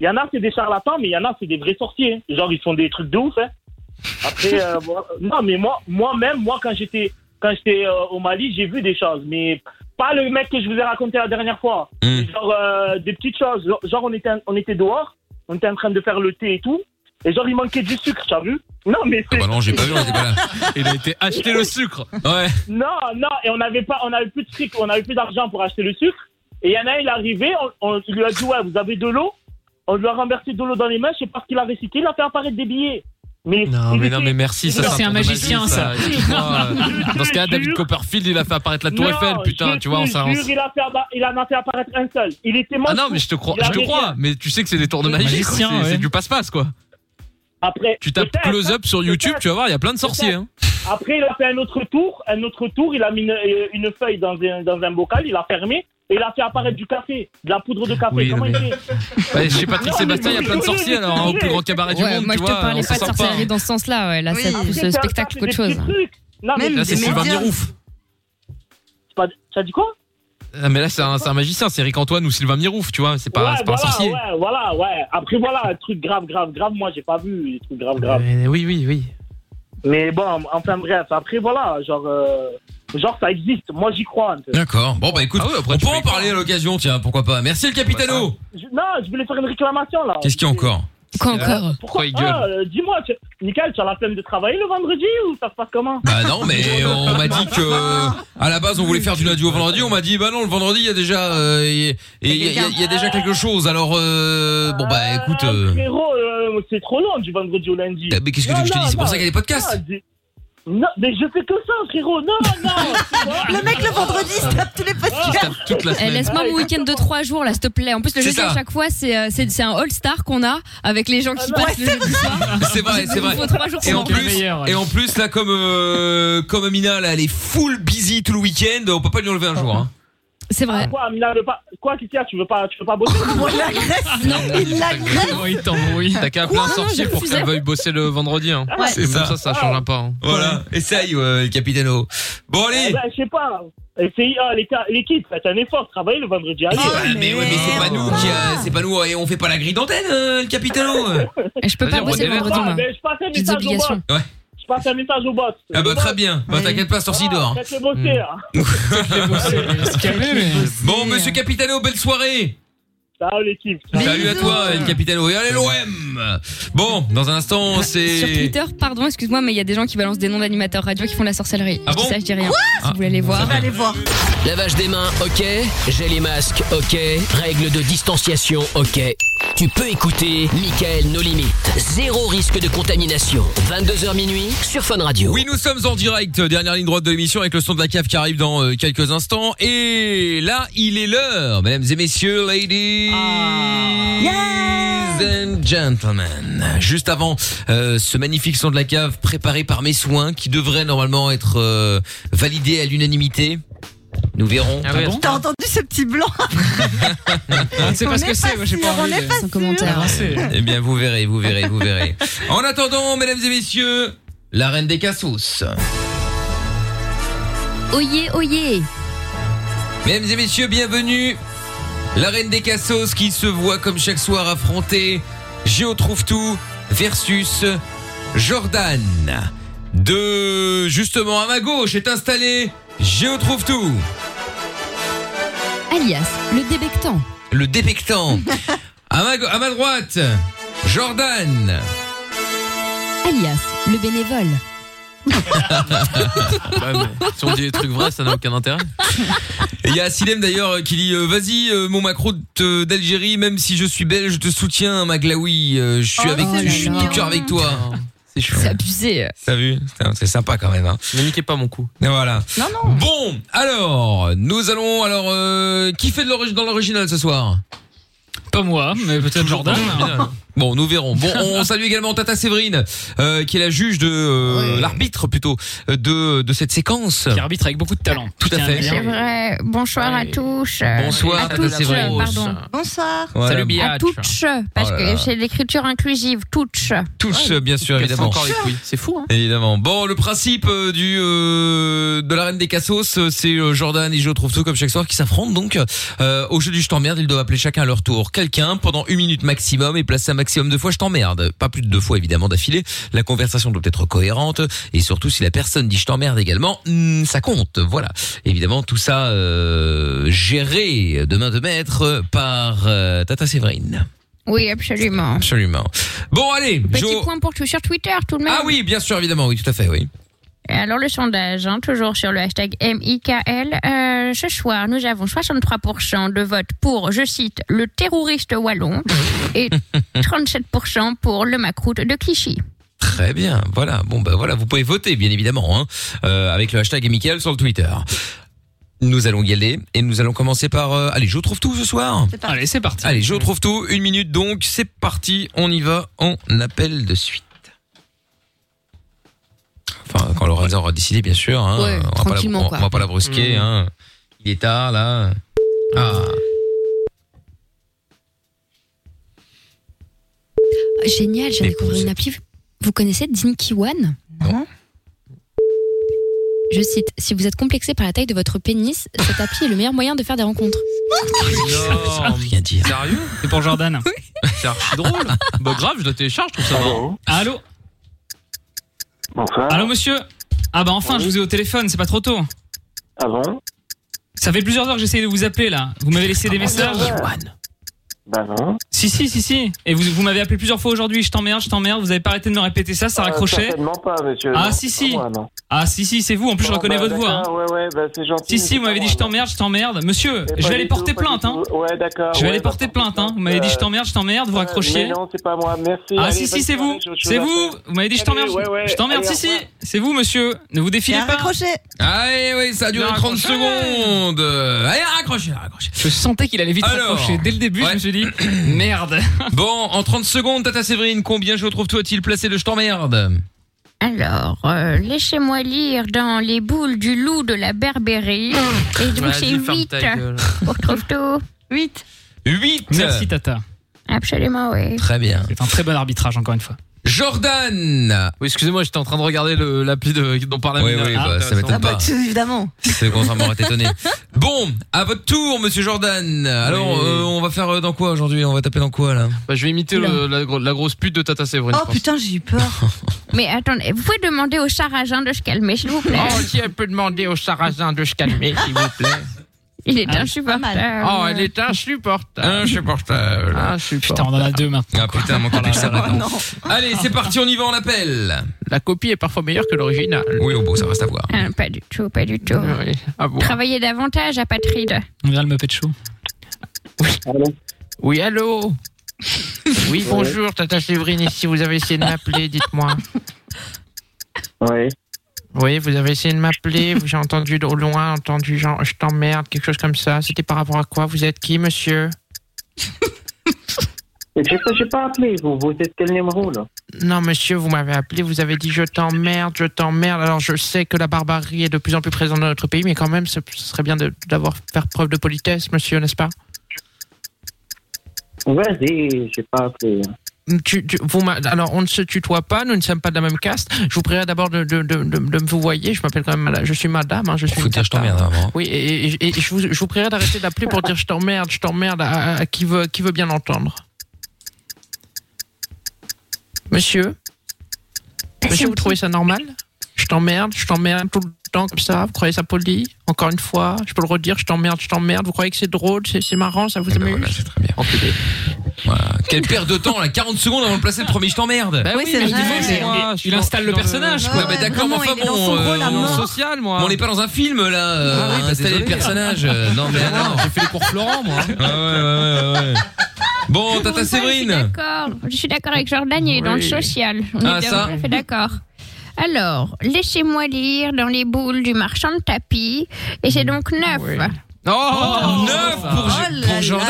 Speaker 11: Il y en a, c'est des charlatans, mais il y en a, c'est des vrais sorciers. Genre, ils font des trucs de ouf. hein. Après, euh, moi- non, mais moi, moi-même, moi, quand j'étais, quand j'étais euh, au Mali, j'ai vu des choses, mais pas le mec que je vous ai raconté la dernière fois.
Speaker 4: Hmm.
Speaker 11: Genre euh, des petites choses. Genre- Genre, on était, on était dehors, on était en train de faire le thé et tout, et genre, il manquait du sucre, t'as vu Non, mais c'est.
Speaker 4: bah non, j'ai
Speaker 2: pas vu, on était pas là.
Speaker 4: Il a été acheté le sucre.
Speaker 2: Ouais.
Speaker 11: Non, non, et on n'avait pas, on avait plus de fric, on avait plus d'argent pour acheter le sucre. Et il y en a un, il est arrivé, on, on lui a dit, ouais, vous avez de l'eau. On lui a renversé de l'eau dans les mains, je sais pas ce qu'il a récité, il a fait apparaître des billets. Mais
Speaker 4: Non, mais non, mais merci. ça,
Speaker 5: C'est un
Speaker 4: tour de
Speaker 5: magicien,
Speaker 4: magie,
Speaker 5: ça.
Speaker 4: Excuse-moi, euh, Dans ce cas-là, David Copperfield, il a fait apparaître la Tour
Speaker 11: Non,
Speaker 4: Eiffel, putain,
Speaker 11: je
Speaker 4: tu vois, on
Speaker 11: te
Speaker 4: s'avance.
Speaker 11: jure, Il, a fait abba- il en a fait apparaître un seul. Il était mort.
Speaker 4: Ah non, mais je te crois, je te crois, mais tu sais que c'est des tours de magie, quoi, c'est
Speaker 5: Magicien, ouais.
Speaker 4: c'est du passe-passe, quoi.
Speaker 11: Après,
Speaker 4: Tu tapes
Speaker 11: peut-être,
Speaker 4: close-up sur YouTube, tu vas voir, il y a plein de sorciers. hein.
Speaker 11: Après, il a fait un autre tour, un autre tour, il a mis une, euh, une feuille dans un, dans un bocal, il a fermé, et il a fait apparaître du café, de la poudre de café.
Speaker 4: Oui,
Speaker 11: Comment
Speaker 4: non, mais-
Speaker 11: il fait
Speaker 4: Ouais, chez Patrick
Speaker 11: Non,
Speaker 4: Sébastien, il y a
Speaker 11: mais-
Speaker 4: plein de sorciers, alors, hein, au plus grand cabaret du
Speaker 6: Ouais,
Speaker 4: monde,
Speaker 6: moi,
Speaker 4: tu
Speaker 6: je
Speaker 4: vois,
Speaker 6: te
Speaker 4: on
Speaker 6: parlais
Speaker 4: s'en
Speaker 6: pas de
Speaker 4: sort pas.
Speaker 6: sorcellerie dans ce sens-là, ouais. Là, c'est plus euh, spectacle qu'autre chose.
Speaker 11: Non,
Speaker 6: mais
Speaker 4: Là, c'est Sylvain Mirouf.
Speaker 11: Ça dit quoi
Speaker 4: Ah, mais là, c'est un, c'est un magicien, c'est Eric Antoine ou Sylvain Mirouf, tu vois, c'est pas,
Speaker 11: Ouais,
Speaker 4: c'est pas
Speaker 11: voilà,
Speaker 4: un sorcier.
Speaker 11: Ouais, voilà, ouais. Après, voilà, un truc grave, grave, grave, moi, j'ai pas vu, des trucs grave, grave.
Speaker 4: Euh, oui, oui, oui.
Speaker 11: Mais bon, enfin, bref, après, voilà, genre, euh, genre, ça existe, moi, j'y crois un peu.
Speaker 2: D'accord. Bon, bah
Speaker 4: Ah
Speaker 2: écoute, on peut en
Speaker 4: hein.
Speaker 2: parler à l'occasion, tiens, pourquoi pas. Merci le capitano.
Speaker 11: Je- non, je voulais faire une réclamation, là. Euh,
Speaker 2: Qu'est-ce qu'il y a encore
Speaker 6: Quoi
Speaker 2: encore
Speaker 11: Pourquoi
Speaker 2: il gueule
Speaker 11: Ah, euh, Dis-moi, tu... Nickel, tu as la peine de travailler le vendredi ou ça se passe comment
Speaker 2: Bah non, mais on m'a dit que euh, à la base on voulait faire du lundi au vendredi. On m'a dit bah non, le vendredi il y a déjà euh, il y- et il y, a- il y a déjà quelque chose. Alors euh, bon bah écoute, euh,
Speaker 11: Frérot, euh, c'est trop long du vendredi au lundi.
Speaker 2: Ah, mais qu'est-ce que tu veux que je te dise C'est pour ça qu'il y a des podcasts.
Speaker 11: Non, dis- non, mais je fais que ça, frérot. Non, non.
Speaker 14: Le mec, le vendredi,
Speaker 2: Ah,
Speaker 14: il se tape tous les podcasts.
Speaker 6: Eh, Laisse-moi mon week-end de 3 jours là, s'il te plaît. En plus, le
Speaker 2: C'est
Speaker 6: jeudi
Speaker 2: ça.
Speaker 6: à chaque fois, c'est euh, c'est c'est un all-star qu'on a avec les gens qui passent le jeudi soir.
Speaker 2: c'est vrai, c'est vrai.
Speaker 6: Il faut trois jours
Speaker 2: Et
Speaker 6: sans
Speaker 2: en
Speaker 6: dormir.
Speaker 2: plus, et en plus là comme euh, comme Amina là, elle est full busy tout le week-end. On peut pas lui enlever un jour. Hein.
Speaker 6: C'est vrai.
Speaker 11: Quoi, Amina veut pas. Quoi, Kitia, tu veux pas, tu veux pas bosser
Speaker 2: Ah,
Speaker 6: il l'agresse.
Speaker 4: Oui, t'embrouilles. T'as qu'à appeler un
Speaker 11: Quoi Non, j'ai
Speaker 4: sorcier pour
Speaker 11: refusé.
Speaker 4: qu'elle veuille bosser le vendredi. Hein.
Speaker 11: Ouais.
Speaker 4: C'est ça. ça, ça changera pas. hein.
Speaker 2: Voilà, essaye euh, capitano. Bon
Speaker 11: Eh
Speaker 2: allez.
Speaker 11: ben, je sais pas. Essayez, ah, les gars, l'équipe, faites un effort, travaillez le vendredi. Allez.
Speaker 2: Ah, mais ouais, mais c'est pas nous qui a- c'est pas nous et on fait pas la grille d'antenne euh, le capitano.
Speaker 6: Je peux
Speaker 2: pas bosser le vendredi, moi.
Speaker 11: mais je passe un
Speaker 2: J'ai des
Speaker 11: message au
Speaker 2: obligations.
Speaker 11: bot.
Speaker 2: Ouais.
Speaker 11: Je passe un message au bot.
Speaker 2: Ah bah très bien. Bah t'inquiète pas, sorcier dehors. Mm.
Speaker 11: Faites le bosser. hein.
Speaker 2: Bon, monsieur Capitano, belle soirée
Speaker 11: Ciao l'équipe
Speaker 2: Salut à toi, El Capitano Et allez l'OM Bon, dans un instant,
Speaker 6: Sur
Speaker 2: c'est...
Speaker 6: Twitter, pardon, excuse-moi, mais il y a des gens qui balancent des noms d'animateurs radio qui font de la sorcellerie.
Speaker 2: Ah
Speaker 6: je dis
Speaker 2: bon
Speaker 6: ça, je dis rien.
Speaker 2: Quoi Ah.
Speaker 6: si vous voulez
Speaker 4: Ah.
Speaker 6: aller voir.
Speaker 1: voir. Lavage des mains, ok. Gel et masque, ok. Règles de distanciation, ok. Tu peux écouter Michael No Limites. Zéro risque de contamination. 22h minuit sur Fun Radio.
Speaker 2: Oui, nous sommes en direct, euh, dernière ligne droite de l'émission avec le son de la cave qui arrive dans euh, quelques instants. Et là, il est l'heure, mesdames et messieurs, ladies
Speaker 3: Ah.
Speaker 2: and gentlemen. Juste avant euh, ce magnifique son de la cave préparé par mes soins qui devrait normalement être euh, validé à l'unanimité. Nous verrons.
Speaker 5: Ah
Speaker 3: T'as entendu ce petit blanc
Speaker 5: On ne sait
Speaker 3: Ah On
Speaker 5: pas ce
Speaker 3: est
Speaker 5: que Ah, c'est, moi j'ai
Speaker 3: sûr,
Speaker 5: pas
Speaker 3: on
Speaker 5: envie.
Speaker 3: est
Speaker 5: de- Ah,
Speaker 3: pas sûr.
Speaker 2: Eh bien, vous verrez, vous verrez, vous verrez. En attendant, mesdames et messieurs, la reine des cassos.
Speaker 4: Oyez, oyez.
Speaker 2: Mesdames et messieurs, bienvenue. La reine des cassos qui se voit comme chaque soir affronter Géo trouve tout versus Jordan. De justement à ma gauche est installé Géo trouve tout,
Speaker 4: Alias, le débectant.
Speaker 2: le dépectant. à, ma, à ma droite, Jordan.
Speaker 4: Alias, le bénévole.
Speaker 17: si on dit des trucs vrais, ça n'a aucun intérêt.
Speaker 2: Il y a Silem d'ailleurs qui dit euh, vas-y euh, mon macro de- euh, d'Algérie même si je suis belge je te soutiens Maglaoui euh, je suis avec je suis tout cœur avec toi. C'est chaud.
Speaker 4: abusé.
Speaker 2: T'as vu Putain, C'est sympa quand même. Hein. Ne niquez pas mon coup. Voilà.
Speaker 4: Non, non.
Speaker 2: Bon, alors, nous allons. Alors, euh, qui fait de l'origi- dans l'original ce soir
Speaker 5: Pas moi, mais peut-être Jordan.
Speaker 2: Bon, nous verrons. Bon, on salue également Tata Séverine, euh, qui est la juge de euh, l'arbitre plutôt euh, de, de cette séquence. Qui
Speaker 5: arbitre avec beaucoup de talent.
Speaker 2: Tout à fait.
Speaker 4: C'est vrai. Bonsoir à tous. euh,
Speaker 2: Bonsoir,
Speaker 4: à
Speaker 2: Tata
Speaker 4: toutes,
Speaker 2: Séverine.
Speaker 4: Pardon.
Speaker 3: Bonsoir.
Speaker 2: Voilà. Salut, Biatch.
Speaker 4: À toutes, parce
Speaker 2: Oh là là.
Speaker 4: que c'est l'écriture inclusive. Toutes.
Speaker 2: Tous, bien sûr,
Speaker 17: Casse
Speaker 2: évidemment.
Speaker 17: encore les couilles. C'est fou, hein.
Speaker 2: Évidemment. Bon, le principe euh, du euh, de la reine des cassos, euh, c'est euh, Jordan et Joe trouve tout comme chaque soir qui s'affrontent donc euh, au jeu du je t'emmerde. Ils doivent appeler chacun à leur tour quelqu'un pendant une minute maximum et placer un maximum de fois je t'emmerde. Pas plus de deux fois évidemment d'affilée. La conversation doit être cohérente et surtout si la personne dit je t'emmerde également, hmm, ça compte. Voilà. Évidemment tout ça euh, géré de main de maître par euh, Tata Séverine.
Speaker 4: Oui, absolument.
Speaker 2: Absolument. Bon allez,
Speaker 4: Petit
Speaker 2: Joe.
Speaker 4: point pour tout sur Twitter, tout le monde.
Speaker 2: Ah oui, bien sûr évidemment, oui tout à fait, oui.
Speaker 4: Et alors le sondage, hein, toujours sur le hashtag MIKL. Euh, ce soir, nous avons 63% de vote pour, je cite, le terroriste wallon et 37% pour le macroute de Clichy.
Speaker 2: Très bien, voilà. Bon, bah voilà, vous pouvez voter, bien évidemment, hein, euh, avec le hashtag Michael sur le Twitter. Nous allons y aller et nous allons commencer par. euh, allez, je trouve tout ce soir.
Speaker 5: Allez, c'est parti.
Speaker 2: Allez, je trouve tout. Une minute donc, c'est parti. On y va. On appelle de suite. Enfin, quand Lorenzo aura décidé, bien sûr. Hein,
Speaker 4: Ouais,
Speaker 2: on va pas la-
Speaker 4: tranquillement,
Speaker 2: on-
Speaker 4: quoi.
Speaker 2: On, va pas la brusquer.
Speaker 5: Mm.
Speaker 4: Mmh.
Speaker 2: Hein. Il est tard là. Ah.
Speaker 4: Génial, j'ai découvert une appli. Vous connaissez Dinkywan
Speaker 2: Non.
Speaker 4: Je cite, si vous êtes complexé par la taille de votre pénis, cette appli est le meilleur moyen de faire des rencontres.
Speaker 17: Non,
Speaker 2: rien dire.
Speaker 17: Sérieux
Speaker 5: C'est pour Jordan.
Speaker 17: C'est archi drôle. Bah grave, je la télécharge, je trouve ça marrant.
Speaker 5: Allô Allô monsieur Ah bah enfin, je vous ai au téléphone, c'est pas trop tôt.
Speaker 11: Ah bon
Speaker 5: Ça fait plusieurs heures que j'essaye de vous appeler là. Vous m'avez laissé des
Speaker 11: Ah,
Speaker 5: messages.
Speaker 6: Oh,
Speaker 11: Bah non.
Speaker 5: Si, si, si, si. Et vous, vous m'avez appelé plusieurs fois aujourd'hui, je t'emmerde, je t'emmerde. Vous avez pas arrêté de me répéter ça, ça
Speaker 11: Euh,
Speaker 5: raccrochait.
Speaker 11: certainement pas, monsieur.
Speaker 5: Ah
Speaker 11: Non,
Speaker 5: si,
Speaker 11: pas
Speaker 5: si.
Speaker 11: moi, non.
Speaker 5: Ah si, si, c'est vous. En plus, je
Speaker 11: Bon,
Speaker 5: reconnais
Speaker 11: bah,
Speaker 5: votre voix. hein.
Speaker 11: d'accord, Ouais, ouais, bah, c'est gentil.
Speaker 5: Si, si, vous m'avez dit je t'emmerde, je t'emmerde. Monsieur,
Speaker 11: C'est
Speaker 5: je
Speaker 11: pas
Speaker 5: vais aller
Speaker 11: du
Speaker 5: porter
Speaker 11: tout, pas du
Speaker 5: plainte. Hein.
Speaker 11: tout. Ouais, d'accord.
Speaker 5: Je vais
Speaker 11: ouais,
Speaker 5: aller
Speaker 11: bah,
Speaker 5: porter plainte. Hein. Vous m'avez dit je t'emmerde, je t'emmerde, vous
Speaker 11: Euh, Mais
Speaker 5: raccrochiez.
Speaker 11: non, c'est pas moi, merci.
Speaker 5: Ah
Speaker 11: Allez,
Speaker 5: si, si,
Speaker 11: bonne
Speaker 5: c'est
Speaker 11: soirée,
Speaker 5: vous.
Speaker 11: je- je
Speaker 5: C'est
Speaker 11: vous
Speaker 5: vous.
Speaker 11: appelle.
Speaker 5: Vous m'avez dit je
Speaker 11: Salut,
Speaker 5: t'emmerde.
Speaker 11: ouais, ouais,
Speaker 5: Je t'emmerde,
Speaker 11: allez,
Speaker 5: si,
Speaker 11: au
Speaker 5: si.
Speaker 11: revoir.
Speaker 5: C'est vous, monsieur. Ne vous défilez pas.
Speaker 2: Ah oui, oui, ça a duré
Speaker 5: Non,
Speaker 2: 30
Speaker 5: raccrochez.
Speaker 2: secondes. Euh,
Speaker 5: Euh,
Speaker 2: Allez, raccrochez, raccrochez.
Speaker 5: Ah, Je sentais qu'il allait vite
Speaker 2: Alors.
Speaker 5: s'approcher. Dès le début, je me suis dit, merde.
Speaker 2: Bon, en 30 secondes, Tata Séverine, combien je trouve toi a-t-il placé de je t'emmerde
Speaker 4: Alors, euh, laissez-moi lire dans les boules du loup de la Berbérie. Et donc c'est
Speaker 2: Vas-y, ferme
Speaker 4: 8.
Speaker 2: ta gueule.
Speaker 4: On retrouve tout.
Speaker 18: 8.
Speaker 2: 8
Speaker 5: Merci, Tata.
Speaker 4: Absolument, oui.
Speaker 2: Très bien.
Speaker 5: C'est un très bon arbitrage, encore une fois.
Speaker 2: Jordan
Speaker 17: Oui, excusez-moi, j'étais en train de regarder le- l'appli de- dont parlait
Speaker 2: Oui,
Speaker 17: Amina. Ah,
Speaker 2: oui, bah, ça
Speaker 17: intéressant.
Speaker 14: Ah
Speaker 2: m'étonne pas.
Speaker 3: Évidemment.
Speaker 2: C'est contraire m'aurait étonné. Bon, à votre tour, monsieur Jordan. Alors, euh, on va faire euh, dans quoi aujourd'hui On va taper dans quoi là
Speaker 17: Bah, je vais imiter le- la, gro- la grosse pute de Tata Séverine.
Speaker 5: Oh,
Speaker 17: je pense.
Speaker 3: Oh, j'ai eu peur.
Speaker 4: Mais attendez, vous pouvez demander au sarrasin de se calmer, s'il vous plaît.
Speaker 17: Oh, qui elle peut demander au sarrasin de se calmer, s'il vous plaît
Speaker 4: Il est
Speaker 17: Ah,
Speaker 4: insupportable.
Speaker 17: Oh, elle est insupportable.
Speaker 2: Insupportable.
Speaker 5: Putain, on en a deux maintenant.
Speaker 2: Ah putain,
Speaker 17: Oh
Speaker 2: mon cul, ça
Speaker 5: Oh,
Speaker 2: maintenant. Allez, c'est parti, on y va, on l'appelle.
Speaker 17: La copie est parfois meilleure que l'original.
Speaker 2: Oui, au beau, ça reste à voir.
Speaker 4: Ah, pas du tout, pas du tout.
Speaker 17: Oui. Ah bon
Speaker 4: Travaillez davantage, apatride.
Speaker 5: On dirait le Muppet Show.
Speaker 17: Oui, allô Oui,
Speaker 11: Ouais.
Speaker 17: bonjour, Tata Séverine, ici, vous avez essayé de m'appeler, dites-moi.
Speaker 11: Oui.
Speaker 17: Oui, vous avez essayé de m'appeler, j'ai entendu au loin, entendu genre, je t'emmerde, quelque chose comme ça. C'était par rapport à quoi Vous êtes qui, monsieur
Speaker 11: Je sais pas, j'ai pas appelé. Vous, vous êtes quel numéro là
Speaker 17: Non, monsieur, vous m'avez appelé, vous avez dit je t'emmerde, je t'emmerde. Alors, je sais que la barbarie est de plus en plus présente dans notre pays, mais quand même, ce ce serait bien de- d'avoir faire preuve de politesse, monsieur, n'est-ce pas
Speaker 11: Vas-y, j'ai pas appelé.
Speaker 17: Tu- tu- vous m'a- alors, on ne se tutoie pas, nous ne sommes pas de la même caste. Je vous prierai d'abord de, de, de, de, de me vous voyez. Je m'appelle quand même madame. Je suis madame. hein, je hein. suis une tata. Oui, et, et- et je, vous, je vous prierai d'arrêter d'appeler pour dire je t'emmerde, je t'emmerde à, à- à qui, veut, qui veut bien l'entendre. Monsieur Monsieur, vous trouvez ça normal Je t'emmerde, je t'emmerde tout le temps comme ça. Vous croyez ça poli Encore une fois, je peux le redire, je t'emmerde, je t'emmerde. Vous croyez que c'est drôle, c'est Eh ben c'est marrant, ça vous amuse
Speaker 2: Quelle perte de temps là 40 secondes avant de placer le premier je hein. t'emmerde.
Speaker 17: Bah oui, Oui, c'est mais vrai.
Speaker 2: Dis-moi,
Speaker 4: Il installe le personnage, quoi.
Speaker 2: Ouais, bah d'accord, mais enfin
Speaker 4: il est dans
Speaker 2: bon. euh,
Speaker 4: son rôle à
Speaker 2: on-
Speaker 4: mort. Social, moi.
Speaker 2: Mais On n'est pas dans un film là. euh,
Speaker 4: Ah oui, bah,
Speaker 2: installer
Speaker 4: désolé.
Speaker 2: le personnage. euh, Non mais alors.
Speaker 4: J'ai fait les cours Florent, moi.
Speaker 2: Ah ouais, ouais, ouais, ouais. Bon, Tata Oh, Séverine.
Speaker 6: D'accord, je suis d'accord avec Jordan, il est dans le
Speaker 2: Oui.
Speaker 6: social. On
Speaker 2: Ah,
Speaker 6: est bien
Speaker 2: ça.
Speaker 6: tout à fait d'accord. Alors, laissez-moi lire dans les boules du marchand de tapis, et c'est donc neuf.
Speaker 2: Oh, 9 pour, pour Jordan.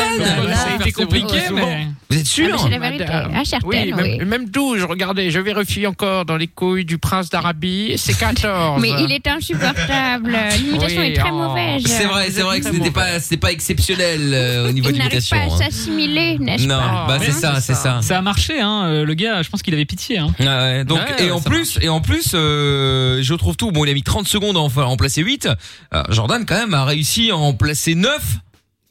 Speaker 17: Ça a été compliqué, mais.
Speaker 2: Vous êtes
Speaker 6: sûr Oh, Ah, mais c'est la vérité. Ah, certaines,
Speaker 17: hein, oui,
Speaker 6: oui.
Speaker 17: Même, même 12, regardez, je vérifie encore dans les couilles du prince d'Arabie, c'est 14.
Speaker 6: Mais il est insupportable. L'imitation
Speaker 17: Oui,
Speaker 6: est très
Speaker 17: oh.
Speaker 6: mauvaise.
Speaker 2: C'est vrai, Ah, c'est vrai que ce n'était pas, c'était pas exceptionnel euh, au niveau de
Speaker 6: Il n'arrive
Speaker 2: l'imitation.
Speaker 6: pas à
Speaker 2: hein.
Speaker 6: s'assimiler, n'est-ce
Speaker 2: Non,
Speaker 6: pas
Speaker 2: bah c'est
Speaker 6: Hein
Speaker 2: ça, c'est ça.
Speaker 5: Ça a marché, hein. euh, Le gars, je pense qu'il avait pitié, hein.
Speaker 2: Ouais, Ah ouais, donc,
Speaker 5: Ouais,
Speaker 2: et,
Speaker 5: ouais,
Speaker 2: en
Speaker 5: ça
Speaker 2: plus, et en plus, euh, je trouve tout. Bon, il a mis 30 secondes à en, fa- à en placer 8. Euh, Jordan, quand même, a réussi à en placer 9.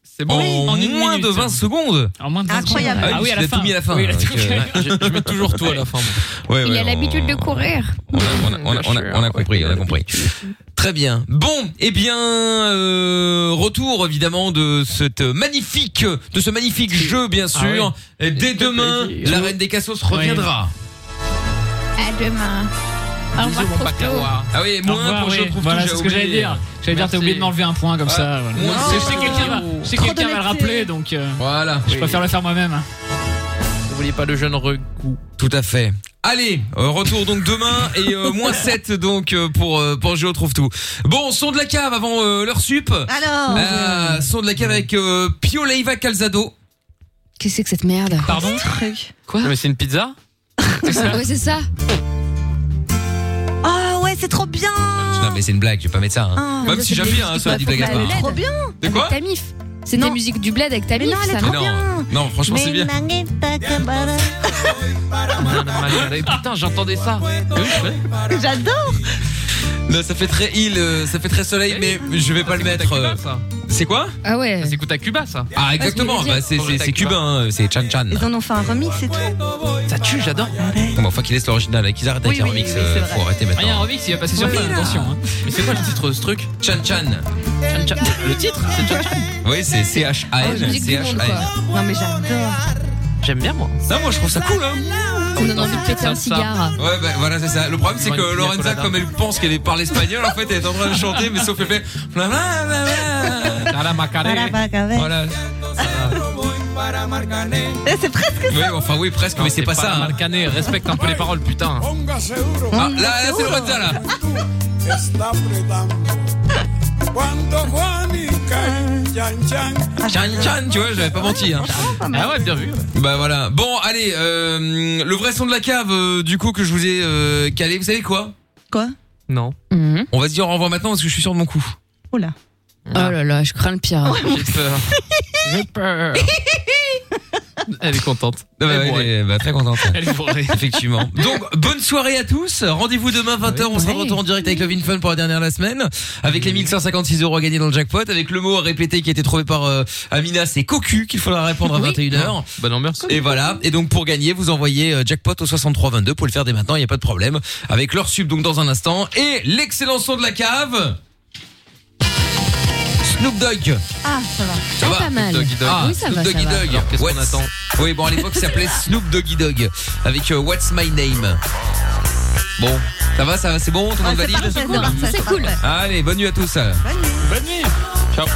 Speaker 2: C'est
Speaker 5: bon. Oui,
Speaker 2: En,
Speaker 5: en une
Speaker 2: moins
Speaker 5: minute.
Speaker 2: de 20 secondes.
Speaker 5: En moins de 20 Incroyable. secondes.
Speaker 2: Ah oui, à la fin. tout mis à la fin.
Speaker 5: Oui, il a
Speaker 2: donc, euh,
Speaker 5: tout fait.
Speaker 2: je, mets toujours tout à la fin. Ouais,
Speaker 6: Il
Speaker 2: ouais,
Speaker 6: a
Speaker 2: on-
Speaker 6: l'habitude de courir.
Speaker 2: on a, on a- on a- on a compris, on a compris. Très bien. Bon, eh bien, euh, retour évidemment de cette magnifique, de ce magnifique jeu, bien sûr. Et dès demain, la reine des cassos reviendra.
Speaker 6: À demain. Au revoir, Fausto.
Speaker 2: Ah oui,
Speaker 5: Au
Speaker 2: moins
Speaker 5: revoir,
Speaker 2: pour
Speaker 5: oui.
Speaker 2: je trouve
Speaker 5: Voilà,
Speaker 2: tout,
Speaker 5: c'est ce
Speaker 2: j'ai
Speaker 5: que j'allais
Speaker 2: oublié.
Speaker 5: dire. J'allais dire, t'as oublié de m'enlever un point comme ça. voilà.
Speaker 2: Moins
Speaker 5: Parce que je sais que
Speaker 2: pour-
Speaker 5: quelqu'un va, je sais que quelqu'un va le rappeler, donc. euh,
Speaker 2: Voilà.
Speaker 5: Je préfère le faire moi-même.
Speaker 17: Vous voulez pas de jeune recou
Speaker 2: Tout à fait. Allez, euh, retour donc demain et euh, moins 7 donc euh, pour euh, pour Géo trouve tout. Bon, son de la cave avant euh, leur sup.
Speaker 14: Alors
Speaker 2: Euh, son de la cave avec euh, Pio Leiva Calzado.
Speaker 6: Qu'est-ce que c'est que cette merde
Speaker 2: Pardon
Speaker 4: Quoi Mais c'est une pizza
Speaker 6: Ouais, c'est ça.
Speaker 14: Oh ouais, c'est trop bien
Speaker 2: Non mais c'est une blague, je vais pas mettre ça.
Speaker 14: Ah.
Speaker 2: Hein. Même si j'aime bien hein, ça dit blague à part.
Speaker 14: C'est trop bien
Speaker 2: De quoi
Speaker 6: Avec ta mif. C'est des musiques du bled avec ta mif, ça.
Speaker 2: Mais non, non, franchement c'est bien.
Speaker 4: Putain, j'entendais ça.
Speaker 14: J'adore
Speaker 2: Non, ça fait très île, euh, ça fait très soleil, mais je vais pas le mettre. euh, C'est quoi
Speaker 6: Ah ouais.
Speaker 4: Ça s'écoute à Cuba, ça.
Speaker 2: Ah exactement, bah, c'est c'est- c'est cubain, hein, c'est Chan Chan.
Speaker 14: Ils en ont fait un remix et tout.
Speaker 2: Ça tue, j'adore. Bon, bah, enfin qu'ils laissent l'original, et qu'ils arrêtent avec
Speaker 14: Oui,
Speaker 2: les
Speaker 14: oui,
Speaker 2: remix,
Speaker 14: oui,
Speaker 2: euh,
Speaker 14: c'est vrai.
Speaker 2: faut arrêter maintenant.
Speaker 4: Rien, remix, il va passer sur
Speaker 2: Oui,
Speaker 4: Fun,
Speaker 2: là.
Speaker 4: attention. hein. Mais c'est quoi le titre de ce truc
Speaker 2: Chan Chan.
Speaker 4: Le titre C'est Oh, Chan Chan
Speaker 2: Oui,
Speaker 14: Oh,
Speaker 2: c'est C-H-A-N, C-H-A-N.
Speaker 14: Non mais j'adore.
Speaker 4: J'aime bien, moi.
Speaker 2: Non, moi je trouve ça cool, hein.
Speaker 14: Ah,
Speaker 6: On a envie de péter un cigare.
Speaker 2: Ouais, bah, voilà, c'est ça. Le problème, c'est que Lorenza, comme elle pense qu'elle parle espagnol, en fait, elle est en train de chanter, mais sauf qu'elle fait.
Speaker 14: bah,
Speaker 2: Voilà.
Speaker 14: Eh, C'est presque
Speaker 2: Oui, enfin, oui, presque, mais c'est pas ça. hein.
Speaker 4: Marcané, respecte un peu les paroles, putain.
Speaker 2: Ah, là, là, c'est Lorenza, là.
Speaker 19: Está apretando. Cuando Juanica, chan chan.
Speaker 2: Chan Chan, tu vois, j'avais pas menti. Hein.
Speaker 4: Ah ouais, bien vu.
Speaker 2: Bah voilà. Bon, allez, euh, le vrai son de la cave, euh, du coup, que je vous ai euh, calé, vous savez quoi
Speaker 14: Quoi
Speaker 4: Non.
Speaker 2: On va se dire au revoir maintenant parce que je suis sûr de mon coup.
Speaker 14: Oh là.
Speaker 6: Oh là là, je crains le pire.
Speaker 4: J'ai peur. J'ai peur. Elle est contente.
Speaker 2: Ah bah, elle est bah, très contente.
Speaker 4: Elle est bourrée.
Speaker 2: Effectivement. Donc, bonne soirée à tous. Rendez-vous demain 20h. On sera de retour en direct avec Love in Fun pour la dernière de la semaine. Avec les 1156 euros à gagner dans le jackpot. Avec le mot à répéter qui a été trouvé par euh, Amina, c'est cocu qu'il faudra répondre à 21h.
Speaker 4: Ah, Bonne ambiance.
Speaker 2: Et voilà. Et donc, pour gagner, vous envoyez euh, jackpot au 6322. Pour le faire dès maintenant, il n'y a pas de problème. Avec leur sub, donc, dans un instant. Et l'excellent son de la cave. Snoop Dogg.
Speaker 14: Ah, ça va.
Speaker 2: Ça va,
Speaker 6: pas mal.
Speaker 2: Snoop Doggy Dogg.
Speaker 6: Ah, oui, ça
Speaker 2: Snoop
Speaker 6: va, ça
Speaker 2: Doggy
Speaker 6: va.
Speaker 2: Dogg. What's- Oui, bon, à l'époque, ça s'appelait Snoop Doggy Dogg avec euh, What's My Name. Bon, ça va, ça va, c'est bon, tout le
Speaker 11: Ah,
Speaker 2: monde valide
Speaker 6: C'est cool, c'est cool.
Speaker 2: Allez, bonne nuit à tous.
Speaker 4: Bonne nuit.
Speaker 2: Ciao.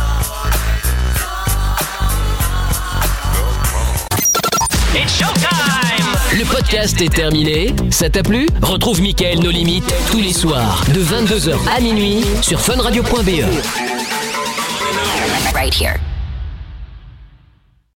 Speaker 1: Et Le podcast est terminé. Ça t'a plu Retrouve Mickaël Nos Limites tous les soirs E. de 22h à minuit sur funradio.be.
Speaker 9: Right here.